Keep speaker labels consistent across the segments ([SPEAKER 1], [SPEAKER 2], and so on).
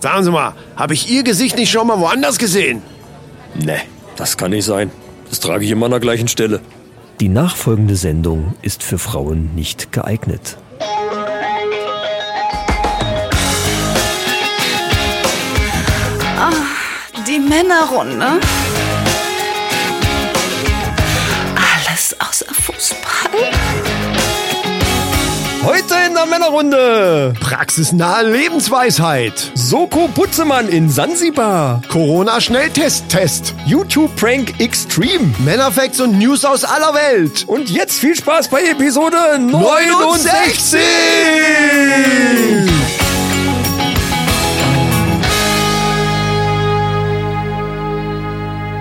[SPEAKER 1] Sagen Sie mal, habe ich Ihr Gesicht nicht schon mal woanders gesehen?
[SPEAKER 2] Ne, das kann nicht sein. Das trage ich immer an der gleichen Stelle.
[SPEAKER 3] Die nachfolgende Sendung ist für Frauen nicht geeignet.
[SPEAKER 4] Die Männerrunde. Alles außer Fußball.
[SPEAKER 2] Heute in der Männerrunde.
[SPEAKER 1] Praxisnahe Lebensweisheit.
[SPEAKER 2] Soko Putzemann in Sansibar.
[SPEAKER 1] Corona-Schnelltest-Test.
[SPEAKER 2] YouTube Prank Extreme.
[SPEAKER 1] Männerfacts und News aus aller Welt.
[SPEAKER 2] Und jetzt viel Spaß bei Episode 69.
[SPEAKER 1] 69!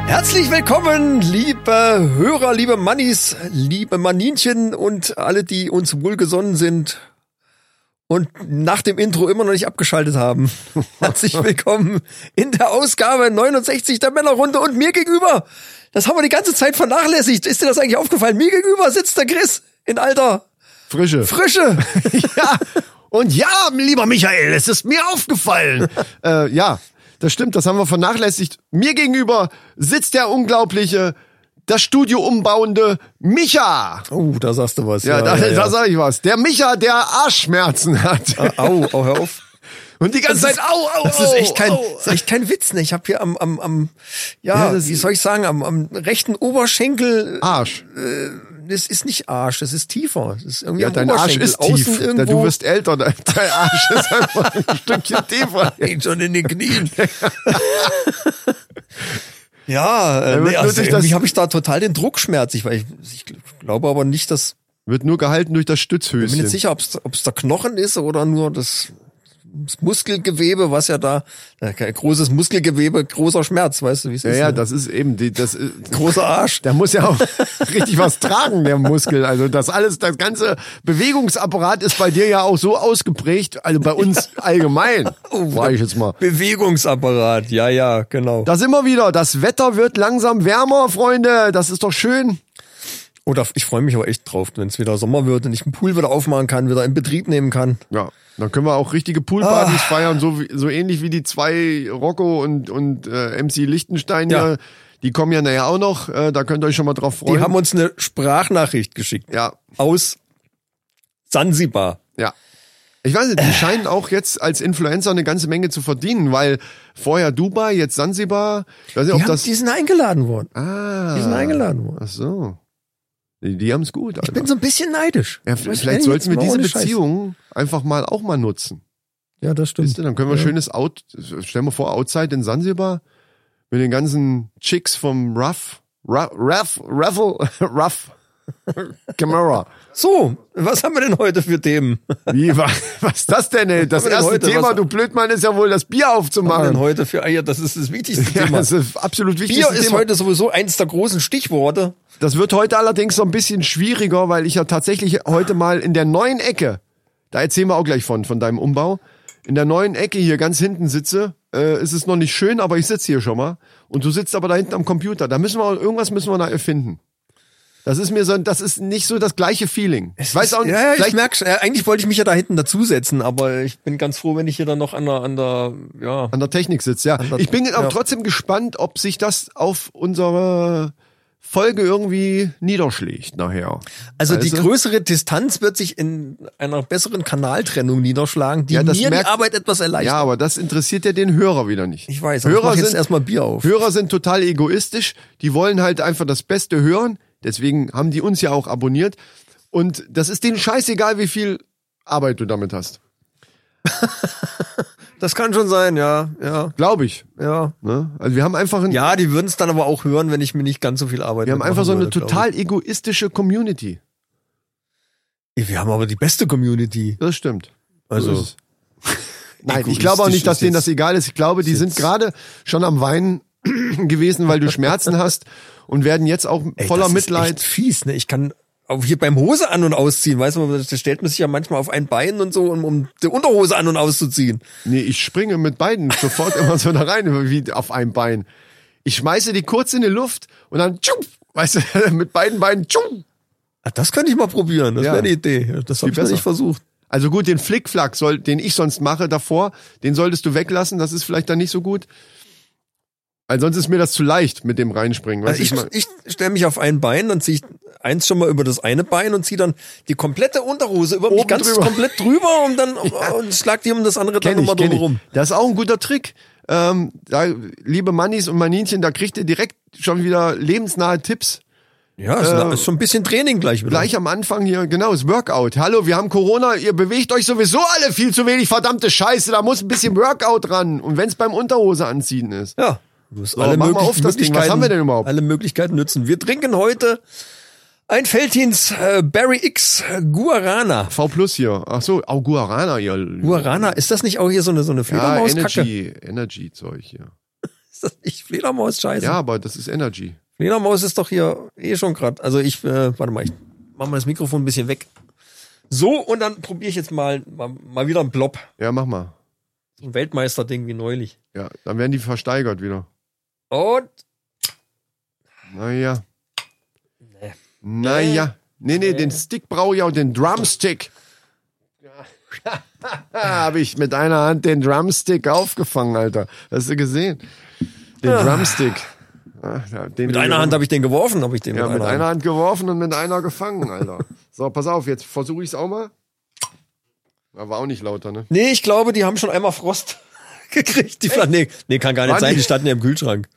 [SPEAKER 2] Herzlich willkommen, liebe Hörer, liebe Mannis, liebe Maninchen und alle, die uns wohlgesonnen sind und nach dem Intro immer noch nicht abgeschaltet haben. Herzlich willkommen in der Ausgabe 69 der Männerrunde und mir gegenüber. Das haben wir die ganze Zeit vernachlässigt. Ist dir das eigentlich aufgefallen? Mir gegenüber sitzt der Chris in alter
[SPEAKER 1] Frische.
[SPEAKER 2] Frische.
[SPEAKER 1] ja. Und ja, lieber Michael, es ist mir aufgefallen. äh, ja, das stimmt, das haben wir vernachlässigt. Mir gegenüber sitzt der unglaubliche, das Studio umbauende Micha.
[SPEAKER 2] Oh, da sagst du was.
[SPEAKER 1] Ja, Ah. da, da sag ich was. Der Micha, der Arschschmerzen hat.
[SPEAKER 2] Au, au, hör auf.
[SPEAKER 1] Und die ganze
[SPEAKER 2] Das
[SPEAKER 1] Zeit,
[SPEAKER 2] ist-
[SPEAKER 1] au, au,
[SPEAKER 2] Das ist echt
[SPEAKER 1] au,
[SPEAKER 2] kein,
[SPEAKER 1] au.
[SPEAKER 2] das ist echt kein Witz. Ne? Ich habe hier am, am, am ja,
[SPEAKER 1] Ja, das-
[SPEAKER 2] wie soll ich sagen, am, am rechten Oberschenkel.
[SPEAKER 1] Arsch.
[SPEAKER 2] Das ist nicht Arsch, das ist tiefer. Das ist irgendwie
[SPEAKER 1] Ja,
[SPEAKER 2] am
[SPEAKER 1] dein Arsch
[SPEAKER 2] Oberschenkel.
[SPEAKER 1] ist
[SPEAKER 2] Außen
[SPEAKER 1] tief.
[SPEAKER 2] Irgendwo,
[SPEAKER 1] Da, du wirst älter, dein dein Arsch ist einfach ein Stückchen tiefer.
[SPEAKER 2] Geht schon in den Knien. ja, äh,
[SPEAKER 1] wird
[SPEAKER 2] nee, also
[SPEAKER 1] nötig,
[SPEAKER 2] irgendwie
[SPEAKER 1] dass-
[SPEAKER 2] habe ich da total den Druckschmerz. Ich, weiß- ich glaube aber nicht, dass
[SPEAKER 1] Wird nur gehalten durch das
[SPEAKER 2] ich bin
[SPEAKER 1] Stützhöschen.
[SPEAKER 2] nicht sicher, ob es der Knochen ist oder nur das, das Muskelgewebe, was ja da äh, großes Muskelgewebe, großer Schmerz, weißt du, wie es
[SPEAKER 1] ja,
[SPEAKER 2] ist.
[SPEAKER 1] ja,
[SPEAKER 2] ne?
[SPEAKER 1] das ist eben, die, das ist,
[SPEAKER 2] großer Arsch.
[SPEAKER 1] Der muss ja auch richtig was tragen, der Muskel. Also das alles, das ganze Bewegungsapparat ist bei dir ja auch so ausgeprägt, also bei uns allgemein, sage ich jetzt mal.
[SPEAKER 2] Bewegungsapparat, ja, ja, genau.
[SPEAKER 1] Da sind wir wieder. Das Wetter wird langsam wärmer, Freunde. Das ist doch schön.
[SPEAKER 2] Oder ich freue mich aber echt drauf, wenn es wieder Sommer wird und ich einen Pool wieder aufmachen kann, wieder in Betrieb nehmen kann.
[SPEAKER 1] Ja, dann können wir auch richtige Poolpartys
[SPEAKER 2] Ah.
[SPEAKER 1] feiern, so, wie- so ähnlich wie die zwei Rocco und, und äh, MC Lichtenstein
[SPEAKER 2] Ja.
[SPEAKER 1] hier. Die kommen ja nachher auch noch. Äh, da könnt ihr euch schon mal drauf
[SPEAKER 2] Die
[SPEAKER 1] freuen.
[SPEAKER 2] haben uns eine Sprachnachricht geschickt
[SPEAKER 1] ja,
[SPEAKER 2] aus Zanzibar.
[SPEAKER 1] Ja. Ich weiß nicht, die scheinen auch jetzt als Influencer eine ganze Menge zu verdienen, weil vorher Dubai, jetzt Sansibar. Ich weiß nicht, ob
[SPEAKER 2] Die, haben,
[SPEAKER 1] das.
[SPEAKER 2] die sind eingeladen worden.
[SPEAKER 1] ah,
[SPEAKER 2] Die sind eingeladen worden.
[SPEAKER 1] Ach so. Die, die haben es gut.
[SPEAKER 2] Ich
[SPEAKER 1] Alter.
[SPEAKER 2] bin so ein bisschen neidisch.
[SPEAKER 1] ja,
[SPEAKER 2] Ich muss
[SPEAKER 1] vielleicht
[SPEAKER 2] ehrlich
[SPEAKER 1] sollten wir
[SPEAKER 2] jetzt mal
[SPEAKER 1] diese
[SPEAKER 2] ohne Scheiß.
[SPEAKER 1] Beziehung einfach mal auch mal nutzen.
[SPEAKER 2] Ja, das
[SPEAKER 1] Wisst
[SPEAKER 2] stimmt.
[SPEAKER 1] ihr, dann können wir
[SPEAKER 2] Ja.
[SPEAKER 1] schönes Out, stellen wir vor, Outside in Sansibar mit den ganzen Chicks vom Ruff, Ruff, Ruff, Ruffle, Ruff, Camara.
[SPEAKER 2] So, was haben wir denn heute für Themen?
[SPEAKER 1] Wie, wa- was ist das denn, ey? Das
[SPEAKER 2] haben wir denn
[SPEAKER 1] erste
[SPEAKER 2] heute?
[SPEAKER 1] Thema,
[SPEAKER 2] Was-
[SPEAKER 1] du Blödmann, ist ja wohl das Bier
[SPEAKER 2] Was haben wir
[SPEAKER 1] aufzumachen.
[SPEAKER 2] denn heute für Eier? Das ist das wichtigste
[SPEAKER 1] Ja,
[SPEAKER 2] Thema.
[SPEAKER 1] das ist absolut wichtig.
[SPEAKER 2] Bier ist heute sowieso eins der großen Stichworte.
[SPEAKER 1] das wird heute allerdings so ein bisschen schwieriger, weil ich ja tatsächlich heute mal in der neuen Ecke, da erzählen wir auch gleich von, von deinem Umbau, in der neuen Ecke hier ganz hinten sitze. Äh, es ist noch nicht schön, aber ich sitze hier schon mal. Und du sitzt aber da hinten am Computer. Da müssen wir, irgendwas müssen wir da erfinden. Das ist mir so, das ist nicht so das gleiche Feeling. Ich weiß auch nicht,
[SPEAKER 2] Ja, ja, ich
[SPEAKER 1] vielleicht
[SPEAKER 2] merk schon. Äh, Eigentlich wollte ich mich ja da hinten dazusetzen, aber ich bin ganz froh, wenn ich hier dann noch an der, an der ja,
[SPEAKER 1] an der Technik sitzt, ja.
[SPEAKER 2] der-
[SPEAKER 1] ich bin aber
[SPEAKER 2] ja.
[SPEAKER 1] trotzdem gespannt, ob sich das auf unsere Folge irgendwie niederschlägt nachher.
[SPEAKER 2] Also die
[SPEAKER 1] Weißt du?
[SPEAKER 2] größere Distanz wird sich in einer besseren Kanaltrennung niederschlagen, die
[SPEAKER 1] Ja, das
[SPEAKER 2] mir
[SPEAKER 1] merkt-
[SPEAKER 2] die Arbeit etwas erleichtert.
[SPEAKER 1] Ja, aber das interessiert ja den Hörer wieder nicht.
[SPEAKER 2] Ich weiß, aber ich
[SPEAKER 1] Hörer
[SPEAKER 2] mach jetzt
[SPEAKER 1] sind
[SPEAKER 2] erstmal Bier auf.
[SPEAKER 1] Hörer sind total egoistisch. Die wollen halt einfach das Beste hören. Deswegen haben die uns ja auch abonniert. Und das ist denen scheißegal, wie viel Arbeit du damit hast.
[SPEAKER 2] Das kann schon sein, ja, ja,
[SPEAKER 1] Glaube ich.
[SPEAKER 2] ja.
[SPEAKER 1] Ne? Also wir haben einfach, ein,
[SPEAKER 2] Ja, die würden es dann aber auch hören, wenn ich mir nicht ganz so viel Arbeit
[SPEAKER 1] wir haben
[SPEAKER 2] mitmachen
[SPEAKER 1] einfach so eine
[SPEAKER 2] würde, glaub
[SPEAKER 1] total egoistische Community.
[SPEAKER 2] ich. Wir haben aber die beste Community.
[SPEAKER 1] Das stimmt.
[SPEAKER 2] Also,
[SPEAKER 1] So ist es. Nein, ich glaube auch nicht, dass denen das egal ist. Ich glaube, die sind gerade schon am Weinen gewesen, weil du Schmerzen hast und werden jetzt auch
[SPEAKER 2] Ey,
[SPEAKER 1] voller
[SPEAKER 2] das
[SPEAKER 1] Mitleid.
[SPEAKER 2] Ist echt fies, ne? Ich kann auch hier beim Hose an und ausziehen, weißt du, da stellt man sich ja manchmal auf ein Bein und so, um, um die Unterhose an und auszuziehen.
[SPEAKER 1] Nee, ich springe mit beiden sofort immer so da rein, wie auf einem Bein. Ich schmeiße die kurz in die Luft und dann, tschupp, weißt du, mit beiden Beinen, tschupp.
[SPEAKER 2] Ah, Das könnte ich mal probieren, das
[SPEAKER 1] Ja.
[SPEAKER 2] wäre eine Idee. Das habe ich noch
[SPEAKER 1] besser.
[SPEAKER 2] nicht versucht.
[SPEAKER 1] Also gut, den Flickflack, soll, den ich sonst mache davor, den solltest du weglassen, das ist vielleicht dann nicht so gut. Ansonsten ist mir das zu leicht mit dem Reinspringen. weißt
[SPEAKER 2] Also
[SPEAKER 1] du,
[SPEAKER 2] ich
[SPEAKER 1] ich mein-
[SPEAKER 2] ich stelle mich auf ein Bein, dann ziehe ich eins schon mal über das eine Bein und ziehe dann die komplette Unterhose über mich
[SPEAKER 1] Oben
[SPEAKER 2] ganz
[SPEAKER 1] drüber.
[SPEAKER 2] komplett drüber und dann und schlag die um das andere dann
[SPEAKER 1] Kenn
[SPEAKER 2] nochmal
[SPEAKER 1] ich, kenn
[SPEAKER 2] drüber
[SPEAKER 1] ich.
[SPEAKER 2] rum.
[SPEAKER 1] Das ist auch ein guter Trick. Ähm, da, liebe Mannis und Maninchen, da kriegt ihr direkt schon wieder lebensnahe Tipps.
[SPEAKER 2] Ja, ist,
[SPEAKER 1] Äh,
[SPEAKER 2] ist schon ein bisschen Training gleich wieder.
[SPEAKER 1] Gleich am Anfang hier, genau, das Workout. Hallo, wir haben Corona, ihr bewegt euch sowieso alle viel zu wenig, verdammte Scheiße, da muss ein bisschen Workout ran. Und wenn es beim Unterhose anziehen ist.
[SPEAKER 2] Ja. Du musst
[SPEAKER 1] mach mal
[SPEAKER 2] möglich-
[SPEAKER 1] auf das Ding. Was
[SPEAKER 2] Möglichkeiten-
[SPEAKER 1] haben wir denn überhaupt?
[SPEAKER 2] Alle Möglichkeiten nutzen. Wir trinken heute ein Feltins äh, Barry X Guarana.
[SPEAKER 1] V plus hier. Ach so, auch Guarana, ihr.
[SPEAKER 2] Guarana, ist das nicht auch hier so eine, so eine
[SPEAKER 1] ja,
[SPEAKER 2] Fledermauskacke?
[SPEAKER 1] Energy, Energy-Zeug hier.
[SPEAKER 2] Ist das nicht Fledermaus-Scheiße?
[SPEAKER 1] Ja, aber das ist Energy.
[SPEAKER 2] Fledermaus ist doch hier eh schon grad. Also ich, äh, warte mal, ich mach mal das Mikrofon ein bisschen weg. So, und dann probiere ich jetzt mal, mal, mal wieder einen Blob.
[SPEAKER 1] Ja, mach mal.
[SPEAKER 2] So ein Weltmeister-Ding wie neulich.
[SPEAKER 1] Ja, dann werden die versteigert wieder.
[SPEAKER 2] Und
[SPEAKER 1] Naja.
[SPEAKER 2] Nee.
[SPEAKER 1] Naja. Nee, nee, den Stick brauche ich auch, den Drumstick. Habe ich mit einer Hand den Drumstick aufgefangen, Alter. Hast du gesehen? Den Drumstick. Ach, ja, den
[SPEAKER 2] mit einer Hand habe ich den geworfen, habe ich den
[SPEAKER 1] Ja, mit
[SPEAKER 2] Hand.
[SPEAKER 1] einer Hand geworfen und mit einer gefangen, Alter. so, pass auf, jetzt versuche ich es auch mal. Aber auch nicht lauter, ne?
[SPEAKER 2] Nee, ich glaube, die haben schon einmal Frost gekriegt. Die nee, nee, kann gar nicht
[SPEAKER 1] Waren
[SPEAKER 2] sein,
[SPEAKER 1] die?
[SPEAKER 2] die standen ja im Kühlschrank.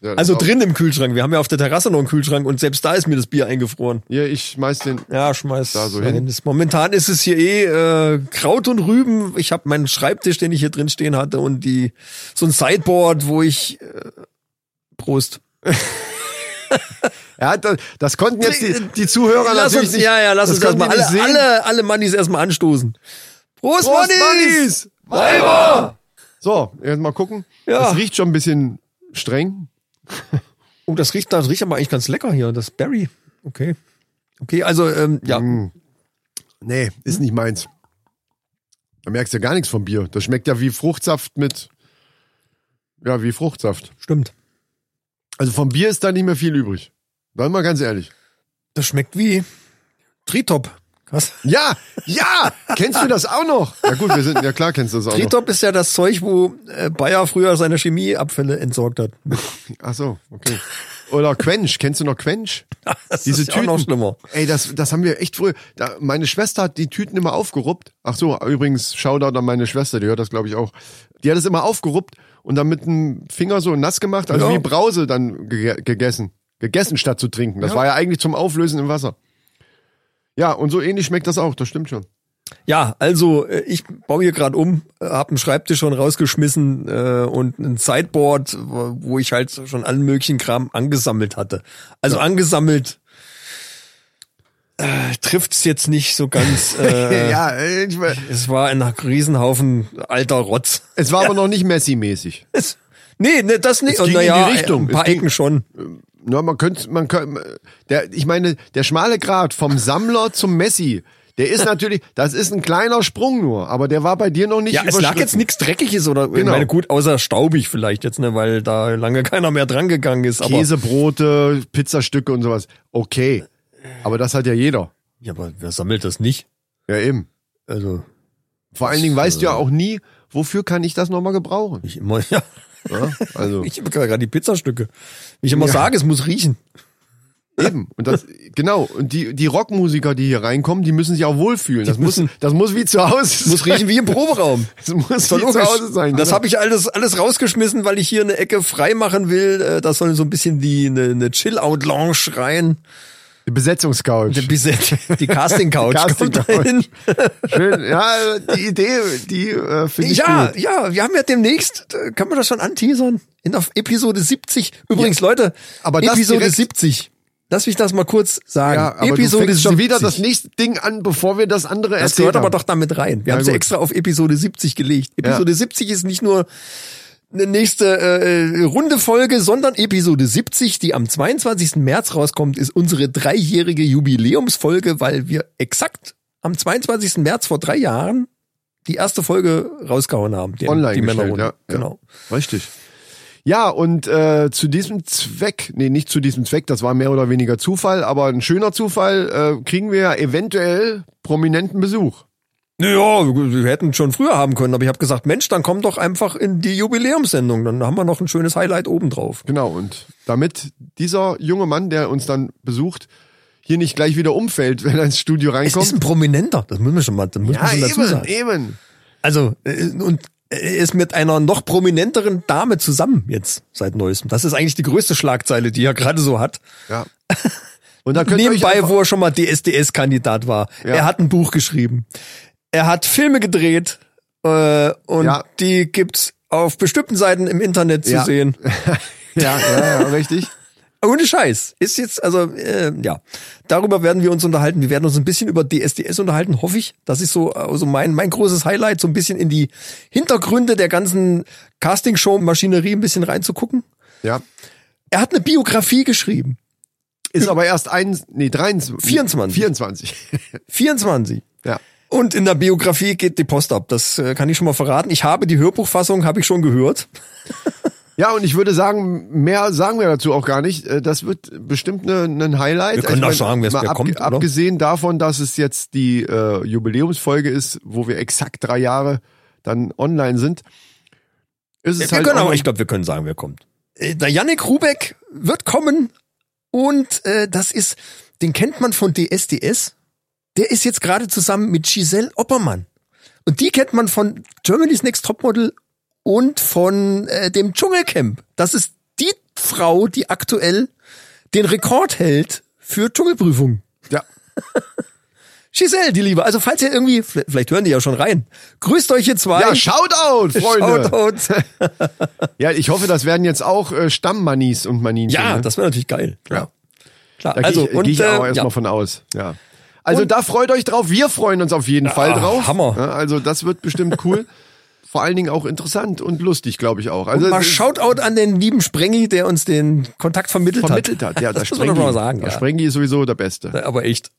[SPEAKER 1] Ja, das
[SPEAKER 2] Also
[SPEAKER 1] auch-
[SPEAKER 2] drin im Kühlschrank. Wir haben ja auf der Terrasse noch einen Kühlschrank und selbst da ist mir das Bier eingefroren.
[SPEAKER 1] Hier, ich schmeiß den.
[SPEAKER 2] Ja, schmeiß
[SPEAKER 1] Da so
[SPEAKER 2] rein.
[SPEAKER 1] hin.
[SPEAKER 2] Das- Momentan ist es hier eh äh, Kraut und Rüben. Ich habe meinen Schreibtisch, den ich hier drin stehen hatte und die so ein Sideboard, wo ich äh, Prost.
[SPEAKER 1] Ja, das, das konnten jetzt die, die Zuhörer
[SPEAKER 2] lass
[SPEAKER 1] natürlich
[SPEAKER 2] uns,
[SPEAKER 1] nicht.
[SPEAKER 2] ja, ja, lass uns
[SPEAKER 1] konnten
[SPEAKER 2] erstmal
[SPEAKER 1] die
[SPEAKER 2] alle,
[SPEAKER 1] nicht sehen.
[SPEAKER 2] alle, alle Mannis erstmal anstoßen. Prost,
[SPEAKER 1] Prost,
[SPEAKER 2] Mannis!
[SPEAKER 1] Mannis! Weiber! So, jetzt mal gucken.
[SPEAKER 2] Ja.
[SPEAKER 1] Das riecht schon ein bisschen streng.
[SPEAKER 2] Oh, das riecht, das riecht aber eigentlich ganz lecker hier, das Berry. Okay. Okay, also ähm, ja,
[SPEAKER 1] Nee, ist nicht meins. Da merkst du ja gar nichts vom Bier. Das schmeckt ja wie Fruchtsaft mit. Ja, wie Fruchtsaft.
[SPEAKER 2] stimmt.
[SPEAKER 1] Also vom Bier ist da nicht mehr viel übrig. Sei mal ganz ehrlich.
[SPEAKER 2] Das schmeckt wie Tritop. Was?
[SPEAKER 1] Ja, ja! Kennst du das auch noch? Ja gut, wir sind, ja klar kennst du das auch noch.
[SPEAKER 2] Tritop ist ja das Zeug, wo äh, Bayer früher seine Chemieabfälle entsorgt hat.
[SPEAKER 1] Ach so, okay. Oder Quench, kennst du noch Quench?
[SPEAKER 2] Das
[SPEAKER 1] Diese
[SPEAKER 2] ist ja auch noch
[SPEAKER 1] Tüten.
[SPEAKER 2] schlimmer.
[SPEAKER 1] Ey, das, das haben wir echt früh. Da, meine Schwester hat die Tüten immer aufgeruppt. Ach so, übrigens, Shoutout an meine Schwester, die hört das, glaube ich, auch. Die hat es immer aufgeruppt und dann mit dem Finger so nass gemacht, also
[SPEAKER 2] Ja.
[SPEAKER 1] wie Brause dann ge gegessen. Gegessen statt zu trinken. Das war ja eigentlich zum Auflösen im Wasser. Ja, und so ähnlich schmeckt das auch, das stimmt schon.
[SPEAKER 2] Ja, also äh, ich baue hier gerade um, äh, hab einen Schreibtisch schon rausgeschmissen äh, und ein Sideboard, wo wo ich halt schon allen möglichen Kram angesammelt hatte. Also angesammelt äh, trifft's jetzt nicht so ganz. Äh,
[SPEAKER 1] ja, äh, ich,
[SPEAKER 2] Es war ein Riesenhaufen alter Rotz.
[SPEAKER 1] es war aber noch nicht Messi-mäßig.
[SPEAKER 2] Es, nee, nee, das nicht.
[SPEAKER 1] Es ging in die
[SPEAKER 2] Naja,
[SPEAKER 1] Richtung.
[SPEAKER 2] Ein paar
[SPEAKER 1] Es ging-
[SPEAKER 2] Ecken schon.
[SPEAKER 1] Na, man könnte, man könnte, der, ich meine, der schmale Grat vom Sammler zum Messi, der ist natürlich, das ist ein kleiner Sprung nur, aber der war bei dir noch nicht
[SPEAKER 2] Ja, es lag
[SPEAKER 1] überschritten.
[SPEAKER 2] jetzt nichts Dreckiges oder ich
[SPEAKER 1] Genau.
[SPEAKER 2] meine, gut, außer staubig vielleicht jetzt, ne, weil da lange keiner mehr dran gegangen ist. Aber,
[SPEAKER 1] Käsebrote, Pizzastücke und sowas. Okay. Aber das hat ja jeder.
[SPEAKER 2] ja, aber wer sammelt das nicht?
[SPEAKER 1] Ja, eben.
[SPEAKER 2] Also
[SPEAKER 1] Vor allen Dingen weißt du ja auch nie, wofür kann ich das nochmal gebrauchen.
[SPEAKER 2] ich immer, ja,
[SPEAKER 1] Ja, also
[SPEAKER 2] ich habe gerade die Pizzastücke. Wie ich immer
[SPEAKER 1] Ja.
[SPEAKER 2] sage, es muss riechen.
[SPEAKER 1] eben. Und das, genau. Und die, die Rockmusiker, die hier reinkommen, die müssen sich auch wohlfühlen. Das muss, das muss wie zu Hause
[SPEAKER 2] Muss riechen wie im Proberaum.
[SPEAKER 1] Das muss
[SPEAKER 2] Ist doch
[SPEAKER 1] wie zu
[SPEAKER 2] logisch.
[SPEAKER 1] Hause sein.
[SPEAKER 2] Das
[SPEAKER 1] genau.
[SPEAKER 2] habe ich alles alles rausgeschmissen, weil ich hier eine Ecke frei machen will. Äh, Das soll so ein bisschen die eine, eine Chill-out-Lounge rein.
[SPEAKER 1] Die Besetzungscouch.
[SPEAKER 2] Die, die Casting-Couch
[SPEAKER 1] Casting
[SPEAKER 2] kommt
[SPEAKER 1] Couch.
[SPEAKER 2] dahin.
[SPEAKER 1] Schön. Ja, die Idee, die äh, finde ich
[SPEAKER 2] Ja,
[SPEAKER 1] gut.
[SPEAKER 2] ja, wir haben ja demnächst, äh, kann man das schon anteasern? In der Episode 70. Übrigens, Leute,
[SPEAKER 1] aber das
[SPEAKER 2] Episode
[SPEAKER 1] direkt-
[SPEAKER 2] 70. Lass mich das mal kurz sagen.
[SPEAKER 1] Ja, aber
[SPEAKER 2] Episode
[SPEAKER 1] du fängst schon wieder das nächste Ding an, bevor wir das andere
[SPEAKER 2] das
[SPEAKER 1] erzählen.
[SPEAKER 2] gehört aber doch damit rein. Wir
[SPEAKER 1] Na
[SPEAKER 2] haben sie
[SPEAKER 1] gut.
[SPEAKER 2] extra auf Episode 70 gelegt. Episode 70 ist nicht nur eine nächste äh, äh, runde Folge, sondern Episode 70, die am 22. März rauskommt, ist unsere dreijährige Jubiläumsfolge, weil wir exakt am 22. März vor drei Jahren die erste Folge rausgehauen haben. Die,
[SPEAKER 1] Online
[SPEAKER 2] die
[SPEAKER 1] gestellt,
[SPEAKER 2] Männerrunde.
[SPEAKER 1] ja, ja.
[SPEAKER 2] Genau.
[SPEAKER 1] Richtig. Ja, und äh, zu diesem Zweck, nee, nicht zu diesem Zweck, das war mehr oder weniger Zufall, aber ein schöner Zufall, äh, kriegen wir ja eventuell prominenten Besuch.
[SPEAKER 2] Ja, wir hätten schon früher haben können, aber ich habe gesagt, Mensch, dann komm doch einfach in die Jubiläumssendung, dann haben wir noch ein schönes Highlight obendrauf.
[SPEAKER 1] Genau, und damit dieser junge Mann, der uns dann besucht, hier nicht gleich wieder umfällt, wenn er ins Studio
[SPEAKER 2] Es ist
[SPEAKER 1] reinkommt.
[SPEAKER 2] ein Prominenter, das müssen wir schon mal, das müssen wir schon dazu sagen.
[SPEAKER 1] eben.
[SPEAKER 2] Also, äh, und er ist mit einer noch prominenteren Dame zusammen jetzt seit neuestem. Das ist eigentlich die größte Schlagzeile, die er gerade so hat.
[SPEAKER 1] Ja. Und da könnt ihr euch
[SPEAKER 2] Nebenbei,
[SPEAKER 1] einfach,
[SPEAKER 2] wo er schon mal DSDS-Kandidat war.
[SPEAKER 1] Ja.
[SPEAKER 2] Er hat ein Buch geschrieben. Er hat Filme gedreht äh, und
[SPEAKER 1] Ja.
[SPEAKER 2] die gibt's auf bestimmten Seiten im Internet zu
[SPEAKER 1] Ja.
[SPEAKER 2] sehen.
[SPEAKER 1] ja, ja, ja, richtig.
[SPEAKER 2] Ohne Scheiß. Ist jetzt, also, äh, ja. Darüber werden wir uns unterhalten. Wir werden uns ein bisschen über DSDS unterhalten, hoffe ich. Das ist so also mein, mein großes Highlight, so ein bisschen in die Hintergründe der ganzen Castingshow-Maschinerie ein bisschen reinzugucken.
[SPEAKER 1] Ja.
[SPEAKER 2] Er hat eine Biografie geschrieben.
[SPEAKER 1] Ist aber erst ein, nee, 23.
[SPEAKER 2] 24.
[SPEAKER 1] 24.
[SPEAKER 2] 24.
[SPEAKER 1] Ja.
[SPEAKER 2] Und in der Biografie geht die Post ab. Das äh, kann ich schon mal verraten. Ich habe die Hörbuchfassung, habe ich schon gehört.
[SPEAKER 1] Ja, und ich würde sagen, mehr sagen wir dazu auch gar nicht. Äh, Das wird bestimmt ein ne, ein Highlight.
[SPEAKER 2] Wir können
[SPEAKER 1] Ich
[SPEAKER 2] auch
[SPEAKER 1] mein,
[SPEAKER 2] sagen, wer es-
[SPEAKER 1] mal
[SPEAKER 2] wer
[SPEAKER 1] abg-
[SPEAKER 2] kommt, oder?
[SPEAKER 1] Abgesehen davon, dass es jetzt die äh, Jubiläumsfolge ist, wo wir exakt drei Jahre dann online sind. Ist es
[SPEAKER 2] wir
[SPEAKER 1] halt
[SPEAKER 2] können
[SPEAKER 1] auch,
[SPEAKER 2] aber, ich glaube, wir können sagen, wer kommt. Äh, Der Yannick Rubeck wird kommen und äh, das ist, den kennt man von DSDS. Der ist jetzt gerade zusammen mit Giselle Oppermann. Und die kennt man von Germany's Next Topmodel und von äh, dem Dschungelcamp. Das ist die Frau, die aktuell den Rekord hält für Dschungelprüfung.
[SPEAKER 1] ja,
[SPEAKER 2] Giselle, die Liebe. Also falls ihr irgendwie, vielleicht vielleicht hören die ja schon rein. Grüßt euch ihr zwei.
[SPEAKER 1] ja, Shoutout, Freunde.
[SPEAKER 2] Shoutouts.
[SPEAKER 1] Ja, ich hoffe, das werden jetzt auch äh, Stammmannis und Maninchen.
[SPEAKER 2] Ja,
[SPEAKER 1] ne?
[SPEAKER 2] das wäre natürlich geil.
[SPEAKER 1] Ja.
[SPEAKER 2] Klar. Klar.
[SPEAKER 1] da
[SPEAKER 2] also,
[SPEAKER 1] gehe ich,
[SPEAKER 2] und,
[SPEAKER 1] geh ich
[SPEAKER 2] äh,
[SPEAKER 1] aber erstmal
[SPEAKER 2] ja.
[SPEAKER 1] von aus. Ja. Also da freut euch drauf. Wir freuen uns auf jeden Fall drauf.
[SPEAKER 2] Hammer.
[SPEAKER 1] Ja, also das wird bestimmt cool. Vor allen Dingen auch interessant und lustig, glaube ich auch. Also
[SPEAKER 2] mal
[SPEAKER 1] es ist-
[SPEAKER 2] Shoutout an den lieben Sprengi, der uns den Kontakt vermittelt,
[SPEAKER 1] vermittelt hat. Ja,
[SPEAKER 2] das
[SPEAKER 1] der
[SPEAKER 2] muss man doch mal
[SPEAKER 1] Sprengi-
[SPEAKER 2] sagen.
[SPEAKER 1] Der
[SPEAKER 2] Ja. Äh,
[SPEAKER 1] Sprengi ist sowieso der Beste.
[SPEAKER 2] Aber echt.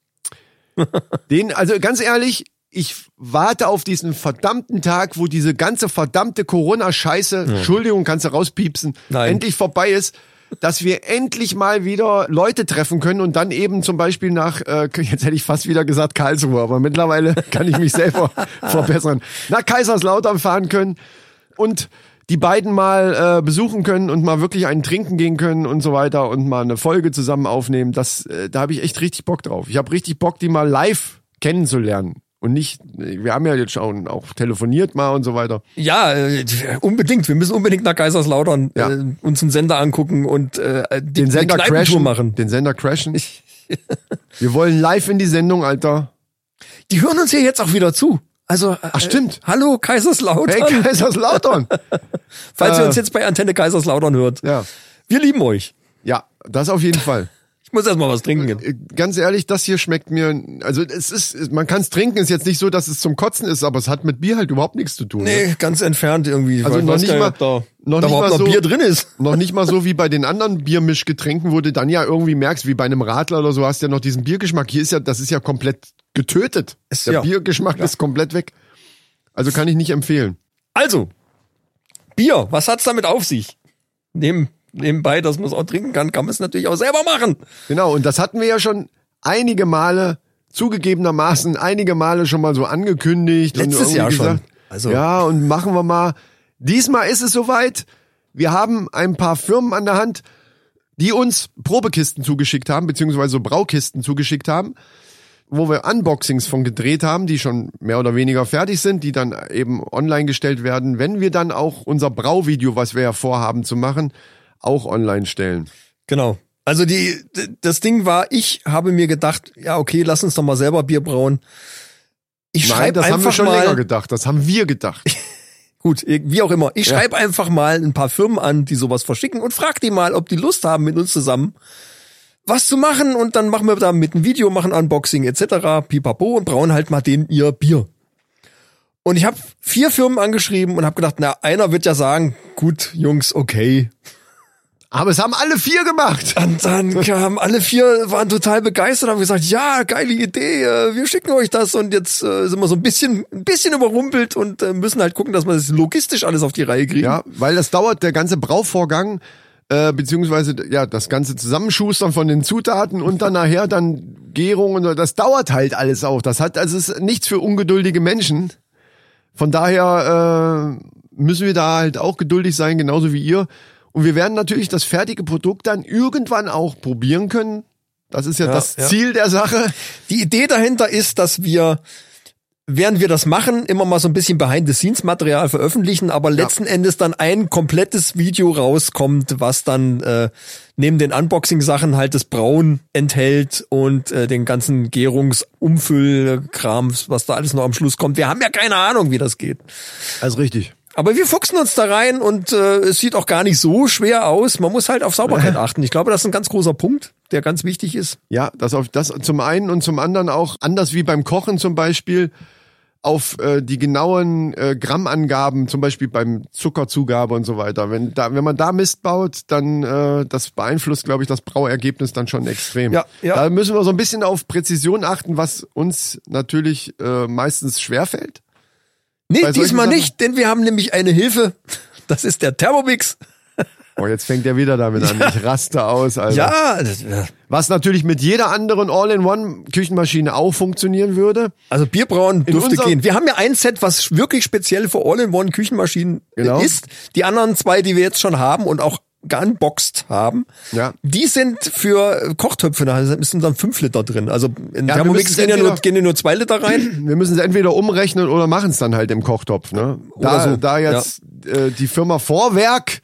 [SPEAKER 1] Den, also ganz ehrlich, ich warte auf diesen verdammten Tag, wo diese ganze verdammte Corona-Scheiße, Entschuldigung, kannst du rauspiepsen,
[SPEAKER 2] Nein.
[SPEAKER 1] endlich vorbei ist, dass wir endlich mal wieder Leute treffen können und dann eben zum Beispiel nach, äh, jetzt hätte ich fast wieder gesagt Karlsruhe, aber mittlerweile kann ich mich selber verbessern, nach Kaiserslautern fahren können und die beiden mal äh, besuchen können und mal wirklich einen trinken gehen können und so weiter und mal eine Folge zusammen aufnehmen. Das, äh, da habe ich echt richtig Bock drauf. Ich habe richtig Bock, die mal live kennenzulernen. Und nicht, wir haben ja jetzt schon auch telefoniert mal und so weiter.
[SPEAKER 2] Ja, äh, unbedingt. Wir müssen unbedingt nach Kaiserslautern
[SPEAKER 1] Ja.
[SPEAKER 2] äh, uns einen Sender angucken und äh, die,
[SPEAKER 1] Den Sender
[SPEAKER 2] eine Kneipentour
[SPEAKER 1] crashen.
[SPEAKER 2] machen.
[SPEAKER 1] Den Sender crashen. wir wollen live in die Sendung, Alter.
[SPEAKER 2] Die hören uns hier jetzt auch wieder zu. Also, äh,
[SPEAKER 1] Ach, stimmt.
[SPEAKER 2] hallo
[SPEAKER 1] Hey,
[SPEAKER 2] Kaiserslautern,
[SPEAKER 1] Kaiserslautern.
[SPEAKER 2] falls ihr
[SPEAKER 1] äh,
[SPEAKER 2] uns jetzt bei Antenne Kaiserslautern hört.
[SPEAKER 1] ja.
[SPEAKER 2] Wir lieben euch.
[SPEAKER 1] Ja, das auf jeden Fall.
[SPEAKER 2] Ich muss erstmal was trinken. gehen.
[SPEAKER 1] Äh, Ganz ehrlich, das hier schmeckt mir, also es ist, man kann es trinken, ist jetzt nicht so, dass es zum Kotzen ist, aber es hat mit Bier halt überhaupt nichts zu tun. ne?
[SPEAKER 2] Nee, ganz entfernt irgendwie.
[SPEAKER 1] Also
[SPEAKER 2] Ich
[SPEAKER 1] noch
[SPEAKER 2] weiß
[SPEAKER 1] nicht
[SPEAKER 2] gar
[SPEAKER 1] mal-
[SPEAKER 2] ob da,
[SPEAKER 1] noch
[SPEAKER 2] da
[SPEAKER 1] nicht
[SPEAKER 2] überhaupt
[SPEAKER 1] mal
[SPEAKER 2] noch
[SPEAKER 1] so-
[SPEAKER 2] Bier drin ist.
[SPEAKER 1] Noch nicht mal so wie bei den anderen Biermischgetränken, wo du dann ja irgendwie merkst, wie bei einem Radler oder so hast du ja noch diesen Biergeschmack. Hier ist ja, das ist ja komplett getötet.
[SPEAKER 2] Ist
[SPEAKER 1] Der
[SPEAKER 2] ja-
[SPEAKER 1] Biergeschmack ist komplett weg. Also kann ich nicht empfehlen.
[SPEAKER 2] Also, Bier, was hat's damit auf sich? Neben, nebenbei, dass man es auch trinken kann, kann man es natürlich auch selber machen.
[SPEAKER 1] Genau, und das hatten wir ja schon einige Male, zugegebenermaßen einige Male schon mal so angekündigt. und
[SPEAKER 2] Letztes
[SPEAKER 1] irgendwie
[SPEAKER 2] Jahr schon.
[SPEAKER 1] gesagt,
[SPEAKER 2] Also-
[SPEAKER 1] Ja, und machen wir mal. Diesmal ist es soweit. Wir haben ein paar Firmen an der Hand, die uns Probekisten zugeschickt haben, beziehungsweise so Braukisten zugeschickt haben, wo wir Unboxings von gedreht haben, die schon mehr oder weniger fertig sind, die dann eben online gestellt werden, wenn wir dann auch unser Brauvideo, was wir ja vorhaben zu machen, auch online stellen.
[SPEAKER 2] Genau. Also die, d- das Ding war, ich habe mir gedacht, ja okay, lass uns doch mal selber Bier brauen. Ich
[SPEAKER 1] Nein,
[SPEAKER 2] schreibe
[SPEAKER 1] das haben wir
[SPEAKER 2] einfach
[SPEAKER 1] schon länger
[SPEAKER 2] mal,
[SPEAKER 1] gedacht. Das haben wir gedacht.
[SPEAKER 2] gut, wie auch immer, ich schreibe einfach mal ein paar Firmen an, die sowas verschicken und frag die mal, ob die Lust haben, mit uns zusammen was zu machen und dann machen wir da mit ein Video, machen Unboxing etc. Pipapo und brauen halt mal denen ihr Bier. Und ich habe vier Firmen angeschrieben und habe gedacht, na, einer wird ja sagen, gut, Jungs, okay.
[SPEAKER 1] Aber es haben alle vier gemacht.
[SPEAKER 2] Und dann kamen alle vier, waren total begeistert, haben gesagt, ja, geile Idee, äh, wir schicken euch das und jetzt äh, sind wir so ein bisschen, ein bisschen überrumpelt und äh, müssen halt gucken, dass wir das logistisch alles auf die Reihe kriegen.
[SPEAKER 1] Ja, weil das dauert, der ganze Brauvorgang äh, beziehungsweise ja, das ganze Zusammenschustern von den Zutaten und dann nachher dann Gärung und so, das dauert halt alles auch. Das hat, also es ist nichts für ungeduldige Menschen. Von daher äh, müssen wir da halt auch geduldig sein, genauso wie ihr. Und wir werden natürlich das fertige Produkt dann irgendwann auch probieren können. Das ist ja,
[SPEAKER 2] Ja,
[SPEAKER 1] das
[SPEAKER 2] ja.
[SPEAKER 1] Ziel der Sache.
[SPEAKER 2] Die Idee dahinter ist, dass wir, während wir das machen, immer mal so ein bisschen Behind-the-Scenes-Material veröffentlichen, aber letzten Endes dann ein komplettes Video rauskommt, was dann äh, neben den Unboxing-Sachen halt das Braun enthält und äh, den ganzen Gärungsumfüllkram, was da alles noch am Schluss kommt. Wir haben ja keine Ahnung, wie das geht.
[SPEAKER 1] Also richtig.
[SPEAKER 2] Aber wir fuchsen uns da rein und äh, es sieht auch gar nicht so schwer aus. Man muss halt auf Sauberkeit achten. Ich glaube, das ist ein ganz großer Punkt, der ganz wichtig ist.
[SPEAKER 1] Ja, das auf das zum einen und zum anderen auch anders wie beim Kochen zum Beispiel auf äh, die genauen äh, Grammangaben, zum Beispiel beim Zuckerzugabe und so weiter. Wenn da, wenn man da Mist baut, dann äh, das beeinflusst, glaube ich, das Brauergebnis dann schon extrem.
[SPEAKER 2] Ja, ja.
[SPEAKER 1] Da müssen wir so ein bisschen auf Präzision achten, was uns natürlich äh, meistens schwerfällt.
[SPEAKER 2] Nee,
[SPEAKER 1] Bei solchen
[SPEAKER 2] diesmal
[SPEAKER 1] Sachen-
[SPEAKER 2] nicht, denn wir haben nämlich eine Hilfe. Das ist der Thermomix.
[SPEAKER 1] Oh, jetzt fängt er wieder damit an. Ich raste aus, Alter.
[SPEAKER 2] Ja, das-
[SPEAKER 1] Was natürlich mit jeder anderen All-in-One-Küchenmaschine auch funktionieren würde.
[SPEAKER 2] also Bierbrauen dürfte
[SPEAKER 1] unserem-
[SPEAKER 2] gehen. Wir haben ja ein Set, was wirklich speziell für All-in-One-Küchenmaschinen
[SPEAKER 1] Genau.
[SPEAKER 2] ist. Die anderen zwei, die wir jetzt schon haben und auch geunboxed haben,
[SPEAKER 1] Ja.
[SPEAKER 2] die sind für Kochtöpfe, da sind dann fünf Liter drin. Also in
[SPEAKER 1] Ja, wir
[SPEAKER 2] Thermomix
[SPEAKER 1] müssen
[SPEAKER 2] gehen ja,
[SPEAKER 1] entweder-
[SPEAKER 2] nur, gehen ja nur zwei Liter rein.
[SPEAKER 1] wir müssen es entweder umrechnen oder machen es dann halt im Kochtopf. Ne? Da,
[SPEAKER 2] Oder so,
[SPEAKER 1] da jetzt äh, die Firma Vorwerk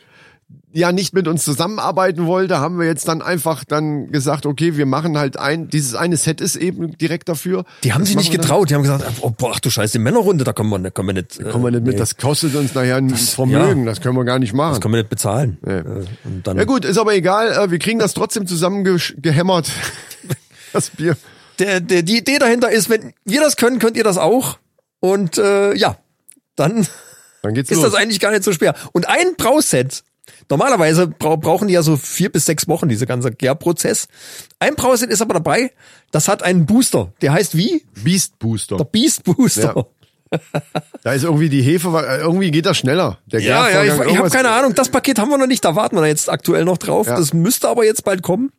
[SPEAKER 1] ja nicht mit uns zusammenarbeiten wollte, haben wir jetzt dann einfach dann gesagt, okay, wir machen halt ein, dieses eine Set ist eben direkt dafür.
[SPEAKER 2] Die haben
[SPEAKER 1] Das
[SPEAKER 2] sich nicht
[SPEAKER 1] machen wir
[SPEAKER 2] getraut. Die haben gesagt, oh, boah, ach du Scheiße, die Männerrunde, da können wir nicht, können wir nicht, äh,
[SPEAKER 1] dann. Kommen wir nicht mit, das kostet uns nachher ein Vermögen, das können wir gar nicht machen.
[SPEAKER 2] können wir nicht bezahlen. Äh, Und dann
[SPEAKER 1] Ja gut, ist aber egal, äh, wir kriegen das trotzdem zusammengehämmert. Das Bier.
[SPEAKER 2] der, der, die Idee dahinter ist, wenn wir das können, könnt ihr das auch. Und äh, ja, dann
[SPEAKER 1] Dann geht's
[SPEAKER 2] ist
[SPEAKER 1] los.
[SPEAKER 2] das eigentlich gar nicht so schwer. Und ein Brauset, normalerweise brau brauchen die ja so vier bis sechs Wochen, diese ganze Gärprozess. Ein Brauset ist aber dabei, das hat einen Booster. Der heißt wie?
[SPEAKER 1] Beast Booster.
[SPEAKER 2] Der Beast Booster.
[SPEAKER 1] Ja. Da ist irgendwie die Hefe, äh, irgendwie geht das schneller. Der
[SPEAKER 2] Ja,
[SPEAKER 1] Gärvorgang,
[SPEAKER 2] ja, ich, ich habe
[SPEAKER 1] irgendwas-
[SPEAKER 2] keine Ahnung. Das Paket haben wir noch nicht, da warten wir da jetzt aktuell noch drauf.
[SPEAKER 1] Ja.
[SPEAKER 2] Das müsste aber jetzt bald kommen.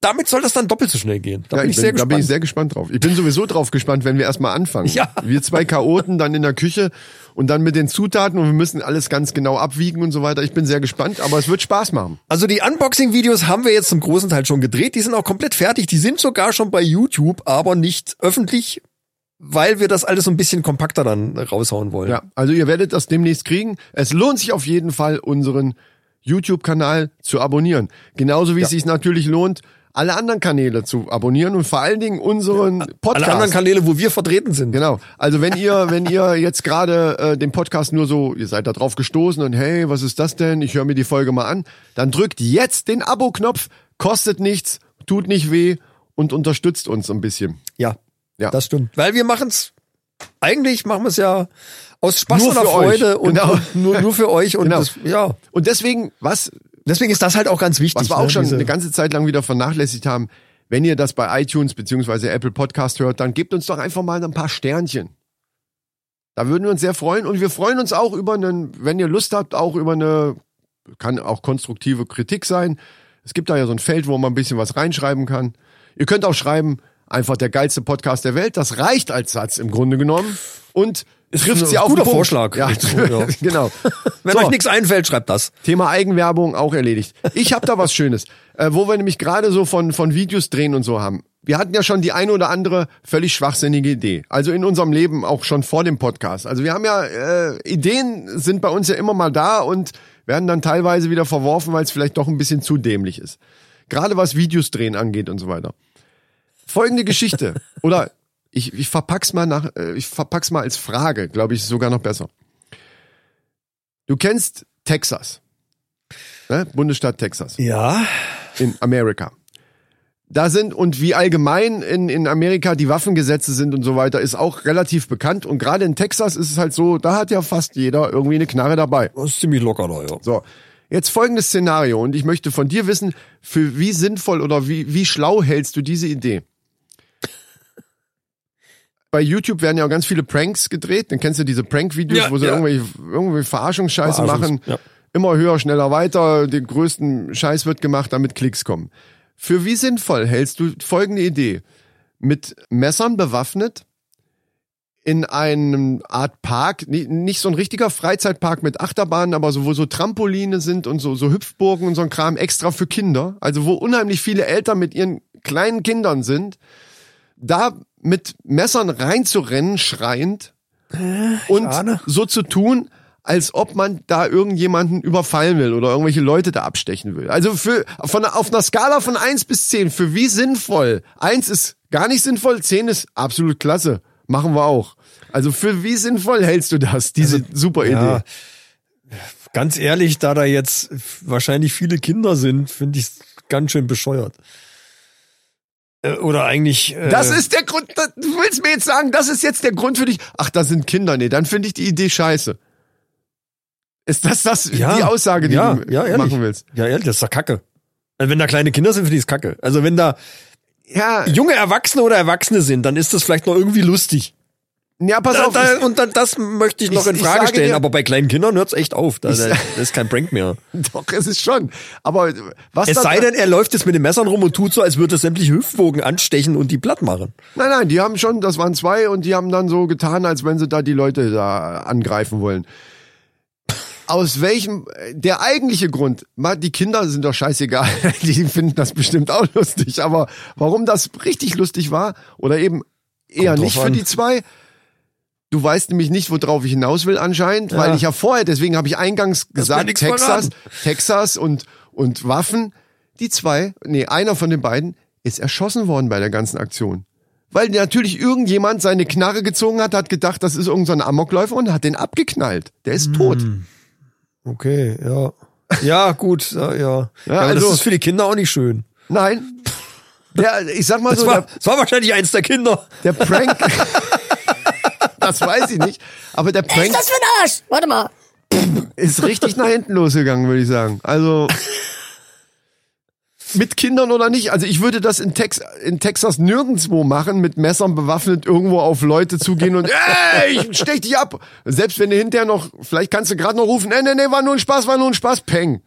[SPEAKER 2] Damit soll das dann doppelt so schnell gehen. Da
[SPEAKER 1] Ja,
[SPEAKER 2] bin ich sehr
[SPEAKER 1] da
[SPEAKER 2] gespannt.
[SPEAKER 1] bin ich sehr gespannt drauf. Ich bin sowieso drauf gespannt, wenn wir erstmal anfangen.
[SPEAKER 2] Ja.
[SPEAKER 1] Wir zwei Chaoten dann in der Küche und dann mit den Zutaten und wir müssen alles ganz genau abwiegen und so weiter. Ich bin sehr gespannt, aber es wird Spaß machen.
[SPEAKER 2] Also die Unboxing-Videos haben wir jetzt zum großen Teil schon gedreht. Die sind auch komplett fertig. Die sind sogar schon bei YouTube, aber nicht öffentlich, weil wir das alles so ein bisschen kompakter dann raushauen wollen.
[SPEAKER 1] Ja, also ihr werdet das demnächst kriegen. Es lohnt sich auf jeden Fall, unseren YouTube-Kanal zu abonnieren. Genauso wie es sich natürlich lohnt, alle anderen Kanäle zu abonnieren und vor allen Dingen unseren Podcast.
[SPEAKER 2] Alle anderen Kanäle, wo wir vertreten sind.
[SPEAKER 1] Genau. Also wenn ihr, wenn ihr jetzt gerade äh, den Podcast nur so, ihr seid da drauf gestoßen und hey, was ist das denn? Ich höre mir die Folge mal an, dann drückt jetzt den Abo-Knopf, kostet nichts, tut nicht weh und unterstützt uns ein bisschen.
[SPEAKER 2] Ja,
[SPEAKER 1] Ja.
[SPEAKER 2] das stimmt. Weil wir machen's. Eigentlich machen wir es ja aus Spaß
[SPEAKER 1] Nur
[SPEAKER 2] und
[SPEAKER 1] für
[SPEAKER 2] Freude
[SPEAKER 1] euch.
[SPEAKER 2] und
[SPEAKER 1] Genau.
[SPEAKER 2] und nur, nur für euch. Und
[SPEAKER 1] Genau.
[SPEAKER 2] das, ja,
[SPEAKER 1] Und deswegen, was,
[SPEAKER 2] deswegen ist das halt auch ganz wichtig.
[SPEAKER 1] was wir
[SPEAKER 2] ne,
[SPEAKER 1] auch schon
[SPEAKER 2] diese-
[SPEAKER 1] eine ganze Zeit lang wieder vernachlässigt haben, wenn ihr das bei iTunes beziehungsweise Apple Podcast hört, dann gebt uns doch einfach mal ein paar Sternchen. Da würden wir uns sehr freuen und wir freuen uns auch über einen, wenn ihr Lust habt, auch über eine, kann auch konstruktive Kritik sein. Es gibt da ja so ein Feld, wo man ein bisschen was reinschreiben kann. Ihr könnt auch schreiben, einfach der geilste Podcast der Welt. Das reicht als Satz im Grunde genommen und trifft
[SPEAKER 2] ein
[SPEAKER 1] sie auf
[SPEAKER 2] guter
[SPEAKER 1] den Punkt.
[SPEAKER 2] Vorschlag.
[SPEAKER 1] Ja,
[SPEAKER 2] Ja.
[SPEAKER 1] genau.
[SPEAKER 2] Wenn euch nichts einfällt, schreibt das.
[SPEAKER 1] Thema Eigenwerbung auch erledigt. Ich habe da was Schönes, äh, wo wir nämlich gerade so von, von Videos drehen und so haben. Wir hatten ja schon die eine oder andere völlig schwachsinnige Idee. Also in unserem Leben auch schon vor dem Podcast. Also wir haben ja, äh, Ideen sind bei uns ja immer mal da und werden dann teilweise wieder verworfen, weil es vielleicht doch ein bisschen zu dämlich ist. Gerade was Videos drehen angeht und so weiter. Folgende Geschichte. oder ich, ich verpack's mal nach, äh, ich verpack's mal als Frage, glaube ich, ist sogar noch besser. Du kennst Texas ne? Bundesstaat Texas
[SPEAKER 2] Ja.
[SPEAKER 1] in Amerika. Da sind und wie allgemein in, in Amerika die Waffengesetze sind und so weiter, ist auch relativ bekannt. Und gerade in Texas ist es halt so, da hat ja fast jeder irgendwie eine Knarre dabei.
[SPEAKER 2] Das ist ziemlich locker da, ja.
[SPEAKER 1] So, jetzt folgendes Szenario und ich möchte von dir wissen, für wie sinnvoll oder wie, wie schlau hältst du diese Idee? Bei YouTube werden ja auch ganz viele Pranks gedreht. Dann kennst du diese Prank-Videos,
[SPEAKER 2] Ja,
[SPEAKER 1] wo sie
[SPEAKER 2] ja.
[SPEAKER 1] irgendwelche, irgendwelche Verarschungsscheiße
[SPEAKER 2] Verarschungs-
[SPEAKER 1] machen.
[SPEAKER 2] ja.
[SPEAKER 1] Immer höher, schneller, weiter, den größten Scheiß wird gemacht, damit Klicks kommen. Für wie sinnvoll hältst du folgende Idee? Mit Messern bewaffnet in einem Art Park, ni- nicht so ein richtiger Freizeitpark mit Achterbahnen, aber so, wo so Trampoline sind und so, so Hüpfburgen und so ein Kram extra für Kinder. Also wo unheimlich viele Eltern mit ihren kleinen Kindern sind, da mit Messern reinzurennen, schreiend und
[SPEAKER 2] ahne.
[SPEAKER 1] so zu tun, als ob man da irgendjemanden überfallen will oder irgendwelche Leute da abstechen will. Also für, von, auf einer Skala von 1 bis 10, für wie sinnvoll? 1 ist gar nicht sinnvoll, 10 ist absolut klasse. Machen wir auch. Also für wie sinnvoll hältst du das, diese super Idee?
[SPEAKER 2] Also, Ja. Ganz ehrlich, da da jetzt wahrscheinlich viele Kinder sind, finde ich ganz schön bescheuert. Äh, Oder eigentlich. Äh,
[SPEAKER 1] Das ist der Grund, das- du willst mir jetzt sagen, das ist jetzt der Grund für dich. Ach, da sind Kinder, nee, dann finde ich die Idee scheiße. Ist das, das
[SPEAKER 2] ja,
[SPEAKER 1] die Aussage, die
[SPEAKER 2] ja,
[SPEAKER 1] du
[SPEAKER 2] ja, ehrlich.
[SPEAKER 1] machen willst?
[SPEAKER 2] Ja, ehrlich, das ist doch Kacke. Also wenn da kleine Kinder sind, finde ich es Kacke. Also wenn da
[SPEAKER 1] Ja,
[SPEAKER 2] junge Erwachsene oder Erwachsene sind, dann ist das vielleicht noch irgendwie lustig.
[SPEAKER 1] ja pass
[SPEAKER 2] Da,
[SPEAKER 1] auf.
[SPEAKER 2] da,
[SPEAKER 1] ich-
[SPEAKER 2] und dann, das möchte ich noch
[SPEAKER 1] ich-
[SPEAKER 2] in
[SPEAKER 1] ich
[SPEAKER 2] Frage
[SPEAKER 1] sage
[SPEAKER 2] stellen,
[SPEAKER 1] dir-
[SPEAKER 2] aber bei kleinen Kindern hört's echt auf. Da,
[SPEAKER 1] Ich
[SPEAKER 2] da,
[SPEAKER 1] sa-
[SPEAKER 2] das ist kein Prank mehr.
[SPEAKER 1] Doch, es ist schon. Aber was
[SPEAKER 2] Es
[SPEAKER 1] da-
[SPEAKER 2] sei denn, er läuft jetzt mit den Messern rum und tut so, als würde es sämtliche Hüftwogen anstechen und die platt machen.
[SPEAKER 1] Nein, nein, die haben schon, das waren zwei und die haben dann so getan, als wenn sie da die Leute da angreifen wollen. Aus welchem, der eigentliche Grund, mal, die Kinder sind doch scheißegal, die finden das bestimmt auch lustig, aber warum das richtig lustig war oder eben eher
[SPEAKER 2] Kommt drauf
[SPEAKER 1] nicht für
[SPEAKER 2] an.
[SPEAKER 1] die zwei, du weißt nämlich nicht, worauf ich hinaus will anscheinend, weil ich ja vorher, deswegen habe ich eingangs
[SPEAKER 2] mir
[SPEAKER 1] gesagt,
[SPEAKER 2] nichts
[SPEAKER 1] Texas,
[SPEAKER 2] verraten.
[SPEAKER 1] Texas und, und Waffen, die zwei, nee, einer von den beiden ist erschossen worden bei der ganzen Aktion. Weil natürlich irgendjemand seine Knarre gezogen hat, hat gedacht, das ist irgendein Amokläufer und hat den abgeknallt. Der ist tot.
[SPEAKER 2] Okay, ja. Ja, gut, ja, ja. ja, aber
[SPEAKER 1] also-
[SPEAKER 2] das ist für die Kinder auch nicht schön.
[SPEAKER 1] Nein. Der, ich sag mal
[SPEAKER 2] Das
[SPEAKER 1] so,
[SPEAKER 2] war, das war wahrscheinlich eins der Kinder.
[SPEAKER 1] der, der Prank. das weiß ich nicht. Aber der Prank
[SPEAKER 4] Was ist das für ein Arsch? Warte mal.
[SPEAKER 1] ist richtig nach hinten losgegangen, würde ich sagen. Also mit Kindern oder nicht. Also ich würde das in, Tex in Texas nirgendwo machen, mit Messern bewaffnet irgendwo auf Leute zugehen und ey, ich stech dich ab. Selbst wenn du hinterher noch, vielleicht kannst du gerade noch rufen, nee, nee, nee, war nur ein Spaß, war nur ein Spaß, peng.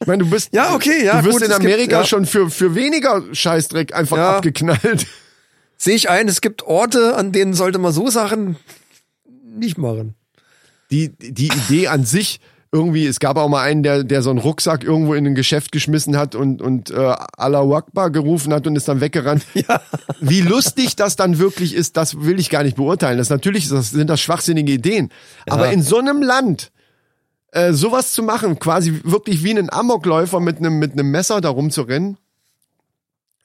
[SPEAKER 1] Ich meine, du bist
[SPEAKER 2] Ja, okay, ja,
[SPEAKER 1] du wirst
[SPEAKER 2] gut,
[SPEAKER 1] in
[SPEAKER 2] es gibt-
[SPEAKER 1] Amerika
[SPEAKER 2] ja.
[SPEAKER 1] schon für für weniger Scheißdreck einfach
[SPEAKER 2] Ja.
[SPEAKER 1] abgeknallt.
[SPEAKER 2] Sehe ich ein, es gibt Orte, an denen sollte man so Sachen nicht machen.
[SPEAKER 1] die, die Idee an sich irgendwie, es gab auch mal einen, der, der so einen Rucksack irgendwo in ein Geschäft geschmissen hat und, und äh, Allah Akbar gerufen hat und ist dann weggerannt. Wie lustig das dann wirklich ist, das will ich gar nicht beurteilen. Das natürlich ist das, sind das schwachsinnige Ideen. Aber in so einem Land äh, sowas zu machen, quasi wirklich wie einen Amokläufer mit einem mit einem Messer da rumzurennen,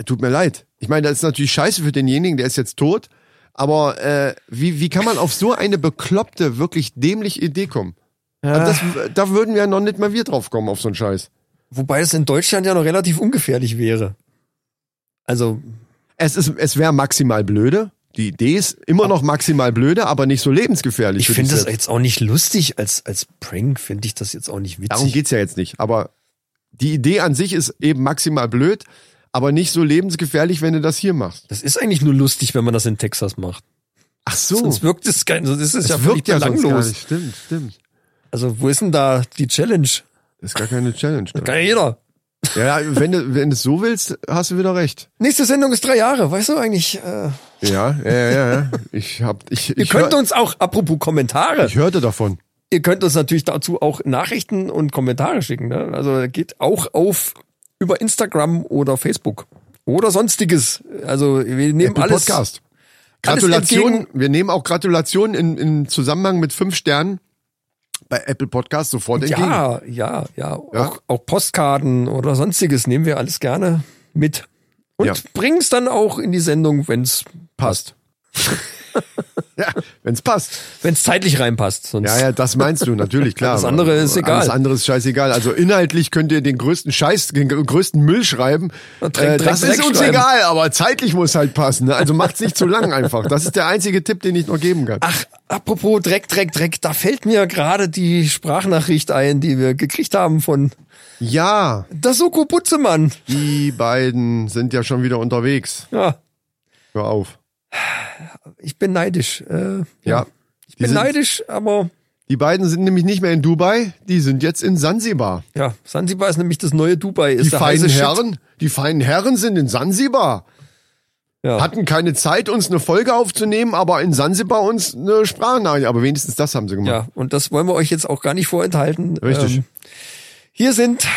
[SPEAKER 1] tut mir leid. Ich meine, das ist natürlich scheiße für denjenigen, der ist jetzt tot. Aber äh, wie, wie kann man auf so eine bekloppte, wirklich dämliche Idee kommen? Also das, da würden wir ja noch nicht mal wir drauf kommen auf so einen Scheiß.
[SPEAKER 2] Wobei es in Deutschland ja noch relativ ungefährlich wäre. Also,
[SPEAKER 1] Es, ist- es wäre maximal blöde. Die Idee ist immer noch maximal blöde, aber nicht so lebensgefährlich.
[SPEAKER 2] ich
[SPEAKER 1] würde
[SPEAKER 2] finde das
[SPEAKER 1] sagen.
[SPEAKER 2] jetzt auch nicht lustig. Als, als Prank finde ich das jetzt auch nicht witzig.
[SPEAKER 1] Darum geht's ja jetzt nicht. Aber die Idee an sich ist eben maximal blöd, aber nicht so lebensgefährlich, wenn du das hier machst.
[SPEAKER 2] das ist eigentlich nur lustig, wenn man das in Texas macht.
[SPEAKER 1] Ach so.
[SPEAKER 2] Sonst wirkt es kein, sonst ist es ja
[SPEAKER 1] Es wirkt
[SPEAKER 2] wirklich
[SPEAKER 1] ja sonst gar
[SPEAKER 2] belanglos.
[SPEAKER 1] nicht. Stimmt, stimmt.
[SPEAKER 2] Also, wo ist denn da die Challenge?
[SPEAKER 1] Das ist gar keine Challenge. ne?
[SPEAKER 2] Kann ja jeder.
[SPEAKER 1] ja, ja, wenn du, wenn du es so willst, hast du wieder recht.
[SPEAKER 2] Nächste Sendung ist drei Jahre, weißt du eigentlich? Äh,
[SPEAKER 1] Ja, ja, ja, ja. Ich hab, ich,
[SPEAKER 2] ihr
[SPEAKER 1] ich,
[SPEAKER 2] könnt
[SPEAKER 1] hör,
[SPEAKER 2] uns auch, apropos Kommentare,
[SPEAKER 1] ich hörte davon.
[SPEAKER 2] ihr könnt uns natürlich dazu auch Nachrichten und Kommentare schicken. Ne? Also geht auch auf über Instagram oder Facebook oder sonstiges. Also wir nehmen
[SPEAKER 1] Apple
[SPEAKER 2] alles.
[SPEAKER 1] Podcast.
[SPEAKER 2] alles
[SPEAKER 1] Gratulation.
[SPEAKER 2] entgegen.
[SPEAKER 1] Wir nehmen auch Gratulation in, in Zusammenhang mit fünf Sternen bei Apple Podcast sofort entgegen.
[SPEAKER 2] Ja, ja, ja.
[SPEAKER 1] Ja.
[SPEAKER 2] Auch, auch Postkarten oder sonstiges nehmen wir alles gerne mit. Und
[SPEAKER 1] Ja.
[SPEAKER 2] bring's dann auch in die Sendung, wenn's passt.
[SPEAKER 1] Ja, wenn's passt.
[SPEAKER 2] Wenn's zeitlich reinpasst. Sonst
[SPEAKER 1] Ja, ja, das meinst du, natürlich, klar.
[SPEAKER 2] Alles andere ist egal.
[SPEAKER 1] Alles andere ist scheißegal. Also inhaltlich könnt ihr den größten Scheiß, den gr- größten Müll schreiben.
[SPEAKER 2] Und Dreck,
[SPEAKER 1] Äh,
[SPEAKER 2] Dreck,
[SPEAKER 1] das ist
[SPEAKER 2] Dreck
[SPEAKER 1] uns
[SPEAKER 2] schreiben.
[SPEAKER 1] egal, aber zeitlich muss halt passen. Ne? Also macht's nicht zu lang einfach. Das ist der einzige Tipp, den ich noch geben kann.
[SPEAKER 2] Ach, apropos Dreck, Dreck, Dreck, da fällt mir gerade die Sprachnachricht ein, die wir gekriegt haben von
[SPEAKER 1] Ja,
[SPEAKER 2] Dasoko Butzemann.
[SPEAKER 1] die beiden sind ja schon wieder unterwegs.
[SPEAKER 2] Ja,
[SPEAKER 1] Hör auf.
[SPEAKER 2] ich bin neidisch. Äh,
[SPEAKER 1] Ja.
[SPEAKER 2] Ich
[SPEAKER 1] Die
[SPEAKER 2] bin
[SPEAKER 1] sind-
[SPEAKER 2] neidisch, aber
[SPEAKER 1] Die beiden sind nämlich nicht mehr in Dubai, die sind jetzt in Sansibar.
[SPEAKER 5] Ja, Sansibar ist nämlich das neue Dubai. Ist
[SPEAKER 1] Die
[SPEAKER 5] der
[SPEAKER 1] feinen
[SPEAKER 5] heiße Shit.
[SPEAKER 1] Herren, die feinen Herren sind in Sansibar.
[SPEAKER 5] Ja.
[SPEAKER 1] Hatten keine Zeit, uns eine Folge aufzunehmen, aber in Sansibar uns eine Sprachnachricht. Aber wenigstens das haben sie gemacht.
[SPEAKER 5] Ja, und das wollen wir euch jetzt auch gar nicht vorenthalten. Ähm,
[SPEAKER 1] Richtig.
[SPEAKER 5] hier sind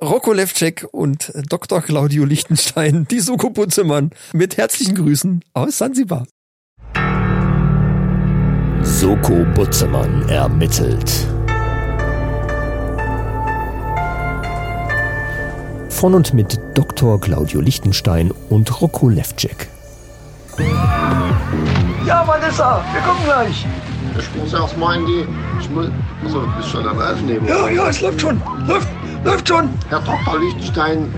[SPEAKER 5] Rocco Levcek und Dr. Claudio Lichtenstein, die Soko Bunzemann, mit herzlichen Grüßen aus Sansibar.
[SPEAKER 6] Soko Butzemann ermittelt. Von und mit Dr. Claudio Lichtenstein und Rocco Levcek.
[SPEAKER 2] Ja, Vanessa, wir kommen gleich.
[SPEAKER 7] Ich muss erstmal in die. Ich muss, also, du bist schon am Aufnehmen.
[SPEAKER 2] Ja, ja, es läuft schon. Läuft, läuft schon.
[SPEAKER 7] Herr Dr. Lichtenstein,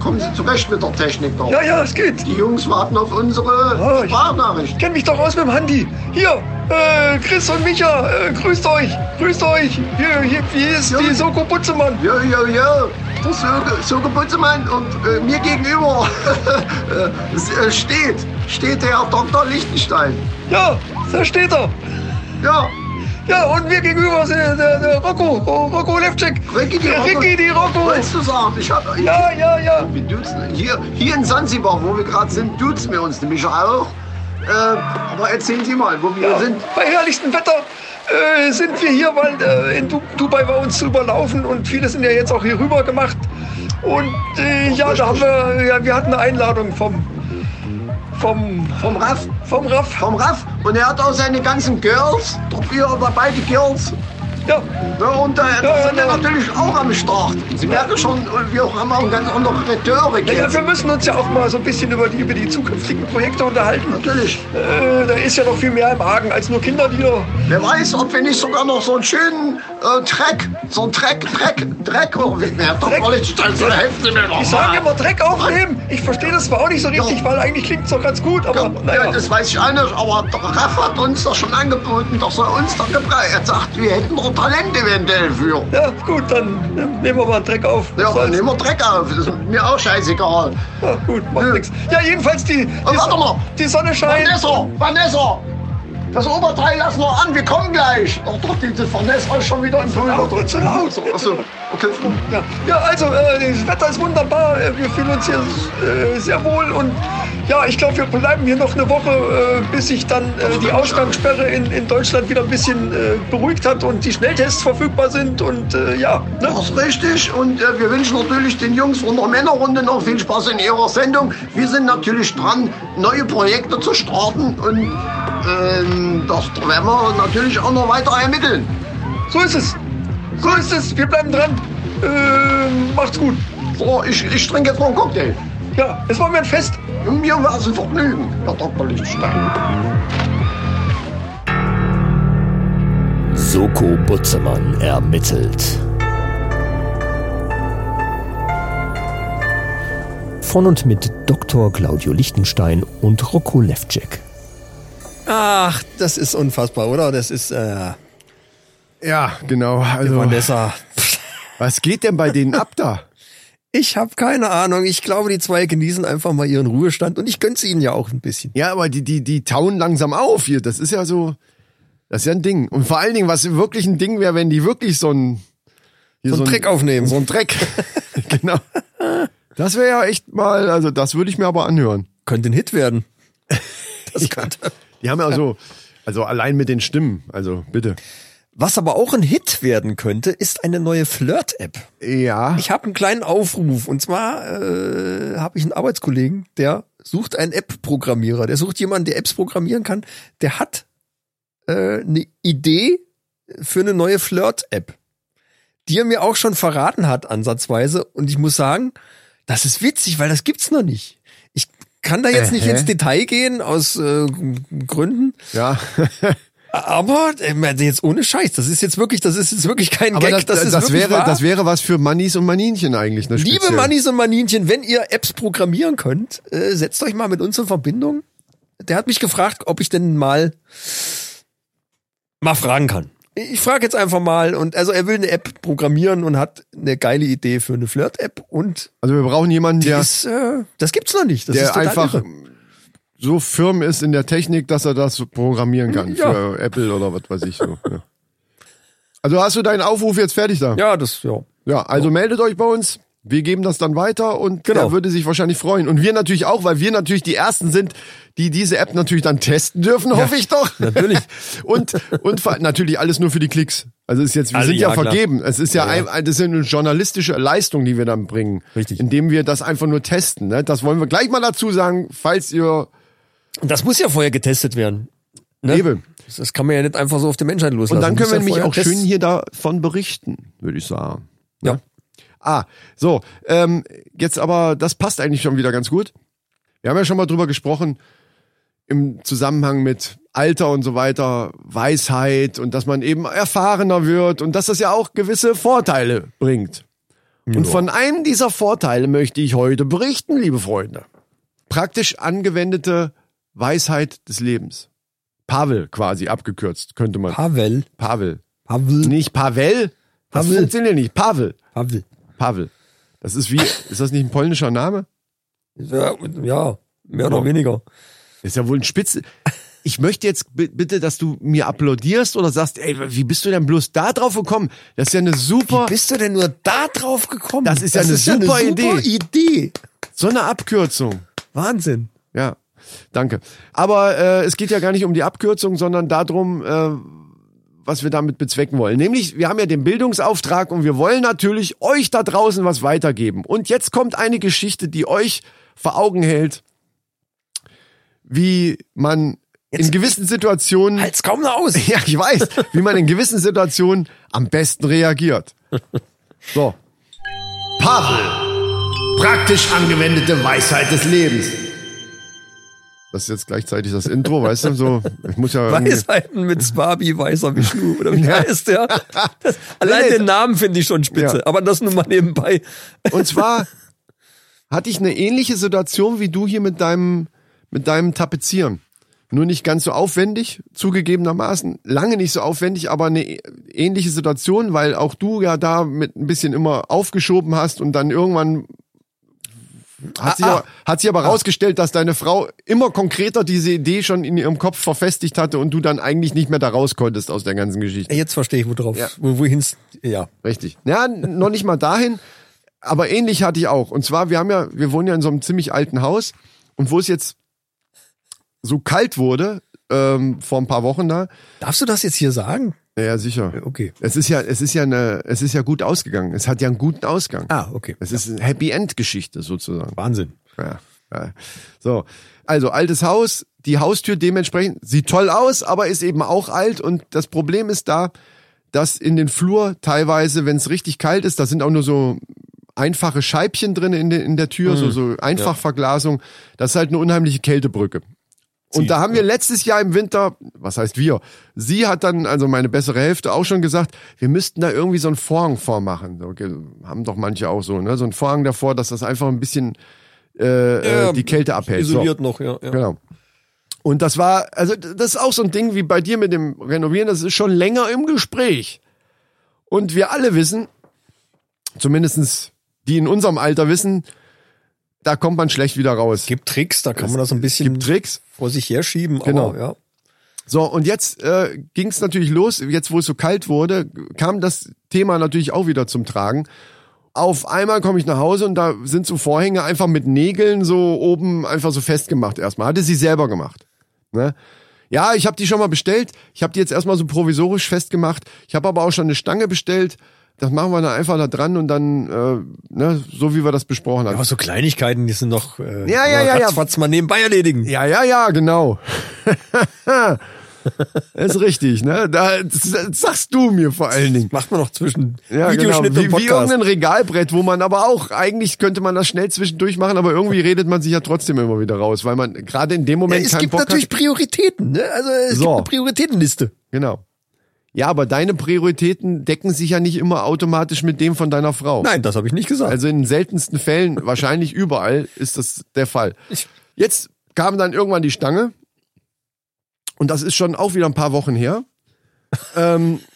[SPEAKER 7] kommen Sie zurecht mit der Technik doch.
[SPEAKER 2] Ja, ja, es geht.
[SPEAKER 7] Die Jungs warten auf unsere
[SPEAKER 2] Ja, ich-
[SPEAKER 7] Sprachnachricht.
[SPEAKER 2] Ich kenne mich doch aus mit dem Handy. Hier, äh, Chris und Micha, äh, grüßt euch. Grüßt euch. Hier, hier, hier ist die Soko Butzemann.
[SPEAKER 7] Jo, jo, jo. Der Söge, Söge Butzemann und äh, mir gegenüber äh, s- äh, steht, steht der Herr Dr. Lichtenstein.
[SPEAKER 2] Ja, da steht er.
[SPEAKER 7] Ja,
[SPEAKER 2] Ja, und mir gegenüber ist der, der, der Rocco, oh, Rocco Levcek.
[SPEAKER 7] Ricky die Rocco.
[SPEAKER 2] Ricky die Rocco.
[SPEAKER 7] wolltest du sagen? Ich hab,
[SPEAKER 2] Ja, ja, ja.
[SPEAKER 7] Wir duzen. Hier, hier in Sansibar, wo wir gerade sind, duzen wir uns nämlich auch. Äh, aber erzählen Sie mal, wo wir
[SPEAKER 2] Ja,
[SPEAKER 7] sind.
[SPEAKER 2] Bei herrlichstem Wetter äh, sind wir hier, weil äh, in Du- Dubai war uns zu überlaufen und viele sind ja jetzt auch hier rüber gemacht. Und äh, ja, da haben wir, ja, wir hatten eine Einladung vom, vom,
[SPEAKER 7] Vom Raff.
[SPEAKER 2] vom Raff.
[SPEAKER 7] vom Raff und er hat auch seine ganzen Girls, Papier über beide Girls.
[SPEAKER 2] Ja,
[SPEAKER 7] Ne, und da da
[SPEAKER 2] Ja,
[SPEAKER 7] sind wir
[SPEAKER 2] ja.
[SPEAKER 7] natürlich auch am Start. Sie merken schon, wir haben auch eine ganz andere Rhetorik
[SPEAKER 2] ja, ja,
[SPEAKER 7] jetzt.
[SPEAKER 2] wir müssen uns ja auch mal so ein bisschen über die, über die zukünftigen Projekte unterhalten.
[SPEAKER 7] Natürlich.
[SPEAKER 2] Äh, da ist ja noch viel mehr im Argen als nur Kinderlieder.
[SPEAKER 7] Wer weiß, ob wir nicht sogar noch so einen schönen äh, Track, so einen Track, Track, Track, oh, wer hat doch
[SPEAKER 2] Dreck.
[SPEAKER 7] mal nicht so eine Hälfte mehr noch
[SPEAKER 2] Ich sage
[SPEAKER 7] mal.
[SPEAKER 2] immer Dreck aufnehmen. Ich verstehe das zwar auch nicht so richtig, weil eigentlich klingt es doch ganz gut, aber
[SPEAKER 7] Ja,
[SPEAKER 2] naja.
[SPEAKER 7] das weiß ich auch nicht, aber der Raff hat uns doch schon angeboten, doch soll uns doch gebraucht. Er sagt, wir hätten doch Talent eventuell für.
[SPEAKER 2] Ja, gut, dann äh, nehmen wir mal einen Dreck auf.
[SPEAKER 7] Ja,
[SPEAKER 2] Soll's.
[SPEAKER 7] dann nehmen wir Dreck auf, das ist mir auch scheißegal.
[SPEAKER 2] Ja, gut, macht
[SPEAKER 7] Nö.
[SPEAKER 2] nix. Ja, jedenfalls die, die,
[SPEAKER 7] warte mal.
[SPEAKER 2] die Sonne scheint.
[SPEAKER 7] Vanessa, Vanessa! Das Oberteil lass noch an, wir kommen gleich! Ach doch, diese Vanessa ist schon wieder im Pulver.
[SPEAKER 2] zu laut.
[SPEAKER 7] Achso, okay.
[SPEAKER 2] Ja, ja also, äh, das Wetter ist wunderbar. äh, Wir fühlen uns hier äh, sehr wohl. Und ja, ich glaube, wir bleiben hier noch eine Woche, äh, bis sich dann äh, die Ausgangssperre in, in Deutschland wieder ein bisschen äh, beruhigt hat und die Schnelltests verfügbar sind. Und äh, ja, ne?
[SPEAKER 7] Das ist richtig und äh, wir wünschen natürlich den Jungs von der Männerrunde noch viel Spaß in ihrer Sendung. Wir sind natürlich dran, neue Projekte zu starten und ähm, das werden wir natürlich auch noch weiter ermitteln.
[SPEAKER 2] so ist es. So ist es. Wir bleiben dran. Äh, macht's gut.
[SPEAKER 7] So, ich, ich trinke jetzt noch einen Cocktail.
[SPEAKER 2] Ja, es war mir ein Fest.
[SPEAKER 7] Und mir war es ein Vergnügen, Herr Dr. Lichtenstein.
[SPEAKER 6] Soko Butzemann ermittelt. Von und mit Dr. Claudio Lichtenstein und Rocco Levcek.
[SPEAKER 5] Ach, das ist unfassbar, oder? Das ist äh,
[SPEAKER 1] Ja, genau. Also,
[SPEAKER 5] Vanessa.
[SPEAKER 1] was geht denn bei denen ab da?
[SPEAKER 5] Ich habe keine Ahnung. Ich glaube, die zwei genießen einfach mal ihren Ruhestand und ich gönn's ihnen ja auch ein bisschen.
[SPEAKER 1] Ja, aber die, die, die tauen langsam auf hier. Das ist ja so, das ist ja ein Ding. Und vor allen Dingen, was wirklich ein Ding wäre, wenn die wirklich so ein, hier
[SPEAKER 5] So einen Dreck aufnehmen.
[SPEAKER 1] So ein Dreck. genau. Das wäre ja echt mal, also das würde ich mir aber anhören.
[SPEAKER 5] Könnte ein Hit werden. Das könnte.
[SPEAKER 1] Die haben ja so, also allein mit den Stimmen, also bitte.
[SPEAKER 5] Was aber auch ein Hit werden könnte, ist eine neue Flirt-App.
[SPEAKER 1] Ja.
[SPEAKER 5] Ich habe einen kleinen Aufruf und zwar äh, habe ich einen Arbeitskollegen, der sucht einen App-Programmierer. Der sucht jemanden, der Apps programmieren kann. Der hat äh, eine Idee für eine neue Flirt-App, die er mir auch schon verraten hat ansatzweise. Und ich muss sagen, das ist witzig, weil das gibt's noch nicht. Ich kann da jetzt nicht
[SPEAKER 1] Ähä.
[SPEAKER 5] ins Detail gehen aus äh, Gründen,
[SPEAKER 1] Ja.
[SPEAKER 5] aber äh, jetzt ohne Scheiß, das ist jetzt wirklich, das ist jetzt wirklich kein
[SPEAKER 1] Aber
[SPEAKER 5] Gag,
[SPEAKER 1] das, das,
[SPEAKER 5] ist
[SPEAKER 1] das,
[SPEAKER 5] wirklich
[SPEAKER 1] wäre,
[SPEAKER 5] wahr.
[SPEAKER 1] das wäre was für Mannis und Maninchen eigentlich. Ne,
[SPEAKER 5] Liebe
[SPEAKER 1] speziell.
[SPEAKER 5] Mannis und Maninchen, wenn ihr Apps programmieren könnt, äh, setzt euch mal mit uns in Verbindung. Der hat mich gefragt, ob ich denn mal mal fragen kann. Ich frage jetzt einfach mal und also er will eine App programmieren und hat eine geile Idee für eine Flirt-App und
[SPEAKER 1] Also wir brauchen jemanden,
[SPEAKER 5] die
[SPEAKER 1] der,
[SPEAKER 5] ist, äh, das gibt's noch nicht. Das ist
[SPEAKER 1] der
[SPEAKER 5] total
[SPEAKER 1] einfach
[SPEAKER 5] irre.
[SPEAKER 1] so firm ist in der Technik, dass er das programmieren kann
[SPEAKER 5] Ja.
[SPEAKER 1] für Apple oder was weiß ich so. Ja. Also hast du deinen Aufruf jetzt fertig da?
[SPEAKER 5] Ja, das, ja.
[SPEAKER 1] Ja, also meldet euch bei uns. Wir geben das dann weiter und
[SPEAKER 5] Oh. Genau.
[SPEAKER 1] er würde sich wahrscheinlich freuen. Und wir natürlich auch, weil wir natürlich die Ersten sind, die diese App natürlich dann testen dürfen, hoffe ich doch.
[SPEAKER 5] natürlich.
[SPEAKER 1] und und ver- natürlich alles nur für die Klicks. Also ist jetzt, wir
[SPEAKER 5] Also
[SPEAKER 1] sind ja,
[SPEAKER 5] ja, klar.
[SPEAKER 1] vergeben. Es ist ja, Ein, ein- das ist eine journalistische Leistung, die wir dann bringen.
[SPEAKER 5] Richtig.
[SPEAKER 1] Indem wir das einfach nur testen. Ne? Das wollen wir gleich mal dazu sagen, falls ihr
[SPEAKER 5] Und das muss ja vorher getestet werden. Ne?
[SPEAKER 1] Eben.
[SPEAKER 5] Das- Das kann man ja nicht einfach so auf die Menschheit loslassen.
[SPEAKER 1] Und dann können wir
[SPEAKER 5] Muss ja
[SPEAKER 1] nämlich auch
[SPEAKER 5] vorher
[SPEAKER 1] schön
[SPEAKER 5] Tests-
[SPEAKER 1] hier davon berichten, würde ich sagen.
[SPEAKER 5] Ja.
[SPEAKER 1] Ah, so, ähm, jetzt aber, das passt eigentlich schon wieder ganz gut. Wir haben ja schon mal drüber gesprochen, im Zusammenhang mit Alter und so weiter, Weisheit und dass man eben erfahrener wird und dass das ja auch gewisse Vorteile bringt. Und von einem dieser Vorteile möchte ich heute berichten, liebe Freunde. Praktisch angewendete Weisheit des Lebens. Pavel quasi abgekürzt, könnte man.
[SPEAKER 5] Pavel.
[SPEAKER 1] Pavel.
[SPEAKER 5] Pavel.
[SPEAKER 1] Nicht Pavel? Das
[SPEAKER 5] Pavel.
[SPEAKER 1] funktioniert nicht. Pavel.
[SPEAKER 5] Pavel.
[SPEAKER 1] Pavel. Das ist wie, ist das nicht ein polnischer Name?
[SPEAKER 5] Ja, ja, mehr oder weniger.
[SPEAKER 1] Ist ja wohl ein Spitze. Ich möchte jetzt bi- bitte, dass du mir applaudierst oder sagst, ey, wie bist du denn bloß da drauf gekommen? Das ist ja eine super,
[SPEAKER 5] Bist du denn nur da drauf gekommen?
[SPEAKER 1] Das ist ja eine super
[SPEAKER 5] Idee.
[SPEAKER 1] so eine Abkürzung.
[SPEAKER 5] Wahnsinn.
[SPEAKER 1] Ja, danke. Aber äh, es geht ja gar nicht um die Abkürzung, sondern darum, äh, was wir damit bezwecken wollen. Nämlich, wir haben ja den Bildungsauftrag und wir wollen natürlich euch da draußen was weitergeben. Und jetzt kommt eine Geschichte, die euch vor Augen hält, wie man in gewissen Situationen
[SPEAKER 5] Halt's kaum noch aus.
[SPEAKER 1] ja, ich weiß, wie man in gewissen Situationen am besten reagiert. So. Pavel. Praktisch angewendete Weisheit des Lebens. Das ist jetzt gleichzeitig das Intro, weißt du? So, ich muss ja. irgendwie-
[SPEAKER 5] Weisheiten mit Swabi, Weißer Vishnu oder wie heißt der? Das, allein
[SPEAKER 1] Nee, nee.
[SPEAKER 5] den Namen finde ich schon spitze.
[SPEAKER 1] Ja.
[SPEAKER 5] Aber das nur mal nebenbei.
[SPEAKER 1] Und zwar hatte ich eine ähnliche Situation wie du hier mit deinem, mit deinem Tapezieren. Nur nicht ganz so aufwendig, zugegebenermaßen. Lange nicht so aufwendig, aber eine ä- ähnliche Situation, weil auch du ja da mit ein bisschen immer aufgeschoben hast und dann irgendwann hat sich, aber, hat sich aber rausgestellt, dass deine Frau immer konkreter diese Idee schon in ihrem Kopf verfestigt hatte und du dann eigentlich nicht mehr da raus konntest aus der ganzen Geschichte.
[SPEAKER 5] Jetzt verstehe ich, wo drauf, wo, wohin's, ja.
[SPEAKER 1] Richtig. Ja, n- noch nicht mal dahin, aber ähnlich hatte ich auch. Und zwar, wir haben ja, wir wohnen ja in so einem ziemlich alten Haus und wo es jetzt so kalt wurde, ähm, vor ein paar Wochen da.
[SPEAKER 5] Darfst du das jetzt hier sagen?
[SPEAKER 1] Ja, Ja, sicher.
[SPEAKER 5] Okay.
[SPEAKER 1] Es ist ja, es ist ja eine, es ist ja gut ausgegangen. Es hat ja einen guten Ausgang.
[SPEAKER 5] Ah, okay.
[SPEAKER 1] Es ist eine Happy End Geschichte sozusagen.
[SPEAKER 5] Wahnsinn.
[SPEAKER 1] Ja, ja. So, also altes Haus, die Haustür dementsprechend sieht toll aus, aber ist eben auch alt und das Problem ist da, dass in den Flur teilweise, wenn es richtig kalt ist, da sind auch nur so einfache Scheibchen drin in, de, in der Tür,
[SPEAKER 5] Mhm.
[SPEAKER 1] so, so Einfachverglasung. Das ist halt eine unheimliche Kältebrücke. Und da haben wir letztes Jahr im Winter, was heißt wir, sie hat dann, also meine bessere Hälfte, auch schon gesagt, wir müssten da irgendwie so einen Vorhang vormachen. So, Okay, haben doch manche auch so, ne? So einen Vorhang davor, dass das einfach ein bisschen äh, äh,
[SPEAKER 5] Ja,
[SPEAKER 1] die Kälte abhält. So.
[SPEAKER 5] Isoliert noch, ja. ja.
[SPEAKER 1] Genau. Und das war, also d- das ist auch so ein Ding wie bei dir mit dem Renovieren, das ist schon länger im Gespräch. Und wir alle wissen, zumindestens die in unserem Alter wissen, da kommt man schlecht wieder raus.
[SPEAKER 5] Gibt Tricks, da kann man das so ein bisschen
[SPEAKER 1] Gibt Tricks.
[SPEAKER 5] vor sich herschieben.
[SPEAKER 1] Genau.
[SPEAKER 5] Aber, ja.
[SPEAKER 1] So, und jetzt äh, ging es natürlich los, jetzt wo es so kalt wurde, kam das Thema natürlich auch wieder zum Tragen. Auf einmal komme ich nach Hause und da sind so Vorhänge einfach mit Nägeln so oben einfach so festgemacht erstmal. Hatte sie selber gemacht. Ne? Ja, ich habe die schon mal bestellt. Ich habe die jetzt erstmal so provisorisch festgemacht. Ich habe aber auch schon eine Stange bestellt. Das machen wir dann einfach da dran und dann, äh, ne, so wie wir das besprochen haben.
[SPEAKER 5] Aber so Kleinigkeiten, die sind noch äh,
[SPEAKER 1] Ja, ja, ja, ja.
[SPEAKER 5] ratzfatz mal nebenbei erledigen.
[SPEAKER 1] Ja, ja, ja, genau. ist richtig, ne? Da, das sagst du mir vor allen Dingen.
[SPEAKER 5] Macht man noch zwischen
[SPEAKER 1] Ja, genau.
[SPEAKER 5] Videoschnitt
[SPEAKER 1] Wie,
[SPEAKER 5] und
[SPEAKER 1] wie
[SPEAKER 5] Podcast.
[SPEAKER 1] irgendein Regalbrett, wo man aber auch, eigentlich könnte man das schnell zwischendurch machen, aber irgendwie redet man sich ja trotzdem immer wieder raus, weil man gerade in dem
[SPEAKER 5] ja,
[SPEAKER 1] Moment
[SPEAKER 5] es
[SPEAKER 1] keinen
[SPEAKER 5] gibt
[SPEAKER 1] Bock
[SPEAKER 5] natürlich
[SPEAKER 1] hat.
[SPEAKER 5] Prioritäten, ne? Also es
[SPEAKER 1] So.
[SPEAKER 5] gibt eine Prioritätenliste.
[SPEAKER 1] Genau. Ja, aber deine Prioritäten decken sich ja nicht immer automatisch mit dem von deiner Frau.
[SPEAKER 5] Nein, das habe ich nicht gesagt.
[SPEAKER 1] Also in den seltensten Fällen, wahrscheinlich überall, ist das der Fall.
[SPEAKER 5] Ich-
[SPEAKER 1] Jetzt kam dann irgendwann die Stange. Und das ist schon auch wieder ein paar Wochen her. ähm,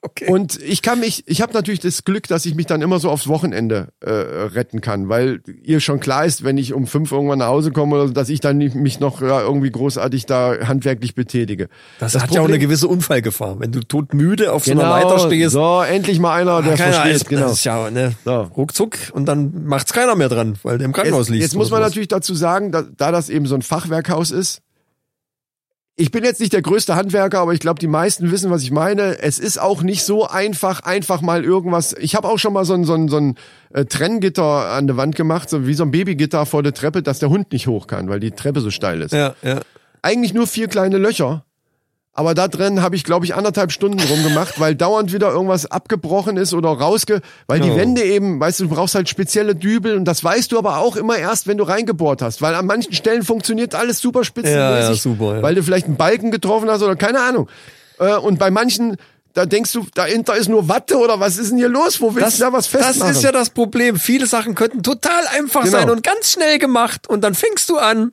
[SPEAKER 5] Okay.
[SPEAKER 1] Und ich kann mich, ich habe natürlich das Glück, dass ich mich dann immer so aufs Wochenende äh, retten kann, weil ihr schon klar ist, wenn ich um fünf irgendwann nach Hause komme, oder so, dass ich dann nicht, mich noch ja, irgendwie großartig da handwerklich betätige.
[SPEAKER 5] das, hat ja auch eine gewisse Unfallgefahr. Wenn du todmüde auf so
[SPEAKER 1] genau,
[SPEAKER 5] einer Leiter stehst,
[SPEAKER 1] So, endlich mal einer, der
[SPEAKER 5] keiner
[SPEAKER 1] versteht,
[SPEAKER 5] ist,
[SPEAKER 1] genau.
[SPEAKER 5] das ist ja, ne,
[SPEAKER 1] So.
[SPEAKER 5] ruckzuck und dann macht's keiner mehr dran, weil der im Krankenhaus
[SPEAKER 1] Jetzt,
[SPEAKER 5] liegt.
[SPEAKER 1] jetzt muss man natürlich dazu sagen, da, da das eben so ein Fachwerkhaus ist, ich bin jetzt nicht der größte Handwerker, aber ich glaube, die meisten wissen, was ich meine. Es ist auch nicht so einfach, einfach mal irgendwas. Ich habe auch schon mal so ein, so ein, so ein äh, Trenngitter an der Wand gemacht, so wie so ein Babygitter vor der Treppe, dass der Hund nicht hoch kann, weil die Treppe so steil ist.
[SPEAKER 5] Ja, ja.
[SPEAKER 1] Eigentlich nur vier kleine Löcher. Aber da drin habe ich, glaube ich, anderthalb Stunden rumgemacht, weil dauernd wieder irgendwas abgebrochen ist oder rausge... Weil die
[SPEAKER 5] Oh.
[SPEAKER 1] Wände eben, weißt du, du brauchst halt spezielle Dübel und das weißt du aber auch immer erst, wenn du reingebohrt hast. Weil an manchen Stellen funktioniert alles super spitzenmäßig.
[SPEAKER 5] Ja, ja, super, ja.
[SPEAKER 1] Weil du vielleicht einen Balken getroffen hast oder keine Ahnung. Äh, Und bei manchen, da denkst du, dahinter ist nur Watte oder was ist denn hier los? Wo willst du da was festmachen?
[SPEAKER 5] Das ist ja das Problem. Viele Sachen könnten total einfach
[SPEAKER 1] Genau.
[SPEAKER 5] sein und ganz schnell gemacht und dann fängst du an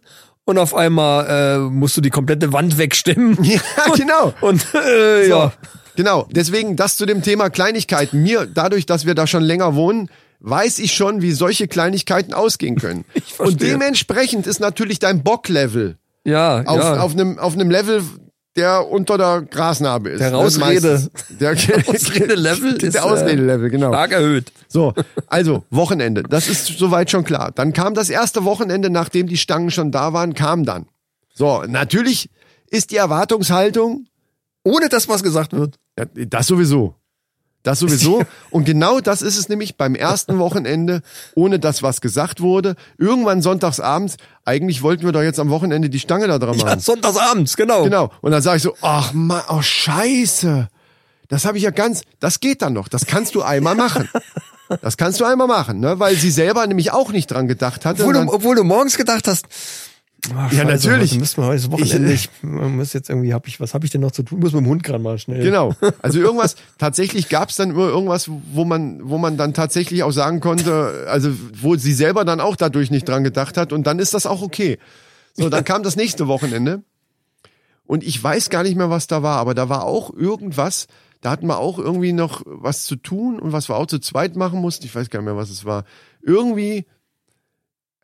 [SPEAKER 5] und auf einmal äh, musst du die komplette Wand wegstimmen.
[SPEAKER 1] Ja, genau.
[SPEAKER 5] Und äh, ja.
[SPEAKER 1] Genau, deswegen das zu dem Thema Kleinigkeiten. Mir, dadurch, dass wir da schon länger wohnen, weiß ich schon, wie solche Kleinigkeiten ausgehen können.
[SPEAKER 5] verstehe.
[SPEAKER 1] Und dementsprechend ist natürlich dein Bocklevel
[SPEAKER 5] Ja,
[SPEAKER 1] auf,
[SPEAKER 5] ja.
[SPEAKER 1] auf einem auf einem Level, der unter der Grasnarbe ist.
[SPEAKER 5] Der
[SPEAKER 1] ne,
[SPEAKER 5] Ausrede-
[SPEAKER 1] meistens. Der,
[SPEAKER 5] Ausredelevel ist, äh,
[SPEAKER 1] Der Ausredelevel, genau.
[SPEAKER 5] stark erhöht.
[SPEAKER 1] So, also Wochenende, das ist soweit schon klar. Dann kam das erste Wochenende, nachdem die Stangen schon da waren, kam dann. So, natürlich ist die Erwartungshaltung,
[SPEAKER 5] Ohne dass was gesagt wird.
[SPEAKER 1] ja, das sowieso. Das sowieso. Und genau das ist es nämlich beim ersten Wochenende, ohne dass was gesagt wurde. Irgendwann sonntagsabends, eigentlich wollten wir doch jetzt am Wochenende die Stange da dran
[SPEAKER 5] Ja,
[SPEAKER 1] machen.
[SPEAKER 5] sonntagsabends, genau.
[SPEAKER 1] Genau. Und dann sage ich so, ach Mann, oh Scheiße. Das habe ich ja ganz, das geht dann noch. Das kannst du einmal machen. Das kannst du einmal machen, ne? Weil sie selber nämlich auch nicht dran gedacht hatte.
[SPEAKER 5] Obwohl
[SPEAKER 1] Und
[SPEAKER 5] du,
[SPEAKER 1] dann,
[SPEAKER 5] obwohl du morgens gedacht hast, ah, scheiße,
[SPEAKER 1] natürlich.
[SPEAKER 5] heute Müssen wir heute das Wochenende. Ich, äh, muss jetzt irgendwie, hab ich, was habe ich denn noch zu tun? Muss mit dem Hund gerade mal schnell.
[SPEAKER 1] Genau. Also irgendwas, tatsächlich gab es dann immer irgendwas, wo man, wo man dann tatsächlich auch sagen konnte, also wo sie selber dann auch dadurch nicht dran gedacht hat und dann ist das auch okay. So, dann kam das nächste Wochenende und ich weiß gar nicht mehr, was da war, aber da war auch irgendwas, da hatten wir auch irgendwie noch was zu tun und was wir auch zu zweit machen mussten, ich weiß gar nicht mehr, was es war. Irgendwie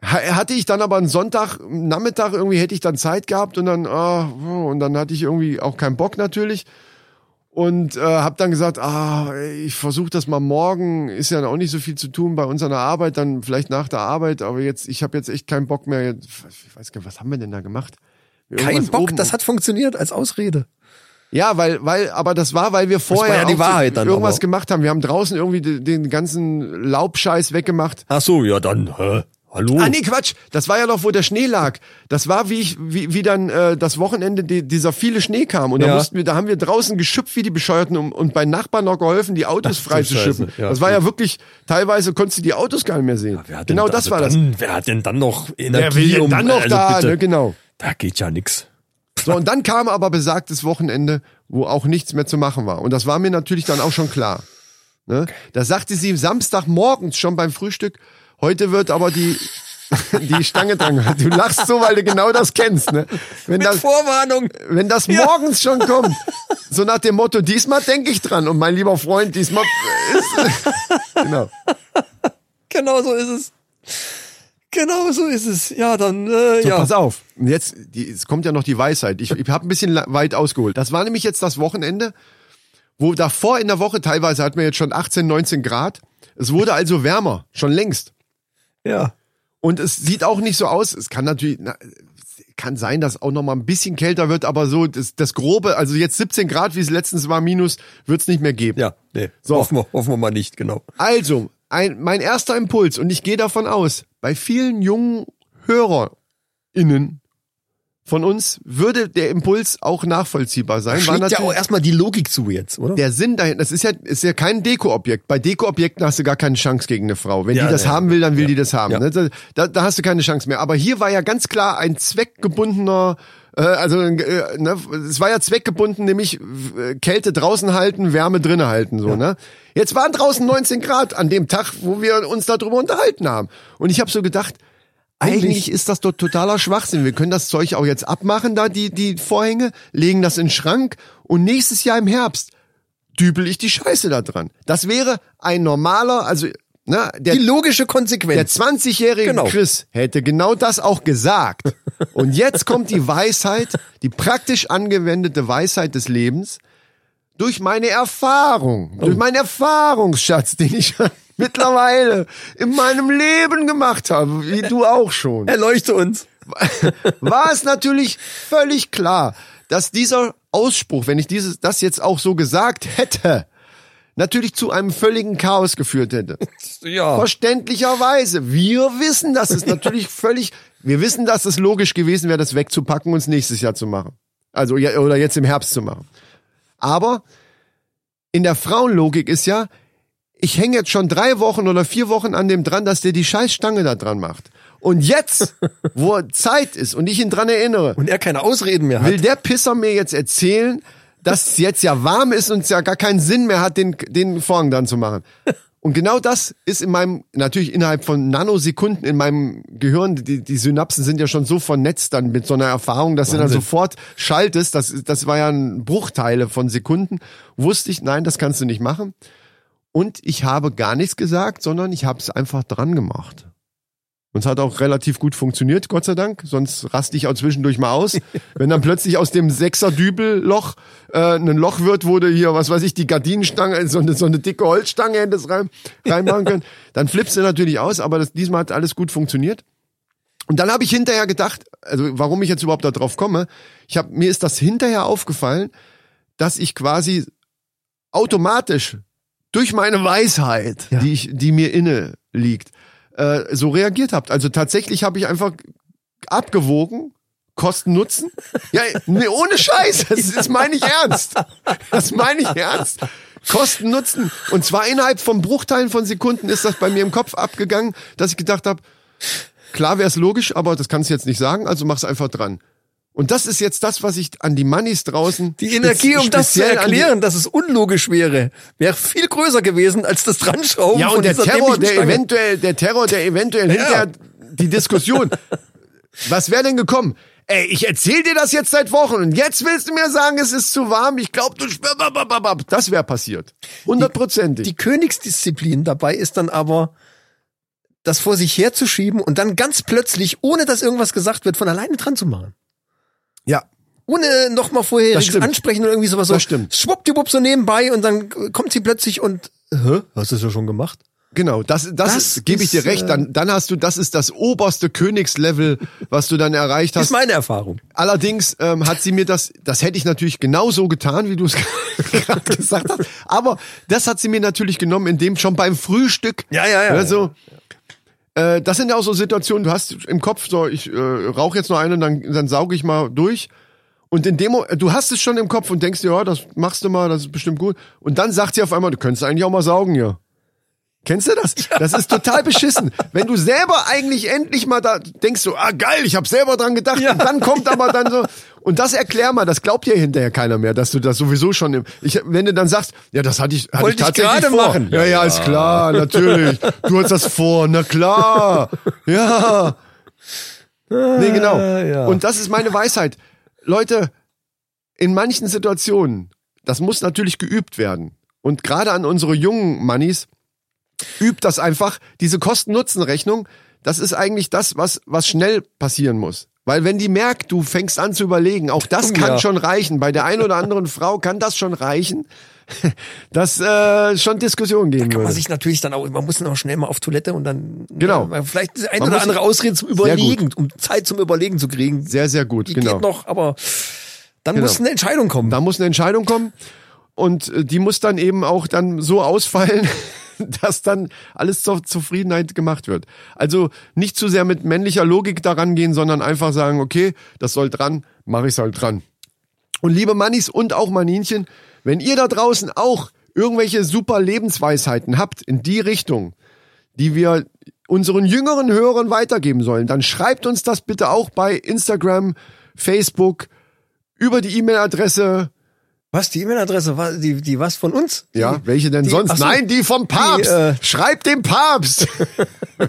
[SPEAKER 1] ha- hatte ich dann aber einen Sonntag, einen Nachmittag irgendwie hätte ich dann Zeit gehabt und dann, ah, und dann hatte ich irgendwie auch keinen Bock natürlich und äh, habe dann gesagt, ah, ich versuche das mal morgen, ist ja auch nicht so viel zu tun bei uns an der Arbeit, dann vielleicht nach der Arbeit, aber jetzt, ich habe jetzt echt keinen Bock mehr. Jetzt, ich weiß gar nicht, was haben wir denn da gemacht?
[SPEAKER 5] Kein
[SPEAKER 1] Irgendwas
[SPEAKER 5] Bock,
[SPEAKER 1] oben-
[SPEAKER 5] das hat funktioniert als Ausrede.
[SPEAKER 1] ja, weil, weil, aber das war, weil wir vorher
[SPEAKER 5] war ja die
[SPEAKER 1] auch
[SPEAKER 5] Wahrheit dann
[SPEAKER 1] irgendwas
[SPEAKER 5] aber.
[SPEAKER 1] gemacht haben. Wir haben draußen irgendwie de- den ganzen Laubscheiß weggemacht.
[SPEAKER 5] Ach so, ja dann, hä? Hallo?
[SPEAKER 1] Ah, nee, Quatsch. Das war ja noch, wo der Schnee lag. Das war, wie ich, wie, wie dann äh, das Wochenende die, dieser viele Schnee kam. Und da
[SPEAKER 5] Ja.
[SPEAKER 1] mussten wir, da haben wir draußen geschüpft wie die Bescheuerten um, und bei Nachbarn noch geholfen, die Autos
[SPEAKER 5] Ach,
[SPEAKER 1] frei
[SPEAKER 5] so
[SPEAKER 1] zu schippen.
[SPEAKER 5] Scheiße. Ja,
[SPEAKER 1] das war ja wirklich, teilweise konntest du die Autos gar nicht mehr sehen.
[SPEAKER 5] Wer hat denn
[SPEAKER 1] genau
[SPEAKER 5] da- also
[SPEAKER 1] das war das.
[SPEAKER 5] dann, das. Wer hat denn dann noch Energie?
[SPEAKER 1] Wer will denn
[SPEAKER 5] um,
[SPEAKER 1] dann noch
[SPEAKER 5] also
[SPEAKER 1] da,
[SPEAKER 5] bitte.
[SPEAKER 1] ne, genau.
[SPEAKER 5] Da geht ja nix.
[SPEAKER 1] So, und dann kam aber besagtes Wochenende, wo auch nichts mehr zu machen war. Und das war mir natürlich dann auch schon klar. Ne? Da sagte sie Samstagmorgens schon beim Frühstück, heute wird aber die, die Stange dran. Du lachst so, weil du genau das kennst. Ne? Wenn,
[SPEAKER 5] Mit
[SPEAKER 1] das,
[SPEAKER 5] Vorwarnung.
[SPEAKER 1] wenn das morgens schon kommt, so nach dem Motto, diesmal denke ich dran. Und mein lieber Freund, diesmal ist... genau.
[SPEAKER 5] Genau so ist es. Genau so ist es. Ja, dann, äh,
[SPEAKER 1] So,
[SPEAKER 5] ja.
[SPEAKER 1] pass auf. Und Jetzt, die, es kommt ja noch die Weisheit. Ich, ich habe ein bisschen la- weit ausgeholt. Das war nämlich jetzt das Wochenende, wo davor in der Woche teilweise hatten wir jetzt schon 18, 19 Grad. Es wurde also wärmer, schon längst.
[SPEAKER 5] Ja.
[SPEAKER 1] Und es sieht auch nicht so aus. Es kann natürlich, na, kann sein, dass auch noch mal ein bisschen kälter wird, aber so das, das Grobe, also jetzt 17 Grad, wie es letztens war, minus, wird es nicht mehr geben.
[SPEAKER 5] Ja, nee.
[SPEAKER 1] So.
[SPEAKER 5] Hoffen, wir, hoffen wir mal nicht, genau.
[SPEAKER 1] Also, ein, mein erster Impuls, und ich gehe davon aus, bei vielen jungen HörerInnen von uns würde der Impuls auch nachvollziehbar sein. War
[SPEAKER 5] Schlägt ja auch
[SPEAKER 1] natürlich
[SPEAKER 5] erstmal die Logik zu jetzt, oder?
[SPEAKER 1] der Sinn dahinter, das ist ja, ist ja kein Dekoobjekt. Bei Dekoobjekten hast du gar keine Chance gegen eine Frau. Wenn
[SPEAKER 5] Ja,
[SPEAKER 1] die das
[SPEAKER 5] nee.
[SPEAKER 1] haben will, dann will die das haben.
[SPEAKER 5] Ja.
[SPEAKER 1] ne? Da, da hast du keine Chance mehr. Aber hier war ja ganz klar ein zweckgebundener, äh, also äh, ne, es war ja zweckgebunden, nämlich äh, Kälte draußen halten, Wärme drinnen halten. So, ne? Jetzt waren draußen 19 Grad an dem Tag, wo wir uns darüber unterhalten haben. Und ich habe so gedacht, eigentlich ist das doch totaler Schwachsinn. Wir können das Zeug auch jetzt abmachen, da die, die Vorhänge, legen das in den Schrank und nächstes Jahr im Herbst dübel ich die Scheiße da dran. Das wäre ein normaler, also ne, der
[SPEAKER 5] Die logische
[SPEAKER 1] der
[SPEAKER 5] Konsequenz.
[SPEAKER 1] 20-jährige
[SPEAKER 5] Genau.
[SPEAKER 1] Chris hätte genau das auch gesagt. Und jetzt kommt die Weisheit, die praktisch angewendete Weisheit des Lebens durch meine Erfahrung,
[SPEAKER 5] Oh.
[SPEAKER 1] durch meinen Erfahrungsschatz, den ich mittlerweile in meinem Leben gemacht habe, wie du auch schon
[SPEAKER 5] Erleuchte uns.
[SPEAKER 1] war es natürlich völlig klar, dass dieser Ausspruch, wenn ich dieses, das jetzt auch so gesagt hätte, natürlich zu einem völligen Chaos geführt hätte.
[SPEAKER 5] Ja.
[SPEAKER 1] Verständlicherweise. Wir wissen, dass es natürlich völlig, wir wissen, dass es logisch gewesen wäre, das wegzupacken und es nächstes Jahr zu machen. Also, ja, oder jetzt im Herbst zu machen. Aber in der Frauenlogik ist ja, ich hänge jetzt schon drei Wochen oder vier Wochen an dem dran, dass der die Scheißstange da dran macht. Und jetzt, wo Zeit ist und ich ihn dran erinnere,
[SPEAKER 5] Und er keine Ausreden mehr hat.
[SPEAKER 1] Will der Pisser mir jetzt erzählen, dass es jetzt ja warm ist und es ja gar keinen Sinn mehr hat, den, den Vorhang dann zu machen? Und genau das ist in meinem, natürlich innerhalb von Nanosekunden in meinem Gehirn, die, die Synapsen sind ja schon so vernetzt dann mit so einer Erfahrung, dass du dann sofort schaltest, das, ist- das war ja ein Bruchteile von Sekunden, wusste ich, nein, das kannst du nicht machen. Und ich habe gar nichts gesagt, sondern ich habe es einfach dran gemacht. Und es hat auch relativ gut funktioniert, Gott sei Dank. Sonst raste ich auch zwischendurch mal aus. Wenn dann plötzlich aus dem Sechser-Dübel-Loch äh, ein Loch wird, wo du hier, was weiß ich, die Gardinenstange, so eine, so eine dicke Holzstange hättest rein, reinmachen können, dann flippst du natürlich aus. Aber das, diesmal hat alles gut funktioniert. Und dann habe ich hinterher gedacht, also warum ich jetzt überhaupt da drauf komme, ich hab, mir ist das hinterher aufgefallen, dass ich quasi automatisch durch meine Weisheit, die, ich, die mir inne liegt, äh, so reagiert habt. Also tatsächlich habe ich einfach abgewogen, Kosten Nutzen. Ja, nee, ohne Scheiß, das, das meine ich ernst. Das meine ich ernst. Kosten Nutzen. Und zwar innerhalb von Bruchteilen von Sekunden ist das bei mir im Kopf abgegangen, dass ich gedacht habe, klar wäre es logisch, aber das kannst du jetzt nicht sagen, also mach's einfach dran. Und das ist jetzt das, was ich an die Mannis draußen
[SPEAKER 5] Die Energie,
[SPEAKER 1] spez-
[SPEAKER 5] um das zu
[SPEAKER 1] speziell an die-
[SPEAKER 5] erklären, dass es unlogisch wäre, wäre viel größer gewesen als das Dranschrauben
[SPEAKER 1] Ja,
[SPEAKER 5] von
[SPEAKER 1] und der
[SPEAKER 5] dieser
[SPEAKER 1] Terror,
[SPEAKER 5] dämlichen
[SPEAKER 1] der
[SPEAKER 5] Stange.
[SPEAKER 1] eventuell, der Terror, der eventuell hinterher die Diskussion. Was wäre denn gekommen? Ey, ich erzähl dir das jetzt seit Wochen und jetzt willst du mir sagen, es ist zu warm. Ich glaube, du schwör- bab, bab, bab, bab. Das wäre passiert. Hundertprozentig.
[SPEAKER 5] Die Königsdisziplin dabei ist dann aber, das vor sich herzuschieben und dann ganz plötzlich, ohne dass irgendwas gesagt wird, von alleine dran zu machen.
[SPEAKER 1] Ja.
[SPEAKER 5] Ohne nochmal vorher
[SPEAKER 1] Das stimmt.
[SPEAKER 5] ansprechen oder irgendwie sowas. so.
[SPEAKER 1] Das stimmt.
[SPEAKER 5] Schwuppdiwupp so nebenbei und dann kommt sie plötzlich und, hä, hast du das ja schon gemacht?
[SPEAKER 1] Genau, das, das,
[SPEAKER 5] Das
[SPEAKER 1] ist- gebe ich dir
[SPEAKER 5] ist, äh,
[SPEAKER 1] recht. Dann, dann hast du, das ist das oberste Königslevel, was du dann erreicht
[SPEAKER 5] Das ist
[SPEAKER 1] hast.
[SPEAKER 5] meine Erfahrung.
[SPEAKER 1] Allerdings ähm, hat sie mir das, das hätte ich natürlich genauso getan, wie du es gerade gesagt hast. Aber das hat sie mir natürlich genommen, in dem schon beim Frühstück.
[SPEAKER 5] Ja, ja, ja.
[SPEAKER 1] Also, äh, das sind ja auch so Situationen, du hast im Kopf so, ich äh, rauche jetzt noch eine und dann, dann sauge ich mal durch. Und in dem Mo- du hast es schon im Kopf und denkst dir, ja, das machst du mal, das ist bestimmt gut. Und dann sagt sie auf einmal, du könntest eigentlich auch mal saugen, ja. Kennst du das? Das ist total beschissen. Wenn du selber eigentlich endlich mal da denkst du, ah geil, ich habe selber dran gedacht. Und dann kommt aber dann so und das erklär mal, das glaubt dir hinterher keiner mehr, dass du das sowieso schon im ich, wenn du dann sagst, ja, das hatte ich hatte
[SPEAKER 5] Wollte ich
[SPEAKER 1] ich tatsächlich
[SPEAKER 5] gerade
[SPEAKER 1] vor.
[SPEAKER 5] machen.
[SPEAKER 1] Ja, ja, ist klar, natürlich. Du hast das vor, na klar. Ja. Nee, genau.
[SPEAKER 5] Ah, ja.
[SPEAKER 1] Und das ist meine Weisheit. Leute, in manchen Situationen, das muss natürlich geübt werden. Und gerade an unsere jungen Mannis, übt das einfach. Diese Kosten-Nutzen-Rechnung, das ist eigentlich das, was, was schnell passieren muss. Weil wenn die merkt, du fängst an zu überlegen, auch das kann
[SPEAKER 5] Oh, Ja.
[SPEAKER 1] schon reichen. Bei der einen oder anderen Frau kann das schon reichen, dass äh, schon Diskussionen gehen
[SPEAKER 5] Kann man
[SPEAKER 1] würde.
[SPEAKER 5] sich natürlich dann auch, man muss dann auch schnell mal auf Toilette und dann
[SPEAKER 1] Genau.
[SPEAKER 5] äh, vielleicht ein
[SPEAKER 1] Man
[SPEAKER 5] oder
[SPEAKER 1] muss-
[SPEAKER 5] andere Ausrede zum
[SPEAKER 1] gut.
[SPEAKER 5] Überlegen, um Zeit zum Überlegen zu kriegen.
[SPEAKER 1] Sehr, sehr gut,
[SPEAKER 5] Die
[SPEAKER 1] genau.
[SPEAKER 5] geht noch, aber dann
[SPEAKER 1] Genau.
[SPEAKER 5] muss eine Entscheidung kommen.
[SPEAKER 1] Da muss eine Entscheidung kommen und äh, die muss dann eben auch dann so ausfallen, dass dann alles zur Zufriedenheit gemacht wird. Also nicht zu sehr mit männlicher Logik daran gehen, sondern einfach sagen, okay, das soll dran, mache ich halt dran. Und liebe Mannis und auch Maninchen, wenn ihr da draußen auch irgendwelche super Lebensweisheiten habt in die Richtung, die wir unseren jüngeren Hörern weitergeben sollen, dann schreibt uns das bitte auch bei Instagram, Facebook, über die E-Mail-Adresse,
[SPEAKER 5] Was, die E-Mail-Adresse, was- die, die was von uns?
[SPEAKER 1] ja,
[SPEAKER 5] Die,
[SPEAKER 1] welche denn
[SPEAKER 5] die-
[SPEAKER 1] sonst?
[SPEAKER 5] ach so.
[SPEAKER 1] Nein, die vom Papst.
[SPEAKER 5] Die, äh,
[SPEAKER 1] Schreibt dem Papst.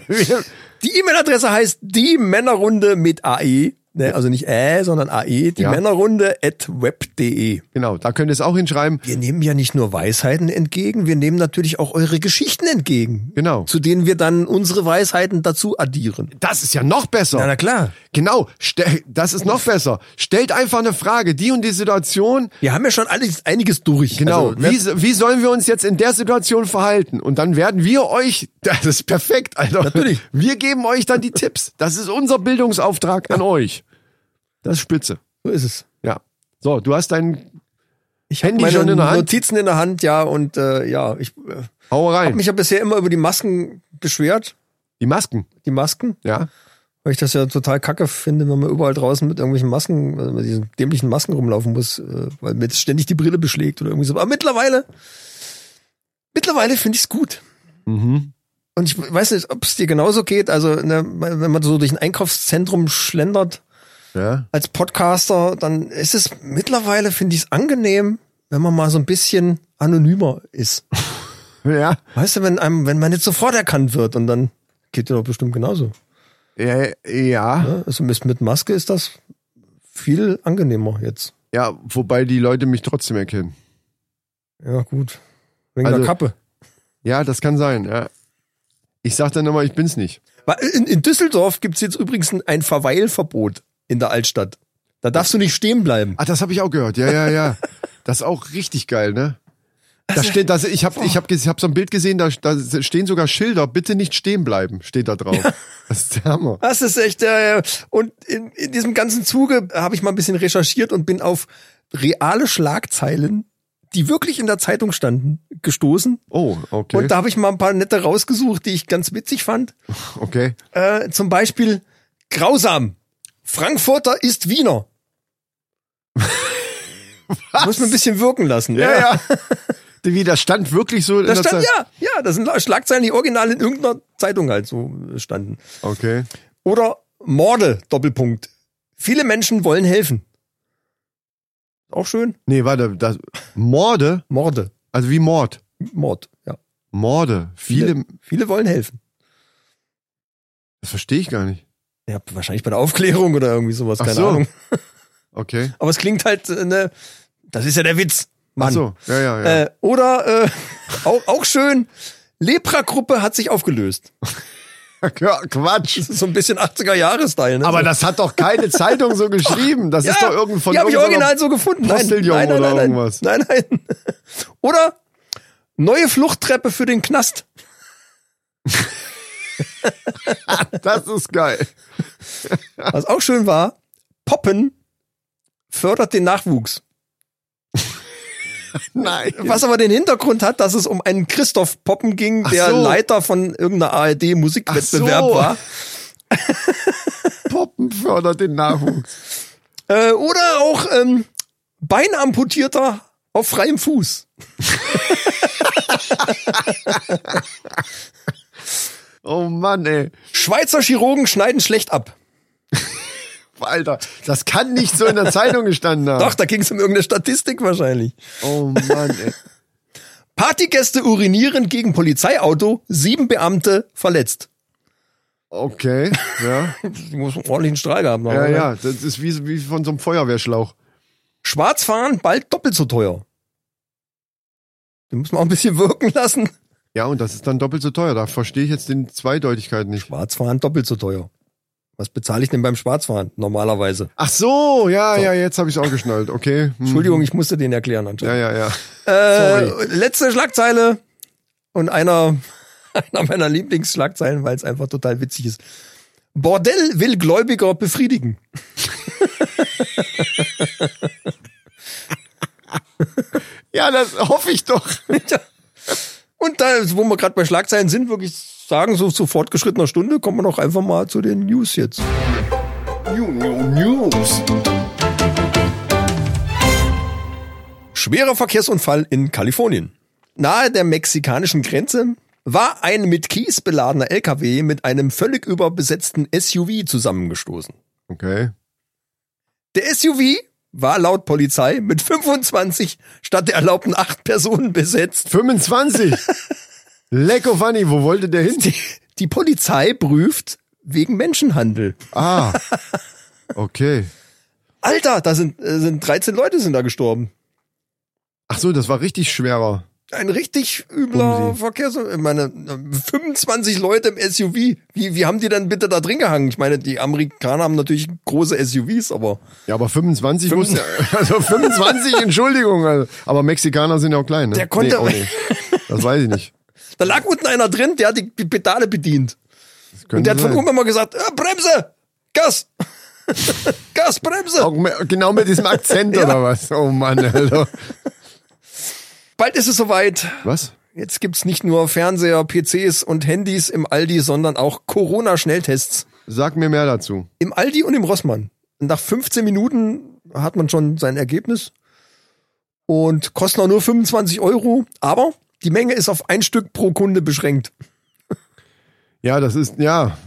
[SPEAKER 1] Wir-
[SPEAKER 5] die E-Mail-Adresse heißt die Männerrunde mit AE Ne, also nicht äh, sondern AE, die
[SPEAKER 1] Ja.
[SPEAKER 5] Männerrunde at web.de.
[SPEAKER 1] Genau, da könnt ihr es auch hinschreiben.
[SPEAKER 5] Wir nehmen ja nicht nur Weisheiten entgegen, wir nehmen natürlich auch eure Geschichten entgegen.
[SPEAKER 1] Genau.
[SPEAKER 5] Zu denen wir dann unsere Weisheiten dazu addieren.
[SPEAKER 1] Das ist ja noch besser.
[SPEAKER 5] Na, na klar.
[SPEAKER 1] Genau, ste- das ist noch besser. Stellt einfach eine Frage, die und die Situation.
[SPEAKER 5] Wir haben ja schon alles, einiges durch.
[SPEAKER 1] Genau,
[SPEAKER 5] Also, ne?
[SPEAKER 1] wie, so- wie sollen wir uns jetzt in der Situation verhalten? Und dann werden wir euch, das ist perfekt, Alter.
[SPEAKER 5] Natürlich.
[SPEAKER 1] Wir geben euch dann die Tipps. Das ist unser Bildungsauftrag an euch. Das ist spitze.
[SPEAKER 5] so ist es.
[SPEAKER 1] Ja. So, du hast dein
[SPEAKER 5] Ich
[SPEAKER 1] Handy
[SPEAKER 5] meine
[SPEAKER 1] schon in der Hand?
[SPEAKER 5] Notizen in der Hand, ja, und äh, ja, ich äh,
[SPEAKER 1] Hau
[SPEAKER 5] habe
[SPEAKER 1] rein.
[SPEAKER 5] mich ja bisher immer über die Masken beschwert,
[SPEAKER 1] die Masken,
[SPEAKER 5] die Masken,
[SPEAKER 1] ja.
[SPEAKER 5] weil ich das ja total kacke finde, wenn man überall draußen mit irgendwelchen Masken, also mit diesen dämlichen Masken rumlaufen muss, äh, weil mir jetzt ständig die Brille beschlägt oder irgendwie so. Aber mittlerweile, mittlerweile finde ich es gut.
[SPEAKER 1] Mhm.
[SPEAKER 5] Und ich weiß nicht, ob es dir genauso geht, also ne, wenn man so durch ein Einkaufszentrum schlendert,
[SPEAKER 1] Ja.
[SPEAKER 5] als Podcaster, dann ist es mittlerweile, finde ich es angenehm, wenn man mal so ein bisschen anonymer ist.
[SPEAKER 1] Ja.
[SPEAKER 5] Weißt du, wenn einem, wenn man jetzt sofort erkannt wird und dann geht dir doch bestimmt genauso.
[SPEAKER 1] Ja, ja.
[SPEAKER 5] Ne? Also mit mit Maske ist das viel angenehmer jetzt.
[SPEAKER 1] Ja, wobei die Leute mich trotzdem erkennen.
[SPEAKER 5] Ja, gut. Wegen
[SPEAKER 1] Also-
[SPEAKER 5] der Kappe.
[SPEAKER 1] Ja, das kann sein, ja. Ich sag dann immer, ich bin's nicht.
[SPEAKER 5] Wa- In, in Düsseldorf gibt's jetzt übrigens ein Verweilverbot in der Altstadt. Da darfst du nicht stehen bleiben.
[SPEAKER 1] Ah, das habe ich auch gehört. Ja, ja, ja. Das ist auch richtig geil, ne?
[SPEAKER 5] Also,
[SPEAKER 1] Da steht, das, ich habe ich hab, ich hab so ein Bild gesehen, da, da stehen sogar Schilder, bitte nicht stehen bleiben, steht da drauf. Das ist der Hammer.
[SPEAKER 5] Das ist echt, äh, und in, in diesem ganzen Zuge habe ich mal ein bisschen recherchiert und bin auf reale Schlagzeilen, die wirklich in der Zeitung standen, gestoßen.
[SPEAKER 1] Oh, okay.
[SPEAKER 5] Und da habe ich mal ein paar nette rausgesucht, die ich ganz witzig fand.
[SPEAKER 1] okay.
[SPEAKER 5] Äh, zum Beispiel, grausam, Frankfurter ist Wiener. Muss man ein bisschen wirken lassen.
[SPEAKER 1] Ja, ja. Wie, das stand wirklich so in
[SPEAKER 5] Das
[SPEAKER 1] der
[SPEAKER 5] stand,
[SPEAKER 1] Zeit?
[SPEAKER 5] ja, ja, das sind Schlagzeilen, die original in irgendeiner Zeitung halt so standen.
[SPEAKER 1] Okay.
[SPEAKER 5] Oder Morde, Doppelpunkt. Viele Menschen wollen helfen. Auch schön.
[SPEAKER 1] Nee, warte, das, Morde,
[SPEAKER 5] Morde.
[SPEAKER 1] also wie Mord.
[SPEAKER 5] Mord, ja.
[SPEAKER 1] Morde. Viele,
[SPEAKER 5] Viele wollen helfen.
[SPEAKER 1] das verstehe ich gar nicht.
[SPEAKER 5] Ja, wahrscheinlich bei der Aufklärung oder irgendwie sowas,
[SPEAKER 1] Ach
[SPEAKER 5] keine
[SPEAKER 1] so.
[SPEAKER 5] Ahnung.
[SPEAKER 1] Okay.
[SPEAKER 5] Aber es klingt halt, äh, ne, das ist ja der Witz, Mann.
[SPEAKER 1] Ach so, ja, ja, ja.
[SPEAKER 5] Äh, oder, äh, auch, auch schön, Lepra-Gruppe hat sich aufgelöst.
[SPEAKER 1] Ja, Quatsch.
[SPEAKER 5] Das ist so ein bisschen 80er-Jahre-Style, ne?
[SPEAKER 1] Aber
[SPEAKER 5] so,
[SPEAKER 1] das hat doch keine Zeitung so geschrieben. Das ist doch irgendein von
[SPEAKER 5] Die habe ich
[SPEAKER 1] irgendeiner-
[SPEAKER 5] original so gefunden. Nein,
[SPEAKER 1] Postillon
[SPEAKER 5] nein, nein,
[SPEAKER 1] oder
[SPEAKER 5] nein, nein.
[SPEAKER 1] irgendwas.
[SPEAKER 5] Nein, nein. Oder neue Fluchttreppe für den Knast.
[SPEAKER 1] Das ist geil.
[SPEAKER 5] Was auch schön war, Poppen fördert den Nachwuchs.
[SPEAKER 1] Nein.
[SPEAKER 5] Was aber den Hintergrund hat, dass es um einen Christoph Poppen ging,
[SPEAKER 1] Ach
[SPEAKER 5] der
[SPEAKER 1] so.
[SPEAKER 5] Leiter von irgendeiner ARD-Musikwettbewerb
[SPEAKER 1] Ach so.
[SPEAKER 5] war.
[SPEAKER 1] Poppen fördert den Nachwuchs.
[SPEAKER 5] Äh, oder auch ähm, Beinamputierter auf freiem Fuß.
[SPEAKER 1] Oh Mann, ey.
[SPEAKER 5] Schweizer Chirurgen schneiden schlecht ab.
[SPEAKER 1] Alter, das kann nicht so in der Zeitung gestanden haben.
[SPEAKER 5] Doch, da ging es um irgendeine Statistik wahrscheinlich.
[SPEAKER 1] Oh Mann, ey.
[SPEAKER 5] Partygäste urinieren gegen Polizeiauto, sieben Beamte verletzt.
[SPEAKER 1] Okay, ja.
[SPEAKER 5] Die muss einen ordentlichen Strahl haben.
[SPEAKER 1] Ja, ja, das ist wie, wie von so einem Feuerwehrschlauch.
[SPEAKER 5] Schwarzfahren bald doppelt so teuer. Den muss man auch ein bisschen wirken lassen.
[SPEAKER 1] Ja, und das ist dann doppelt so teuer. Da verstehe ich jetzt den Zweideutigkeit nicht.
[SPEAKER 5] Schwarzfahren doppelt so teuer. Was bezahle ich denn beim Schwarzfahren normalerweise?
[SPEAKER 1] Ach so, ja, ja, jetzt habe ich es auch geschnallt. Okay. hm.
[SPEAKER 5] Entschuldigung, ich musste den erklären anscheinend.
[SPEAKER 1] Ja, ja, ja.
[SPEAKER 5] äh, letzte Schlagzeile und einer, einer meiner Lieblingsschlagzeilen, weil es einfach total witzig ist. Bordell will Gläubiger befriedigen.
[SPEAKER 1] Ja, das hoffe ich doch.
[SPEAKER 5] Tja. und da, wo wir gerade bei Schlagzeilen sind, wirklich sagen, so zu fortgeschrittener Stunde kommen wir doch einfach mal zu den News jetzt.
[SPEAKER 1] News.
[SPEAKER 5] Schwerer Verkehrsunfall in Kalifornien. Nahe der mexikanischen Grenze war ein mit Kies beladener LKW mit einem völlig überbesetzten SUV zusammengestoßen.
[SPEAKER 1] Okay.
[SPEAKER 5] Der SUV war laut Polizei mit 25 statt der erlaubten 8 Personen besetzt.
[SPEAKER 1] 25. Lecko Fanny, wo wollte der hin?
[SPEAKER 5] Die, die Polizei prüft wegen Menschenhandel.
[SPEAKER 1] Ah. Okay.
[SPEAKER 5] Alter, da sind, äh, sind 13 Leute sind da gestorben.
[SPEAKER 1] Ach so, das war richtig schwerer.
[SPEAKER 5] Ein richtig übler
[SPEAKER 1] Bumsi.
[SPEAKER 5] Verkehrs... Ich meine, äh, 25 Leute im SUV. Wie, wie haben die dann bitte da drin gehangen? Ich meine, die Amerikaner haben natürlich große SUVs, aber
[SPEAKER 1] Ja, aber 25 muss also 25, Entschuldigung. Also, aber Mexikaner sind ja auch klein, ne?
[SPEAKER 5] Der konnte-
[SPEAKER 1] auch nicht. Das weiß ich nicht.
[SPEAKER 5] da lag unten einer drin, der hat die die Pedale bedient.
[SPEAKER 1] Das
[SPEAKER 5] Und
[SPEAKER 1] könnte
[SPEAKER 5] der hat von
[SPEAKER 1] sein.
[SPEAKER 5] oben immer gesagt, äh, Bremse! Gas! Gas, Bremse!
[SPEAKER 1] auch me- genau mit diesem Akzent oder was? Oh Mann, Alter.
[SPEAKER 5] Bald ist es soweit.
[SPEAKER 1] Was?
[SPEAKER 5] Jetzt gibt's nicht nur Fernseher, PCs und Handys im Aldi, sondern auch Corona-Schnelltests.
[SPEAKER 1] Sag mir mehr dazu.
[SPEAKER 5] Im Aldi und im Rossmann. Nach 15 Minuten hat man schon sein Ergebnis. Und kosten auch nur 25 Euro. Aber die Menge ist auf ein Stück pro Kunde beschränkt.
[SPEAKER 1] Ja, das ist, ja,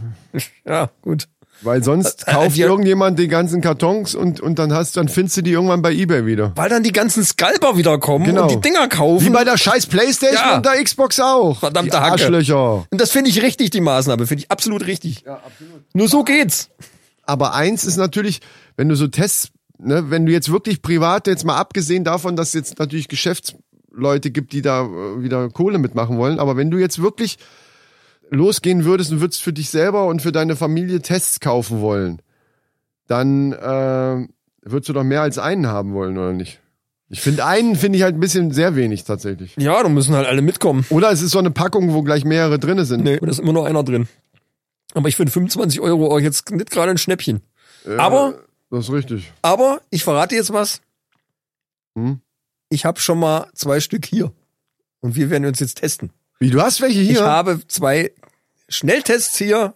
[SPEAKER 5] Ja, gut.
[SPEAKER 1] weil sonst
[SPEAKER 5] Äh, äh,
[SPEAKER 1] kauft
[SPEAKER 5] wir-
[SPEAKER 1] irgendjemand die ganzen Kartons und, und dann hast, dann findest du die irgendwann bei Ebay wieder.
[SPEAKER 5] Weil dann die ganzen Scalper wieder kommen
[SPEAKER 1] Genau.
[SPEAKER 5] und die Dinger kaufen.
[SPEAKER 1] Wie bei der scheiß Playstation
[SPEAKER 5] Ja.
[SPEAKER 1] und der Xbox auch.
[SPEAKER 5] Verdammte
[SPEAKER 1] die
[SPEAKER 5] Hacke.
[SPEAKER 1] Arschlöcher.
[SPEAKER 5] und das finde ich richtig, die Maßnahme. Finde ich absolut richtig. Ja, absolut. Nur so geht's.
[SPEAKER 1] Aber eins ist natürlich, wenn du so Tests, ne, wenn du jetzt wirklich privat, jetzt mal abgesehen davon, dass es jetzt natürlich Geschäftsleute gibt, die da äh, wieder Kohle mitmachen wollen, aber wenn du jetzt wirklich losgehen würdest und würdest für dich selber und für deine Familie Tests kaufen wollen, dann äh, würdest du doch mehr als einen haben wollen, oder nicht? Ich finde einen finde ich halt ein bisschen sehr wenig tatsächlich.
[SPEAKER 5] Ja, da müssen halt alle mitkommen.
[SPEAKER 1] Oder es ist so eine Packung, wo gleich mehrere drinne sind.
[SPEAKER 5] Nee, da ist immer nur einer drin. Aber ich finde 25 Euro auch jetzt nicht gerade ein Schnäppchen. Aber,
[SPEAKER 1] Das ist richtig.
[SPEAKER 5] aber, ich verrate jetzt was.
[SPEAKER 1] Hm?
[SPEAKER 5] Ich habe schon mal zwei Stück hier. Und wir werden uns jetzt testen.
[SPEAKER 1] Wie, du hast welche
[SPEAKER 5] Ich
[SPEAKER 1] hier?
[SPEAKER 5] habe zwei Schnelltests hier.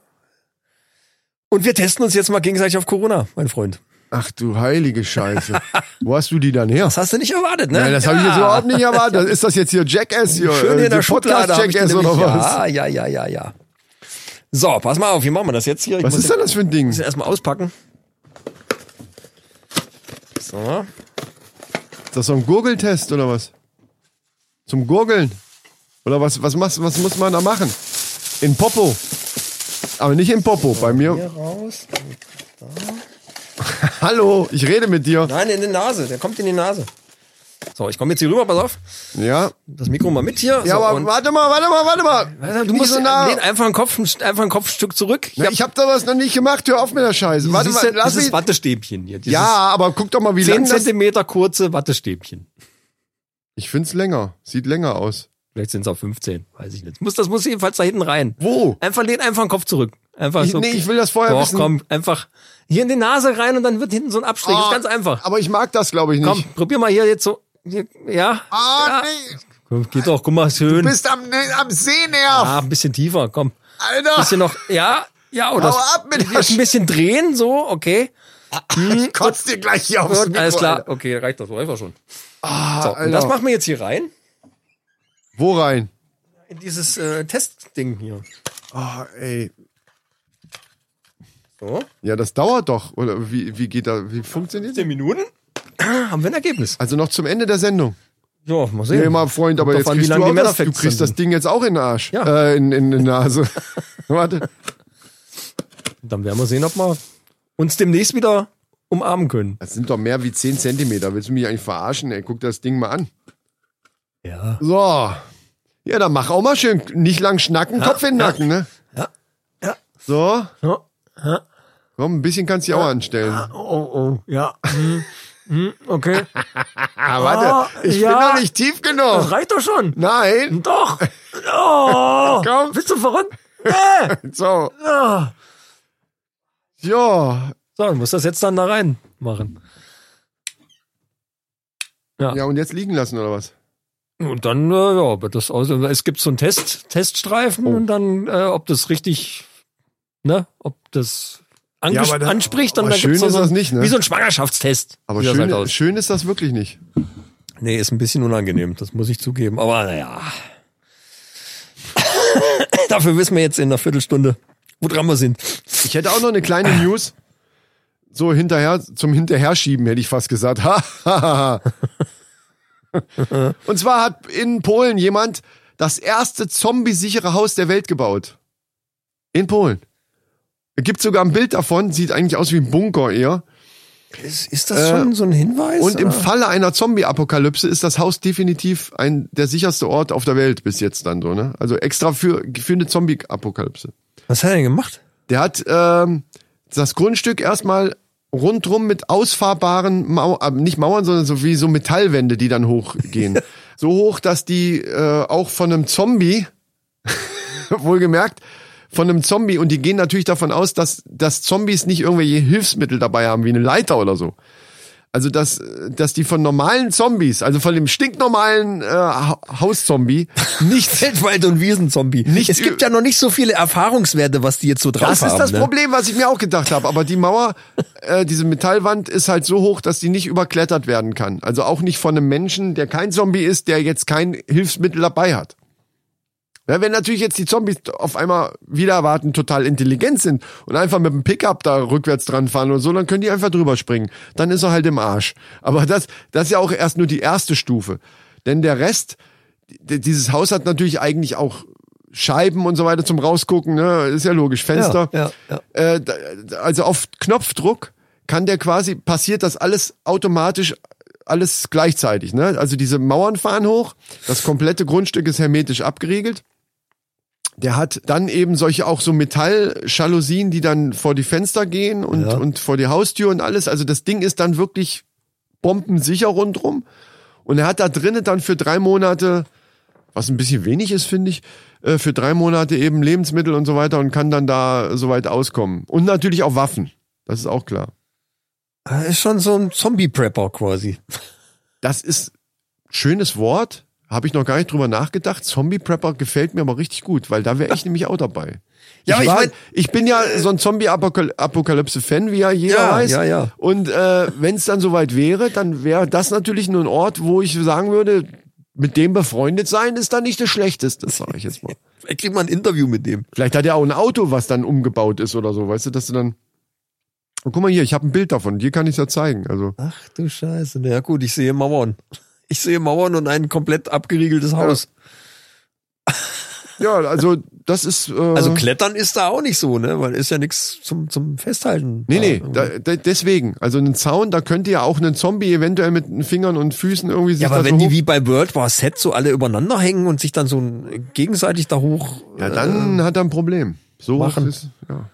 [SPEAKER 5] Und wir testen uns jetzt mal gegenseitig auf Corona, mein Freund.
[SPEAKER 1] Ach du heilige Scheiße. Wo hast du die dann her?
[SPEAKER 5] Das hast du nicht erwartet, ne?
[SPEAKER 1] Nein, das habe ich jetzt überhaupt nicht erwartet. Ist das jetzt hier Jackass hier?
[SPEAKER 5] Schön
[SPEAKER 1] äh,
[SPEAKER 5] hier in der
[SPEAKER 1] so
[SPEAKER 5] Schublade. hab ich die
[SPEAKER 1] Podcast-Jackass
[SPEAKER 5] nämlich.
[SPEAKER 1] oder was?
[SPEAKER 5] Ja, ja, ja, ja, ja. So, pass mal auf, wie machen wir das jetzt hier? Ich
[SPEAKER 1] Was
[SPEAKER 5] muss
[SPEAKER 1] ist denn das für ein Ding?
[SPEAKER 5] jetzt erstmal auspacken. So.
[SPEAKER 1] Ist das so ein Gurgeltest oder was? Zum Gurgeln? Oder was, was, machst, was muss man da machen? In Popo. Aber nicht in Popo, bei mir.
[SPEAKER 5] raus.
[SPEAKER 1] Hallo, ich rede mit dir.
[SPEAKER 5] Nein, in die Nase. Der kommt in die Nase. So, ich komme jetzt hier rüber, pass auf.
[SPEAKER 1] Ja.
[SPEAKER 5] Das Mikro mal mit hier.
[SPEAKER 1] Ja,
[SPEAKER 5] so,
[SPEAKER 1] aber
[SPEAKER 5] und-
[SPEAKER 1] warte mal, warte mal, warte mal.
[SPEAKER 5] du musst
[SPEAKER 1] so nah.
[SPEAKER 5] nee, einfach ein Kopf, einfach ein Kopfstück zurück.
[SPEAKER 1] Na, ich habe da was noch nicht gemacht. Hör auf mit der Scheiße. Warte
[SPEAKER 5] Siehst
[SPEAKER 1] mal,
[SPEAKER 5] du,
[SPEAKER 1] lass
[SPEAKER 5] dieses
[SPEAKER 1] mich.
[SPEAKER 5] Wattestäbchen hier. Dieses
[SPEAKER 1] Ja, aber guck doch mal, wie
[SPEAKER 5] 10
[SPEAKER 1] lang das.
[SPEAKER 5] Zentimeter kurze Wattestäbchen.
[SPEAKER 1] Ich find's länger. Sieht länger aus.
[SPEAKER 5] Vielleicht sind es auch 15, weiß ich nicht. Muss, das muss jedenfalls da hinten rein.
[SPEAKER 1] Wo?
[SPEAKER 5] Einfach lehn einfach den Kopf zurück. Einfach
[SPEAKER 1] Ich-
[SPEAKER 5] so.
[SPEAKER 1] nee, ich will das vorher
[SPEAKER 5] Doch,
[SPEAKER 1] wissen.
[SPEAKER 5] komm, einfach hier in die Nase rein und dann wird hinten so ein Abstrich.
[SPEAKER 1] Ah,
[SPEAKER 5] ist ganz einfach.
[SPEAKER 1] Aber ich mag das, glaube ich, nicht.
[SPEAKER 5] Komm, probier mal hier jetzt so. Hier, ja.
[SPEAKER 1] Ah,
[SPEAKER 5] ja.
[SPEAKER 1] nee.
[SPEAKER 5] Komm, geht doch, guck mal, schön.
[SPEAKER 1] Du bist am, nee, am Sehnerv.
[SPEAKER 5] ah, ein bisschen tiefer, komm.
[SPEAKER 1] Alter.
[SPEAKER 5] bisschen noch, ja, ja, oh, oder?
[SPEAKER 1] Hau ab mit der
[SPEAKER 5] ein bisschen drehen, so, okay.
[SPEAKER 1] Ich kotze dir gleich hier aufs
[SPEAKER 5] Und,
[SPEAKER 1] Mikro.
[SPEAKER 5] alles klar,
[SPEAKER 1] Alter.
[SPEAKER 5] okay, reicht das, einfach schon. so,
[SPEAKER 1] Alter.
[SPEAKER 5] und das machen wir jetzt hier rein,
[SPEAKER 1] Wo rein?
[SPEAKER 5] in dieses äh, Testding hier.
[SPEAKER 1] Ah, ey.
[SPEAKER 5] So,
[SPEAKER 1] Ja, das dauert doch. Oder wie, wie geht da? Wie funktioniert das?
[SPEAKER 5] 10 Minuten, haben wir ein Ergebnis.
[SPEAKER 1] Also noch zum Ende der Sendung.
[SPEAKER 5] Ja, mal sehen.
[SPEAKER 1] Nee, mal Freund, aber
[SPEAKER 5] Kommt
[SPEAKER 1] jetzt
[SPEAKER 5] drauf an, wie
[SPEAKER 1] kriegst,
[SPEAKER 5] lange
[SPEAKER 1] du,
[SPEAKER 5] die
[SPEAKER 1] auch das, du
[SPEAKER 5] Männerfacts
[SPEAKER 1] kriegst
[SPEAKER 5] dann
[SPEAKER 1] das Ding jetzt auch in den Arsch.
[SPEAKER 5] Ja.
[SPEAKER 1] Äh, in, in die Nase. Warte.
[SPEAKER 5] Dann werden wir sehen, ob wir uns demnächst wieder umarmen können.
[SPEAKER 1] Das sind doch mehr wie 10 Zentimeter. Willst du mich eigentlich verarschen? Ey, guck das Ding mal an.
[SPEAKER 5] Ja.
[SPEAKER 1] So. Ja, dann mach auch mal schön. Nicht lang schnacken, Kopf in den Nacken, ne?
[SPEAKER 5] Ja. Ja.
[SPEAKER 1] So.
[SPEAKER 5] Ja.
[SPEAKER 1] Komm, ein bisschen kannst du dich auch anstellen.
[SPEAKER 5] Oh, oh, ja. Hm, hm, okay,
[SPEAKER 1] Ah, warte,
[SPEAKER 5] Ah,
[SPEAKER 1] ich bin
[SPEAKER 5] ja.
[SPEAKER 1] noch nicht tief genug.
[SPEAKER 5] reicht doch schon.
[SPEAKER 1] Nein.
[SPEAKER 5] Doch. Oh,
[SPEAKER 1] Komm.
[SPEAKER 5] Bist du verrückt? Nee.
[SPEAKER 1] So.
[SPEAKER 5] Ah.
[SPEAKER 1] Ja.
[SPEAKER 5] So, dann muss das jetzt dann da rein machen.
[SPEAKER 1] Ja, und jetzt liegen lassen, oder was?
[SPEAKER 5] Und dann, äh, ja, wird das aus. Es gibt so einen Test, Teststreifen und dann, äh, ob das richtig, ne, ob das anges-
[SPEAKER 1] Ja, aber das-
[SPEAKER 5] anspricht, dann
[SPEAKER 1] aber
[SPEAKER 5] da
[SPEAKER 1] schön
[SPEAKER 5] gibt's so
[SPEAKER 1] ist
[SPEAKER 5] so-
[SPEAKER 1] das nicht, ne?
[SPEAKER 5] Wie so ein Schwangerschaftstest.
[SPEAKER 1] Aber
[SPEAKER 5] sieht das
[SPEAKER 1] schön,
[SPEAKER 5] halt aus.
[SPEAKER 1] schön ist das wirklich nicht.
[SPEAKER 5] Nee, ist ein bisschen unangenehm, das muss ich zugeben. Aber naja. Dafür wissen wir jetzt in einer Viertelstunde, wo dran wir sind.
[SPEAKER 1] Ich hätte auch noch eine kleine News. So hinterher, zum Hinterherschieben hätte ich fast gesagt. Ha, ha, ha, ha. und zwar hat in Polen jemand das erste zombiesichere Haus der Welt gebaut. In Polen. Gibt sogar ein Bild davon, sieht eigentlich aus wie ein Bunker eher.
[SPEAKER 5] Ist, ist das schon so ein Hinweis?
[SPEAKER 1] Und im
[SPEAKER 5] oder?
[SPEAKER 1] Falle einer Zombie-Apokalypse ist das Haus definitiv ein der sicherste Ort auf der Welt bis jetzt dann so, ne? Also extra für, für eine Zombie-Apokalypse.
[SPEAKER 5] Was hat er denn gemacht?
[SPEAKER 1] Der hat ähm, das Grundstück erstmal rundrum mit ausfahrbaren Mau äh, nicht Mauern, sondern so wie so Metallwände, die dann hochgehen. so hoch, dass die äh, auch von einem Zombie, wohlgemerkt, von einem Zombie, und die gehen natürlich davon aus, dass, dass Zombies nicht irgendwelche Hilfsmittel dabei haben, wie eine Leiter oder so. Also, dass, dass die von normalen Zombies, also von dem stinknormalen äh, Ha- Hauszombie, nichts
[SPEAKER 5] Feldwald- und Wiesenzombie.
[SPEAKER 1] Nicht
[SPEAKER 5] es gibt ja noch nicht so viele Erfahrungswerte, was die jetzt so drauf
[SPEAKER 1] Das
[SPEAKER 5] haben.
[SPEAKER 1] ist das
[SPEAKER 5] ne?
[SPEAKER 1] Problem, was ich mir auch gedacht habe. Aber die Mauer, äh, diese Metallwand ist halt so hoch, dass die nicht überklettert werden kann. Also auch nicht von einem Menschen, der kein Zombie ist, der jetzt kein Hilfsmittel dabei hat. Ja, wenn natürlich jetzt die Zombies auf einmal wieder erwarten, total intelligent sind und einfach mit dem Pickup da rückwärts dran fahren oder so, dann können die einfach drüber springen. Dann ist er halt im Arsch. Aber das, das ist ja auch erst nur die erste Stufe. Denn der Rest, d- dieses Haus hat natürlich eigentlich auch Scheiben und so weiter zum Rausgucken, ne? ist ja logisch, Fenster.
[SPEAKER 5] Ja, ja,
[SPEAKER 1] Äh, da- da- also auf Knopfdruck kann der quasi, passiert das alles automatisch, alles gleichzeitig. Ne? Also diese Mauern fahren hoch, das komplette Grundstück ist hermetisch abgeriegelt. Der hat dann eben solche auch so Metall-Jalousien, die dann vor die Fenster gehen und,
[SPEAKER 5] Ja.
[SPEAKER 1] und vor die Haustür und alles. Also das Ding ist dann wirklich bombensicher rundrum. Und er hat da drinnen dann für drei Monate, was ein bisschen wenig ist, finde ich, äh, für drei Monate eben Lebensmittel und so weiter und kann dann da soweit auskommen. Und natürlich auch Waffen. Das ist auch klar.
[SPEAKER 5] Er Ah, Ist schon so ein Zombie-Prepper quasi.
[SPEAKER 1] Das ist schönes Wort. Habe ich noch gar nicht drüber nachgedacht. Zombie-Prepper gefällt mir aber richtig gut, weil da wäre ich nämlich auch dabei.
[SPEAKER 5] Ja,
[SPEAKER 1] ich,
[SPEAKER 5] aber ich
[SPEAKER 1] war,
[SPEAKER 5] mein-
[SPEAKER 1] ich bin ja so ein Zombie-Apokalypse-Fan, wie ja jeder
[SPEAKER 5] Ja,
[SPEAKER 1] weiß.
[SPEAKER 5] ja, ja.
[SPEAKER 1] Und äh, wenn es dann soweit wäre, dann wäre das natürlich nur ein Ort, wo ich sagen würde, mit dem befreundet sein ist dann nicht das Schlechteste, sage ich jetzt mal.
[SPEAKER 5] Vielleicht kriegt man ein Interview mit dem.
[SPEAKER 1] Vielleicht hat er auch ein Auto, was dann umgebaut ist oder so, weißt du, dass du dann. Und guck mal hier, ich habe ein Bild davon, dir kann ich ja zeigen. Also
[SPEAKER 5] Ach du Scheiße. Na ja, gut, ich sehe Mauern. Ich sehe Mauern und ein komplett abgeriegeltes Haus.
[SPEAKER 1] ja, also das ist. Äh,
[SPEAKER 5] Also klettern ist da auch nicht so, ne? Weil ist ja nichts zum, zum Festhalten. Ah,
[SPEAKER 1] nee,
[SPEAKER 5] da.
[SPEAKER 1] nee, da, da, deswegen. Also einen Zaun, da könnte ja auch ein Zombie eventuell mit den Fingern und Füßen irgendwie sich
[SPEAKER 5] ja,
[SPEAKER 1] da
[SPEAKER 5] aber
[SPEAKER 1] so
[SPEAKER 5] wenn die
[SPEAKER 1] hoch-
[SPEAKER 5] wie bei World War Z so alle übereinander hängen und sich dann so ein- gegenseitig da hoch. äh,
[SPEAKER 1] Ja, dann hat er ein Problem. So
[SPEAKER 5] machen.
[SPEAKER 1] ist ja.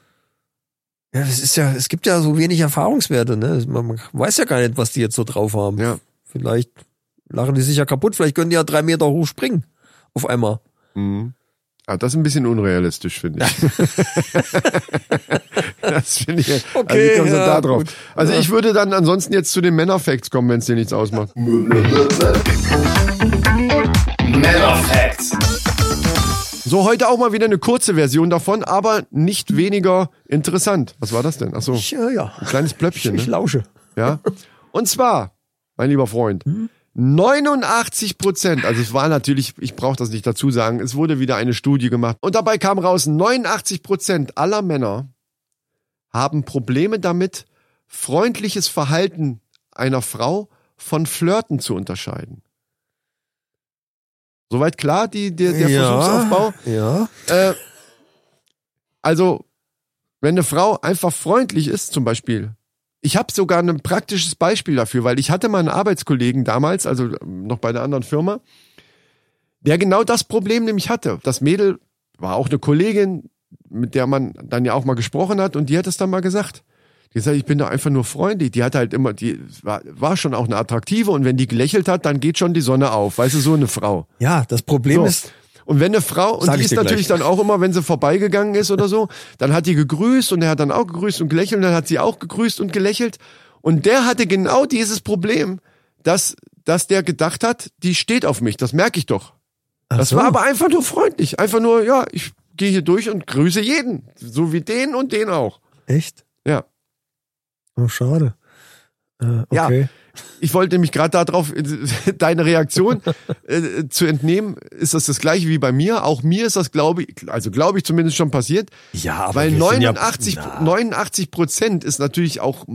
[SPEAKER 5] Ja, es ist ja, es gibt ja so wenig Erfahrungswerte, ne? Man, man weiß ja gar nicht, was die jetzt so drauf haben.
[SPEAKER 1] Ja.
[SPEAKER 5] Vielleicht lachen die sich ja kaputt, vielleicht können die ja drei Meter hoch springen. Auf einmal.
[SPEAKER 1] Mhm. Ah, das ist ein bisschen unrealistisch, finde ich. das finde ich. also
[SPEAKER 5] Okay,
[SPEAKER 1] ich komme so
[SPEAKER 5] ja,
[SPEAKER 1] da drauf.
[SPEAKER 5] gut.
[SPEAKER 1] Also ich würde dann ansonsten jetzt zu den Männerfacts kommen, wenn es dir nichts ausmacht.
[SPEAKER 8] Männer Facts.
[SPEAKER 1] So, heute auch mal wieder eine kurze Version davon, aber nicht weniger interessant. Was war das denn? Ach so,
[SPEAKER 5] Ich, äh, ja.
[SPEAKER 1] ein kleines Plöppchen,
[SPEAKER 5] Ich
[SPEAKER 1] ne?
[SPEAKER 5] lausche.
[SPEAKER 1] Ja. Und zwar, mein lieber Freund, 89 Prozent, also es war natürlich, ich brauche das nicht dazu sagen, es wurde wieder eine Studie gemacht und dabei kam raus, 89 Prozent aller Männer haben Probleme damit, freundliches Verhalten einer Frau von Flirten zu unterscheiden. Soweit klar, die, der, der Versuchsaufbau?
[SPEAKER 5] Ja.
[SPEAKER 1] äh, also, wenn eine Frau einfach freundlich ist, zum Beispiel. Ich habe sogar ein praktisches Beispiel dafür, weil ich hatte mal einen Arbeitskollegen damals, also ähm, noch bei einer anderen Firma, der genau das Problem nämlich hatte. Das Mädel war auch eine Kollegin, mit der man dann ja auch mal gesprochen hat und die hat es dann mal gesagt. Die sagt, ich bin da einfach nur freundlich. Die hat halt immer, die war, war schon auch eine attraktive und wenn die gelächelt hat, dann geht schon die Sonne auf. Weißt du, so eine Frau.
[SPEAKER 5] Ja, das Problem ist,
[SPEAKER 1] Und wenn eine Frau, und
[SPEAKER 5] Sag
[SPEAKER 1] die
[SPEAKER 5] ich
[SPEAKER 1] ist
[SPEAKER 5] dir
[SPEAKER 1] natürlich
[SPEAKER 5] gleich.
[SPEAKER 1] dann auch immer, wenn sie vorbeigegangen ist oder so, dann hat die gegrüßt und er hat dann auch gegrüßt und gelächelt und dann hat sie auch gegrüßt und gelächelt. Und der hatte genau dieses Problem, dass, dass der gedacht hat, die steht auf mich, das merke ich doch. Das
[SPEAKER 5] so.
[SPEAKER 1] war aber einfach nur freundlich. Einfach nur, ja, ich gehe hier durch und grüße jeden. So wie den und den auch.
[SPEAKER 5] echt?
[SPEAKER 1] Ja.
[SPEAKER 5] Oh, schade. Äh,
[SPEAKER 1] Ja.
[SPEAKER 5] okay.
[SPEAKER 1] Ich wollte nämlich gerade darauf, äh, deine Reaktion äh, zu entnehmen, ist das das gleiche wie bei mir. Auch mir ist das, glaube ich, also glaube ich zumindest schon passiert.
[SPEAKER 5] Ja, aber
[SPEAKER 1] Weil
[SPEAKER 5] wir sind ja-
[SPEAKER 1] 89,
[SPEAKER 5] Na.
[SPEAKER 1] 89 Prozent ist natürlich auch,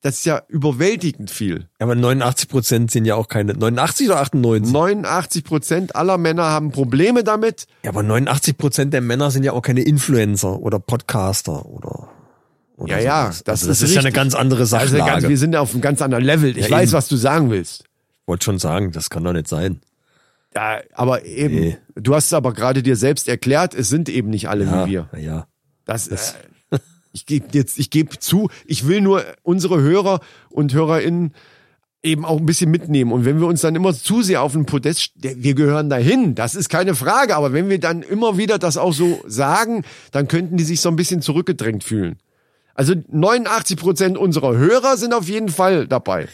[SPEAKER 1] das ist ja überwältigend viel.
[SPEAKER 5] Ja, aber 89 Prozent sind ja auch keine. 89 oder 98?
[SPEAKER 1] 89 Prozent aller Männer haben Probleme damit.
[SPEAKER 5] ja, aber 89 Prozent der Männer sind ja auch keine Influencer oder Podcaster oder
[SPEAKER 1] Ja, ja,
[SPEAKER 5] sowas.
[SPEAKER 1] das
[SPEAKER 5] also
[SPEAKER 1] ist
[SPEAKER 5] das ist, ja eine
[SPEAKER 1] richtig.
[SPEAKER 5] ganz andere
[SPEAKER 1] Also ganz,
[SPEAKER 5] Sachlage.
[SPEAKER 1] wir sind ja auf einem ganz anderen Level. Ich
[SPEAKER 5] Ja,
[SPEAKER 1] weiß,
[SPEAKER 5] eben.
[SPEAKER 1] was du sagen willst.
[SPEAKER 5] wollte schon sagen, das kann doch nicht sein.
[SPEAKER 1] Ja, aber eben,
[SPEAKER 5] Nee.
[SPEAKER 1] du hast es aber gerade dir selbst erklärt, es sind eben nicht alle
[SPEAKER 5] Ja,
[SPEAKER 1] wie wir.
[SPEAKER 5] na ja.
[SPEAKER 1] Das ist. Ich gebe jetzt, ich gebe zu, ich will nur unsere Hörer und HörerInnen eben auch ein bisschen mitnehmen. Und wenn wir uns dann immer zu sehr auf den Podest, st- der- wir gehören dahin, das ist keine Frage. Aber wenn wir dann immer wieder das auch so sagen, dann könnten die sich so ein bisschen zurückgedrängt fühlen. Also 89 Prozent unserer Hörer sind auf jeden Fall dabei.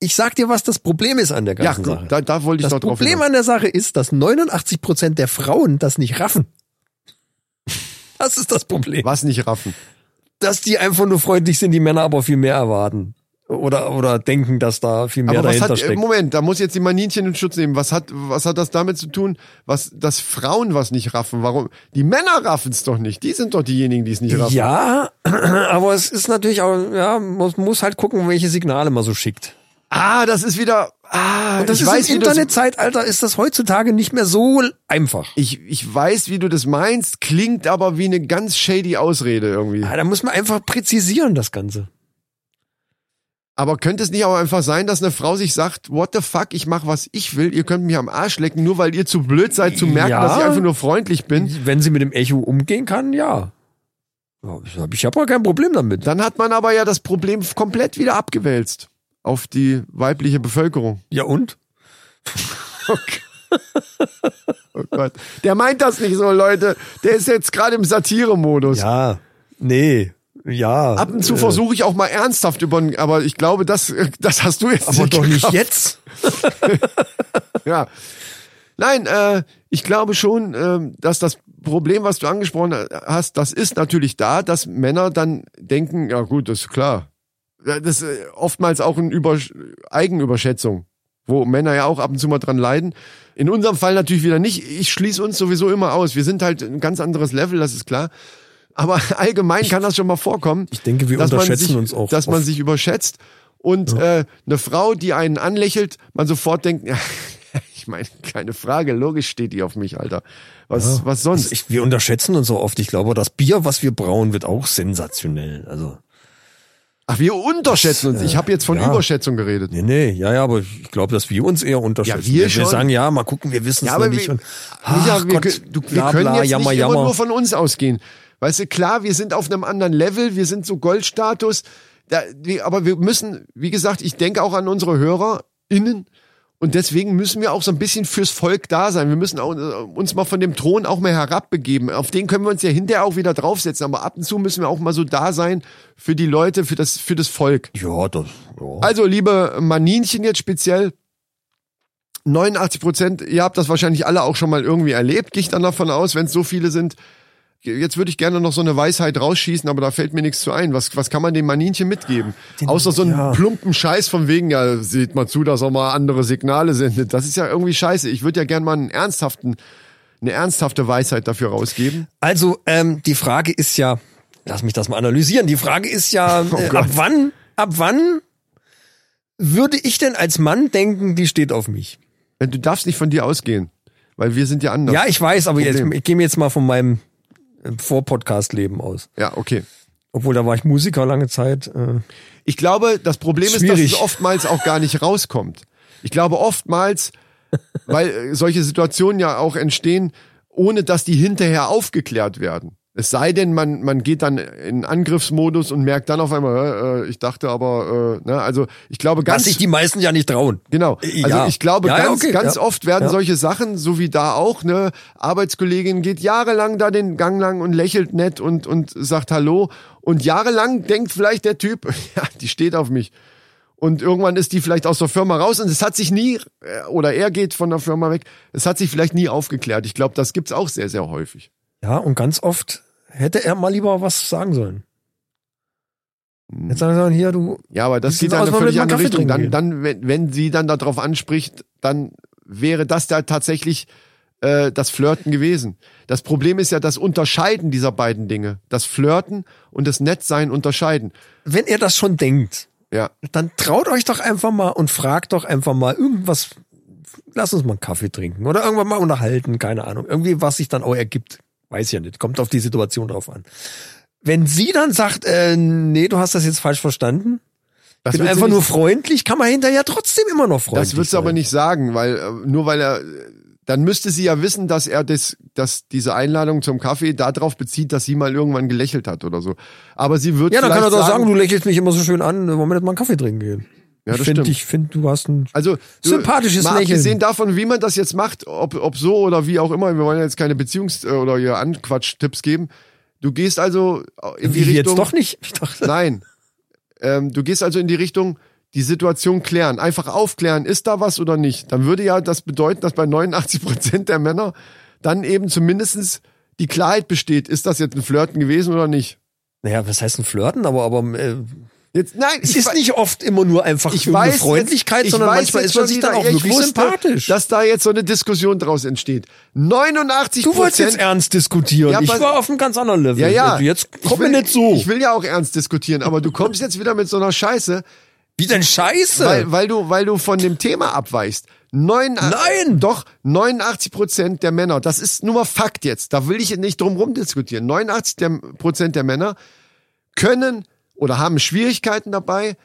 [SPEAKER 5] Ich sag dir, was das Problem ist an der
[SPEAKER 1] Ja,
[SPEAKER 5] ganzen Sache.
[SPEAKER 1] gut, da, da wollte ich
[SPEAKER 5] das
[SPEAKER 1] doch drauf
[SPEAKER 5] Problem
[SPEAKER 1] hinaus.
[SPEAKER 5] an der Sache ist, dass 89 Prozent der Frauen das nicht raffen. Das ist das Problem.
[SPEAKER 1] Was nicht raffen.
[SPEAKER 5] Dass die einfach nur freundlich sind, die Männer aber viel mehr erwarten. Oder, oder denken, dass da viel mehr
[SPEAKER 1] Aber was
[SPEAKER 5] dahinter
[SPEAKER 1] hat, äh,
[SPEAKER 5] steckt.
[SPEAKER 1] Moment, da muss jetzt die Maninchen in Schutz nehmen. Was hat, was hat das damit zu tun, was, dass Frauen was nicht raffen? Warum? Die Männer raffen es doch nicht. Die sind doch diejenigen, die es nicht raffen.
[SPEAKER 5] Ja, aber es ist natürlich auch, ja, man muss halt gucken, welche Signale man so schickt.
[SPEAKER 1] Ah, das ist wieder, ah,
[SPEAKER 5] Und das
[SPEAKER 1] ich
[SPEAKER 5] ist
[SPEAKER 1] weiß,
[SPEAKER 5] im
[SPEAKER 1] wie du das-
[SPEAKER 5] Internetzeitalter ist das heutzutage nicht mehr so einfach.
[SPEAKER 1] Ich, ich weiß, wie du das meinst, klingt aber wie eine ganz shady Ausrede irgendwie.
[SPEAKER 5] Ja, da muss man einfach präzisieren, das Ganze.
[SPEAKER 1] Aber könnte es nicht auch einfach sein, dass eine Frau sich sagt, what the fuck, ich mach was ich will, ihr könnt mich am Arsch lecken, nur weil ihr zu blöd seid zu merken,
[SPEAKER 5] Ja.
[SPEAKER 1] dass ich einfach nur freundlich bin?
[SPEAKER 5] Wenn sie mit dem Echo umgehen kann, ja. Ja, Ich habe ich hab auch kein Problem damit.
[SPEAKER 1] Dann hat man aber ja das Problem komplett wieder abgewälzt auf die weibliche Bevölkerung.
[SPEAKER 5] Ja und?
[SPEAKER 1] Oh Gott. Der meint das nicht so, Leute. Der ist jetzt gerade im Satire-Modus.
[SPEAKER 5] Ja. äh, Nee. Ja.
[SPEAKER 1] Ab und zu versuche ich auch mal ernsthaft über, aber ich glaube, das, äh, das hast du jetzt
[SPEAKER 5] aber doch nicht
[SPEAKER 1] gerafft.
[SPEAKER 5] jetzt.
[SPEAKER 1] Ja. Nein, äh, ich glaube schon, ähm, dass das Problem, was du angesprochen hast, das ist natürlich da, dass Männer dann denken, ja gut, das ist klar. Ja, Das ist äh, oftmals auch eine Übersch Eigenüberschätzung, wo Männer ja auch ab und zu mal dran leiden. In unserem Fall natürlich wieder nicht. Ich schließe uns sowieso immer aus. Wir sind halt ein ganz anderes Level, das ist klar. Aber allgemein kann das schon mal vorkommen.
[SPEAKER 5] Ich denke, wir
[SPEAKER 1] dass man
[SPEAKER 5] unterschätzen
[SPEAKER 1] sich,
[SPEAKER 5] uns auch
[SPEAKER 1] Dass man
[SPEAKER 5] oft.
[SPEAKER 1] sich überschätzt und äh, eine Frau, die einen anlächelt, man sofort denkt, ja, ich meine, keine Frage, logisch steht die auf mich, Alter. Was, was sonst?
[SPEAKER 5] Ich, wir unterschätzen uns so oft. Ich glaube, das Bier, was wir brauen, wird auch sensationell. Also.
[SPEAKER 1] Ach, wir unterschätzen uns. Ich habe jetzt von
[SPEAKER 5] ja.
[SPEAKER 1] Überschätzung geredet.
[SPEAKER 5] Nee, nee, ja, ja, aber ich glaube, dass wir uns eher unterschätzen.
[SPEAKER 1] Ja, wir schon.
[SPEAKER 5] sagen, ja, mal gucken, wir wissen es
[SPEAKER 1] Ja,
[SPEAKER 5] noch
[SPEAKER 1] aber
[SPEAKER 5] nicht.
[SPEAKER 1] wir,
[SPEAKER 5] und,
[SPEAKER 1] Micha,
[SPEAKER 5] ach
[SPEAKER 1] wir,
[SPEAKER 5] Gott,
[SPEAKER 1] kö- du, wir
[SPEAKER 5] bla,
[SPEAKER 1] können
[SPEAKER 5] bla,
[SPEAKER 1] jetzt
[SPEAKER 5] jammer,
[SPEAKER 1] nicht immer
[SPEAKER 5] jammer.
[SPEAKER 1] nur von uns ausgehen. Weißt du, klar, wir sind auf einem anderen Level, wir sind so Goldstatus, da, wir, aber wir müssen, wie gesagt, ich denke auch an unsere HörerInnen und deswegen müssen wir auch so ein bisschen fürs Volk da sein. Wir müssen auch, äh, uns mal von dem Thron auch mal herabbegeben. Auf den können wir uns ja hinterher auch wieder draufsetzen, aber ab und zu müssen wir auch mal so da sein für die Leute, für das, für das Volk.
[SPEAKER 5] ja, das, ja.
[SPEAKER 1] Also, liebe Maninchen jetzt speziell, 89 Prozent, ihr habt das wahrscheinlich alle auch schon mal irgendwie erlebt, gehe ich dann davon aus, wenn es so viele sind. Jetzt würde ich gerne noch so eine Weisheit rausschießen, aber da fällt mir nichts zu ein. Was, was kann man dem Maninchen mitgeben? Außer so einen plumpen Scheiß von wegen, ja, seht mal zu, dass auch mal andere Signale sendet. Das ist ja irgendwie scheiße. Ich würde ja gerne mal einen ernsthaften, eine ernsthafte Weisheit dafür rausgeben.
[SPEAKER 5] Also, ähm, die Frage ist ja, lass mich das mal analysieren, die Frage ist ja,
[SPEAKER 1] Oh
[SPEAKER 5] äh, ab wann, ab wann würde ich denn als Mann denken, die steht auf mich?
[SPEAKER 1] Denn Äh, Du darfst nicht von dir ausgehen, weil wir sind ja anders.
[SPEAKER 5] Ja, ich weiß, aber jetzt,
[SPEAKER 1] Problem.
[SPEAKER 5] ich gehe mir jetzt mal von meinem äh, Vor-Podcast-Leben aus.
[SPEAKER 1] ja okay.
[SPEAKER 5] Obwohl, da war ich Musiker lange Zeit. Äh,
[SPEAKER 1] Ich glaube, das Problem ist, dass
[SPEAKER 5] Schwierig.
[SPEAKER 1] es oftmals auch gar nicht rauskommt. Ich glaube oftmals, weil äh, solche Situationen ja auch entstehen, ohne dass die hinterher aufgeklärt werden. Es sei denn, man, man geht dann in Angriffsmodus und merkt dann auf einmal, äh, äh, ich dachte aber, äh, ne, also ich glaube
[SPEAKER 5] was
[SPEAKER 1] ganz
[SPEAKER 5] sich die meisten ja nicht trauen.
[SPEAKER 1] Genau.
[SPEAKER 5] Äh,
[SPEAKER 1] Also
[SPEAKER 5] ja.
[SPEAKER 1] ich glaube,
[SPEAKER 5] Ja, ja,
[SPEAKER 1] ganz,
[SPEAKER 5] okay,
[SPEAKER 1] ganz
[SPEAKER 5] ja.
[SPEAKER 1] oft werden
[SPEAKER 5] Ja.
[SPEAKER 1] solche Sachen, so wie da auch, ne, Arbeitskollegin geht jahrelang da den Gang lang und lächelt nett und, und sagt Hallo. Und jahrelang denkt vielleicht der Typ, ja, die steht auf mich. Und irgendwann ist die vielleicht aus der Firma raus und es hat sich nie, äh, oder er geht von der Firma weg, es hat sich vielleicht nie aufgeklärt. Ich glaube, das gibt's auch sehr, sehr häufig.
[SPEAKER 5] Ja, und ganz oft hätte er mal lieber was sagen sollen. Jetzt sagen sie dann hier, du,
[SPEAKER 1] Ja, aber das
[SPEAKER 5] Wie
[SPEAKER 1] geht
[SPEAKER 5] sieht's
[SPEAKER 1] dann
[SPEAKER 5] aus,
[SPEAKER 1] eine
[SPEAKER 5] wenn wir
[SPEAKER 1] völlig
[SPEAKER 5] mal
[SPEAKER 1] andere
[SPEAKER 5] Kaffee
[SPEAKER 1] Richtung. Dann,
[SPEAKER 5] trinken
[SPEAKER 1] dann, wenn, wenn sie dann darauf anspricht, dann wäre das da tatsächlich äh, das Flirten gewesen. Das Problem ist ja das Unterscheiden dieser beiden Dinge. Das Flirten und das Nettsein unterscheiden.
[SPEAKER 5] wenn er das schon denkt,
[SPEAKER 1] Ja.
[SPEAKER 5] dann traut euch doch einfach mal und fragt doch einfach mal irgendwas. Lass uns mal einen Kaffee trinken oder irgendwann mal unterhalten, keine Ahnung. Irgendwie, was sich dann auch ergibt. Weiß ja nicht. Kommt auf die Situation drauf an. wenn sie dann sagt, äh, nee, du hast das jetzt falsch verstanden,
[SPEAKER 1] Das
[SPEAKER 5] ich
[SPEAKER 1] wird
[SPEAKER 5] bin
[SPEAKER 1] sie
[SPEAKER 5] einfach
[SPEAKER 1] nicht-
[SPEAKER 5] nur freundlich, kann man hinterher trotzdem immer noch freundlich
[SPEAKER 1] Das wird sie
[SPEAKER 5] sein.
[SPEAKER 1] aber nicht sagen, weil äh, nur weil er dann müsste sie ja wissen, dass er das, dass diese Einladung zum Kaffee darauf bezieht, dass sie mal irgendwann gelächelt hat oder so. Aber sie wird
[SPEAKER 5] Ja, dann
[SPEAKER 1] vielleicht
[SPEAKER 5] kann er doch sagen,
[SPEAKER 1] sagen
[SPEAKER 5] du lächelst mich immer so schön an, wollen wir nicht mal einen Kaffee trinken gehen?
[SPEAKER 1] Ja, das
[SPEAKER 5] ich finde,
[SPEAKER 1] stimmt.
[SPEAKER 5] ich finde, du hast ein
[SPEAKER 1] also du,
[SPEAKER 5] sympathisches
[SPEAKER 1] mal
[SPEAKER 5] Lächeln.
[SPEAKER 1] Abgesehen davon, wie man das jetzt macht, ob, ob so oder wie auch immer, wir wollen ja jetzt keine Beziehungs- äh, oder hier Anquatsch-Tipps geben. Du gehst also in die
[SPEAKER 5] Wie,
[SPEAKER 1] Richtung.
[SPEAKER 5] jetzt doch nicht. Ich dachte,
[SPEAKER 1] Nein. Ähm, du gehst also in die Richtung, die Situation klären. Einfach aufklären, ist da was oder nicht. Dann würde ja das bedeuten, dass bei 89 Prozent der Männer dann eben zumindestens die Klarheit besteht, ist das jetzt ein Flirten gewesen oder nicht.
[SPEAKER 5] naja, was heißt ein Flirten? Aber, aber äh,
[SPEAKER 1] Jetzt, nein,
[SPEAKER 5] es
[SPEAKER 1] ich
[SPEAKER 5] ist
[SPEAKER 1] wei-
[SPEAKER 5] nicht oft immer nur einfach
[SPEAKER 1] ich
[SPEAKER 5] irgendeine
[SPEAKER 1] weiß jetzt-
[SPEAKER 5] Freundlichkeit,
[SPEAKER 1] ich
[SPEAKER 5] sondern
[SPEAKER 1] weiß
[SPEAKER 5] manchmal
[SPEAKER 1] jetzt
[SPEAKER 5] ist man
[SPEAKER 1] schon
[SPEAKER 5] sich
[SPEAKER 1] wieder,
[SPEAKER 5] dann auch
[SPEAKER 1] ich
[SPEAKER 5] wirklich
[SPEAKER 1] wusste,
[SPEAKER 5] sympathisch.
[SPEAKER 1] Dass da jetzt so eine Diskussion draus entsteht. 89
[SPEAKER 5] du wolltest jetzt ernst diskutieren.
[SPEAKER 1] Ja,
[SPEAKER 5] ich
[SPEAKER 1] aber-
[SPEAKER 5] war auf einem ganz anderen Level.
[SPEAKER 1] Ja, ja.
[SPEAKER 5] Und Jetzt komm
[SPEAKER 1] ich will,
[SPEAKER 5] mir nicht so.
[SPEAKER 1] Ich will ja auch ernst diskutieren, aber du kommst jetzt wieder mit so einer Scheiße.
[SPEAKER 5] Wie denn Scheiße?
[SPEAKER 1] Weil, weil, du, weil du von dem Thema abweichst. Neun,
[SPEAKER 5] Nein!
[SPEAKER 1] Doch, 89 Prozent der Männer, das ist nur mal Fakt jetzt, da will ich nicht drum rum diskutieren. 89 der- Prozent der Männer können oder haben Schwierigkeiten dabei,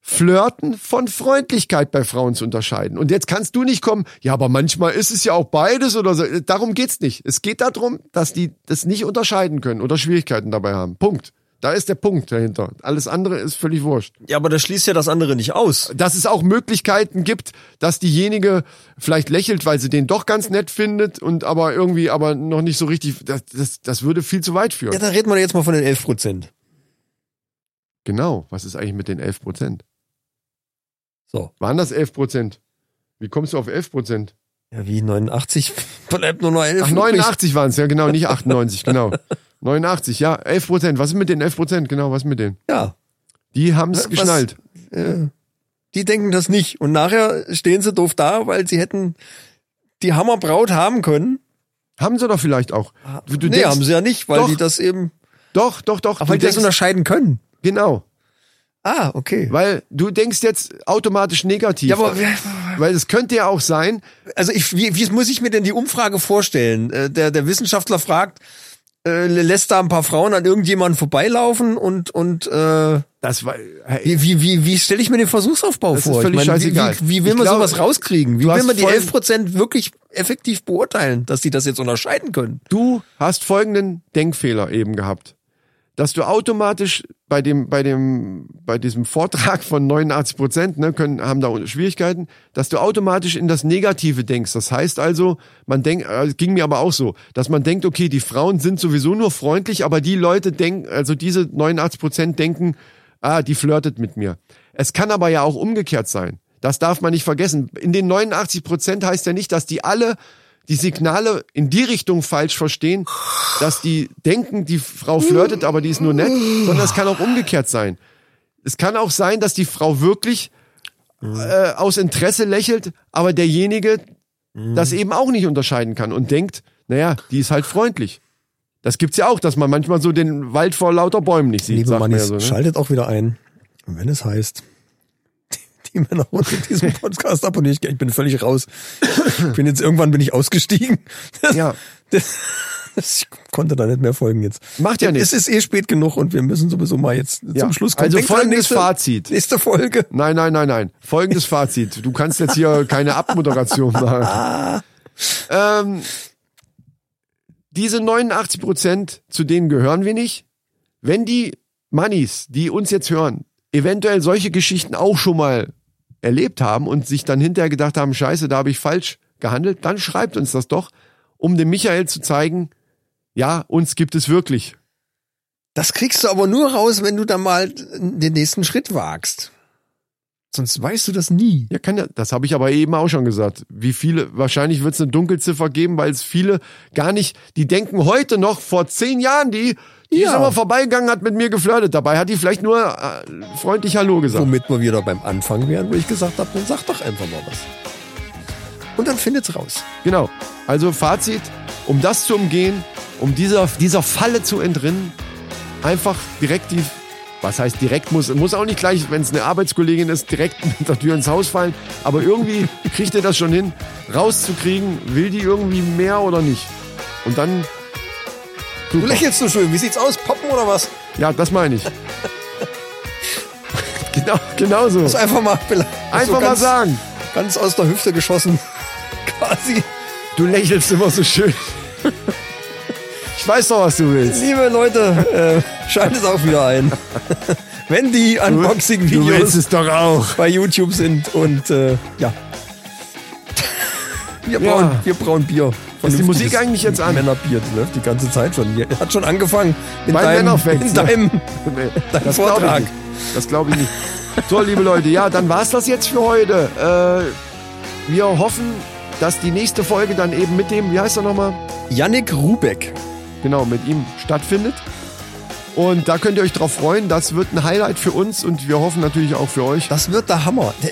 [SPEAKER 1] Flirten von Freundlichkeit bei Frauen zu unterscheiden. Und jetzt kannst du nicht kommen, ja, aber manchmal ist es ja auch beides oder so. Darum geht's nicht. Es geht darum, dass die das nicht unterscheiden können oder Schwierigkeiten dabei haben. Punkt. Da ist der Punkt dahinter. Alles andere ist völlig wurscht
[SPEAKER 5] ja, aber das schließt ja das andere nicht aus.
[SPEAKER 1] dass es auch Möglichkeiten gibt, dass diejenige vielleicht lächelt, weil sie den doch ganz nett findet und aber irgendwie aber noch nicht so richtig, das, das, das würde viel zu weit führen.
[SPEAKER 5] Ja, dann reden wir jetzt mal von den 11 Prozent.
[SPEAKER 1] Genau, was ist eigentlich mit den 11 Prozent?
[SPEAKER 5] So.
[SPEAKER 1] Waren das 11 Prozent? Wie kommst du auf 11 Prozent?
[SPEAKER 5] Ja, wie 89? Bleibt nur noch 11.
[SPEAKER 1] Ach, 89 waren es, ja genau, nicht 98, genau. 89, ja, 11 Prozent. Was ist mit den 11 Prozent? Genau, was ist mit denen?
[SPEAKER 5] Ja.
[SPEAKER 1] Die haben es
[SPEAKER 5] Was-
[SPEAKER 1] geschnallt.
[SPEAKER 5] die denken das nicht. Und nachher stehen sie doof da, weil sie hätten die Hammerbraut haben können.
[SPEAKER 1] Haben sie doch vielleicht auch. Du, du
[SPEAKER 5] Ah, nee,
[SPEAKER 1] denkst,
[SPEAKER 5] haben sie ja nicht, weil
[SPEAKER 1] Doch.
[SPEAKER 5] die das eben,
[SPEAKER 1] Doch, doch, doch.
[SPEAKER 5] weil die das unterscheiden können.
[SPEAKER 1] genau.
[SPEAKER 5] Ah, okay.
[SPEAKER 1] Weil du denkst jetzt automatisch negativ.
[SPEAKER 5] Ja, aber
[SPEAKER 1] Weil es könnte ja auch sein,
[SPEAKER 5] also ich, wie, wie muss ich mir denn die Umfrage vorstellen? Äh, Der, der Wissenschaftler fragt, äh, lässt da ein paar Frauen an irgendjemanden vorbeilaufen und und äh,
[SPEAKER 1] das war, hey,
[SPEAKER 5] wie wie wie, wie stelle ich mir den Versuchsaufbau
[SPEAKER 1] Das ist
[SPEAKER 5] vor?
[SPEAKER 1] völlig
[SPEAKER 5] ich wie,
[SPEAKER 1] scheißegal.
[SPEAKER 5] wie, wie
[SPEAKER 1] Ich
[SPEAKER 5] will man
[SPEAKER 1] glaube,
[SPEAKER 5] sowas rauskriegen? Wie
[SPEAKER 1] du
[SPEAKER 5] will
[SPEAKER 1] hast
[SPEAKER 5] man die
[SPEAKER 1] voll-
[SPEAKER 5] 11% wirklich effektiv beurteilen, dass die das jetzt unterscheiden können?
[SPEAKER 1] du hast folgenden Denkfehler eben gehabt, dass du automatisch bei dem, bei dem, bei diesem Vortrag von 89 Prozent, ne, können, haben da Schwierigkeiten, dass du automatisch in das Negative denkst. Das heißt also, man denkt, äh, ging mir aber auch so, dass man denkt, okay, die Frauen sind sowieso nur freundlich, aber die Leute denken, also diese 89 Prozent denken, ah, die flirtet mit mir. Es kann aber ja auch umgekehrt sein. Das darf man nicht vergessen. In den 89 Prozent heißt ja nicht, dass die alle die Signale in die Richtung falsch verstehen, dass die denken, die Frau flirtet, aber die ist nur nett, sondern es kann auch umgekehrt sein. Es kann auch sein, dass die Frau wirklich äh, aus Interesse lächelt, aber derjenige das eben auch nicht unterscheiden kann und denkt, naja, die ist halt freundlich. Das gibt's ja auch, dass man manchmal so den Wald vor lauter Bäumen nicht sieht.
[SPEAKER 5] Liebe
[SPEAKER 1] sagt man
[SPEAKER 5] Mannis,
[SPEAKER 1] ja so, ne?
[SPEAKER 5] schaltet auch wieder ein, wenn es heißt, die, die Männer unter diesem Podcast abonniere ich gerne. Ich bin völlig raus. Ich bin jetzt irgendwann bin ich ausgestiegen. Das,
[SPEAKER 1] Ja,
[SPEAKER 5] Ich konnte da nicht mehr folgen jetzt.
[SPEAKER 1] Macht ja nichts.
[SPEAKER 5] Es ist eh spät genug und wir müssen sowieso mal jetzt
[SPEAKER 1] Ja.
[SPEAKER 5] zum Schluss kommen.
[SPEAKER 1] Also
[SPEAKER 5] Denkt dran,
[SPEAKER 1] folgendes
[SPEAKER 5] nächste,
[SPEAKER 1] Fazit.
[SPEAKER 5] Nächste Folge.
[SPEAKER 1] Nein, nein, nein, nein. Folgendes Fazit. Du kannst jetzt hier keine Abmoderation machen. Ähm, diese 89 Prozent, zu denen gehören wir nicht. Wenn die Mannis, die uns jetzt hören, eventuell solche Geschichten auch schon mal erlebt haben und sich dann hinterher gedacht haben, scheiße, da habe ich falsch gehandelt, dann schreibt uns das doch, um dem Michael zu zeigen, ja, uns gibt es wirklich.
[SPEAKER 5] Das kriegst du aber nur raus, wenn du da mal den nächsten Schritt wagst. Sonst weißt du das nie.
[SPEAKER 1] Ja, kann ja, das habe ich aber eben auch schon gesagt. Wie viele, wahrscheinlich wird es eine Dunkelziffer geben, weil es viele gar nicht, die denken heute noch vor zehn Jahren, die, die
[SPEAKER 5] Ja.
[SPEAKER 1] ist immer vorbeigegangen, hat mit mir geflirtet. Dabei hat die vielleicht nur äh, freundlich Hallo gesagt.
[SPEAKER 5] Womit wir wieder beim Anfang wären, wo ich gesagt habe, dann sag doch einfach mal was. Und dann findet's raus.
[SPEAKER 1] Genau. Also Fazit, um das zu umgehen, um dieser, dieser Falle zu entrinnen, einfach direkt die, was heißt direkt muss, muss auch nicht gleich, wenn es eine Arbeitskollegin ist, direkt mit der Tür ins Haus fallen, aber irgendwie kriegt ihr das schon hin, rauszukriegen, will die irgendwie mehr oder nicht. Und dann
[SPEAKER 5] Du lächelst so schön. Wie sieht's aus? Poppen oder was?
[SPEAKER 1] Ja, das meine ich. genau, genau so.
[SPEAKER 5] Ist einfach mal bela- so
[SPEAKER 1] Einfach mal
[SPEAKER 5] ganz,
[SPEAKER 1] sagen.
[SPEAKER 5] Ganz aus der Hüfte geschossen. Quasi.
[SPEAKER 1] Du lächelst immer so schön. ich weiß doch, was du willst.
[SPEAKER 5] Liebe Leute, äh, schaltet auch wieder ein. Wenn die
[SPEAKER 1] Du willst
[SPEAKER 5] Unboxing-Videos
[SPEAKER 1] es doch auch.
[SPEAKER 5] bei YouTube sind und äh, ja.
[SPEAKER 1] Ja.
[SPEAKER 5] Wir brauen, wir brauen Bier.
[SPEAKER 1] Ist die
[SPEAKER 5] Vernünftiges
[SPEAKER 1] Musik eigentlich jetzt an?
[SPEAKER 5] Männerbier, das läuft die ganze Zeit schon. Hier. Hat schon angefangen. In
[SPEAKER 1] Bei
[SPEAKER 5] deinem,
[SPEAKER 1] Männerfacts,
[SPEAKER 5] in
[SPEAKER 1] ne?
[SPEAKER 5] deinem
[SPEAKER 1] Nee,
[SPEAKER 5] Dein
[SPEAKER 1] das glaube ich
[SPEAKER 5] Vortrag.
[SPEAKER 1] nicht. Das glaube ich nicht. So, liebe Leute, ja, dann war's das jetzt für heute. Äh, wir hoffen, dass die nächste Folge dann eben mit dem, wie heißt er nochmal?
[SPEAKER 5] Yannick Rubeck.
[SPEAKER 1] Genau, mit ihm stattfindet. Und da könnt ihr euch drauf freuen. Das wird ein Highlight für uns und wir hoffen natürlich auch für euch.
[SPEAKER 5] Das wird der Hammer. Der,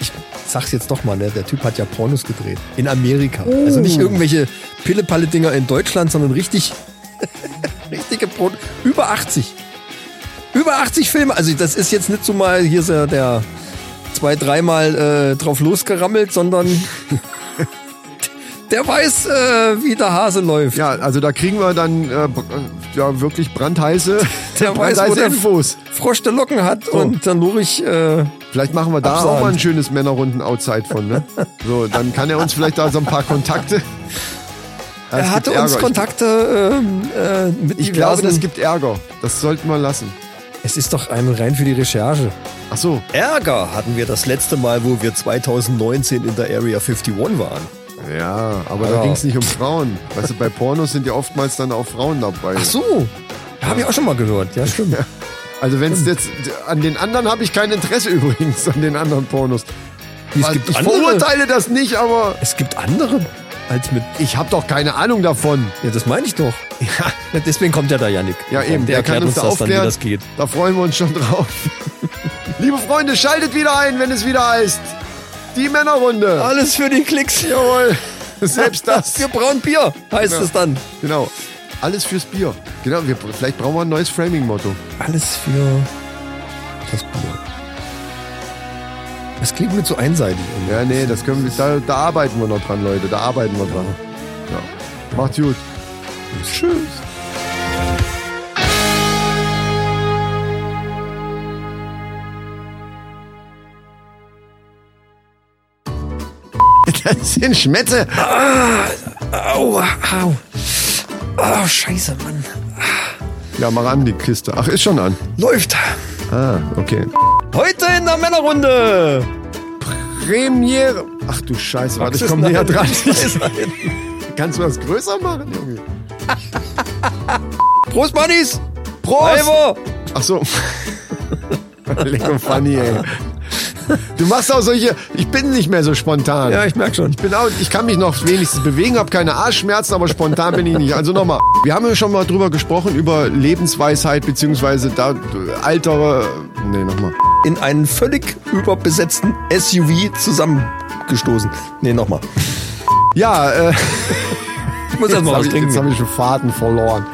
[SPEAKER 5] ich sag's jetzt doch mal, ne? der Typ hat ja Pornos gedreht. In Amerika. Also
[SPEAKER 1] Oh.
[SPEAKER 5] nicht irgendwelche Pille-Palle-Dinger in Deutschland, sondern richtig, richtige Pornos. Über 80. Über 80 Filme. Also das ist jetzt nicht so mal, hier ist ja der zwei, dreimal äh, drauf losgerammelt, sondern der weiß, äh, wie der Hase läuft.
[SPEAKER 1] Ja, also da kriegen wir dann äh, br- äh, ja, wirklich brandheiße,
[SPEAKER 5] Der weiß, wo
[SPEAKER 1] brandheiße
[SPEAKER 5] der-
[SPEAKER 1] Infos.
[SPEAKER 5] Frosch der Locken hat und dann Lurich, äh,
[SPEAKER 1] Vielleicht machen wir da
[SPEAKER 5] Absahnt.
[SPEAKER 1] auch mal ein schönes Männerrunden-Outside von, ne? So, dann kann er uns vielleicht da so ein paar Kontakte.
[SPEAKER 5] er hatte uns Kontakte ähm, äh, mit
[SPEAKER 1] Ich, ich glaube, das gibt Ärger. Das sollten wir lassen.
[SPEAKER 5] Es ist doch einmal rein für die Recherche.
[SPEAKER 1] Ach so,
[SPEAKER 5] Ärger hatten wir das letzte Mal, wo wir 2019 in der Area 51 waren.
[SPEAKER 1] ja, aber da
[SPEAKER 5] Ja.
[SPEAKER 1] ging es nicht um Frauen. Weißt du, bei Pornos sind ja oftmals dann auch Frauen dabei.
[SPEAKER 5] Ach so, habe ich auch schon mal gehört. Ja, stimmt.
[SPEAKER 1] Also wenn es jetzt, an den anderen habe ich kein Interesse übrigens, an den anderen Pornos.
[SPEAKER 5] Es
[SPEAKER 1] Also,
[SPEAKER 5] gibt
[SPEAKER 1] ich
[SPEAKER 5] andere.
[SPEAKER 1] verurteile das nicht, aber
[SPEAKER 5] Es gibt andere als mit.
[SPEAKER 1] ich habe doch keine Ahnung davon.
[SPEAKER 5] Ja, das meine ich doch. Ja, deswegen kommt ja der Janik.
[SPEAKER 1] Ja, eben, der,
[SPEAKER 5] Der, erklärt
[SPEAKER 1] kann uns da
[SPEAKER 5] das dann, wie
[SPEAKER 1] aufklären.
[SPEAKER 5] das geht.
[SPEAKER 1] Da freuen wir uns schon drauf. Liebe Freunde, schaltet wieder ein, wenn es wieder heißt. Die Männerrunde.
[SPEAKER 5] Alles für die Klicks.
[SPEAKER 1] Jawohl. Selbst das.
[SPEAKER 5] Für braun Bier heißt
[SPEAKER 1] Ja.
[SPEAKER 5] es dann.
[SPEAKER 1] Genau. Alles fürs Bier. Genau, wir, vielleicht brauchen wir ein neues Framing-Motto.
[SPEAKER 5] Alles für das Bier. Das klingt mir zu einseitig.
[SPEAKER 1] Ja, nee, das können wir, da, da arbeiten wir noch dran, Leute. Da arbeiten wir dran. Ja. Macht's gut. Tschüss. Das sind Schmetze.
[SPEAKER 5] Au, au. Oh, scheiße, Mann.
[SPEAKER 1] Ja, mach an die Kiste. Ach, ist schon an.
[SPEAKER 5] Läuft.
[SPEAKER 1] Ah, okay.
[SPEAKER 5] Heute in der Männerrunde.
[SPEAKER 1] Premiere. Ach du Scheiße, warte, ich komme näher dran. Kannst du das größer machen, Junge?
[SPEAKER 5] Prost, Mannis.
[SPEAKER 1] Prost!
[SPEAKER 5] Prost.
[SPEAKER 1] Ach so. Lecker funny, ey. Du machst auch solche. Ich bin nicht mehr so spontan.
[SPEAKER 5] Ja, ich merk schon.
[SPEAKER 1] bin auch, ich kann mich noch wenigstens bewegen, habe keine Arschschmerzen, aber spontan bin ich nicht. Also nochmal. Wir haben ja schon mal drüber gesprochen, über Lebensweisheit, beziehungsweise da, äh, Alter. äh, Nee, nochmal.
[SPEAKER 5] In einen völlig überbesetzten SUV zusammengestoßen. Nee, nochmal.
[SPEAKER 1] Ja, äh,
[SPEAKER 5] Ich muss erst
[SPEAKER 1] jetzt
[SPEAKER 5] mal
[SPEAKER 1] habe
[SPEAKER 5] was
[SPEAKER 1] ich, jetzt hab
[SPEAKER 5] trinken.
[SPEAKER 1] ich schon Faden verloren.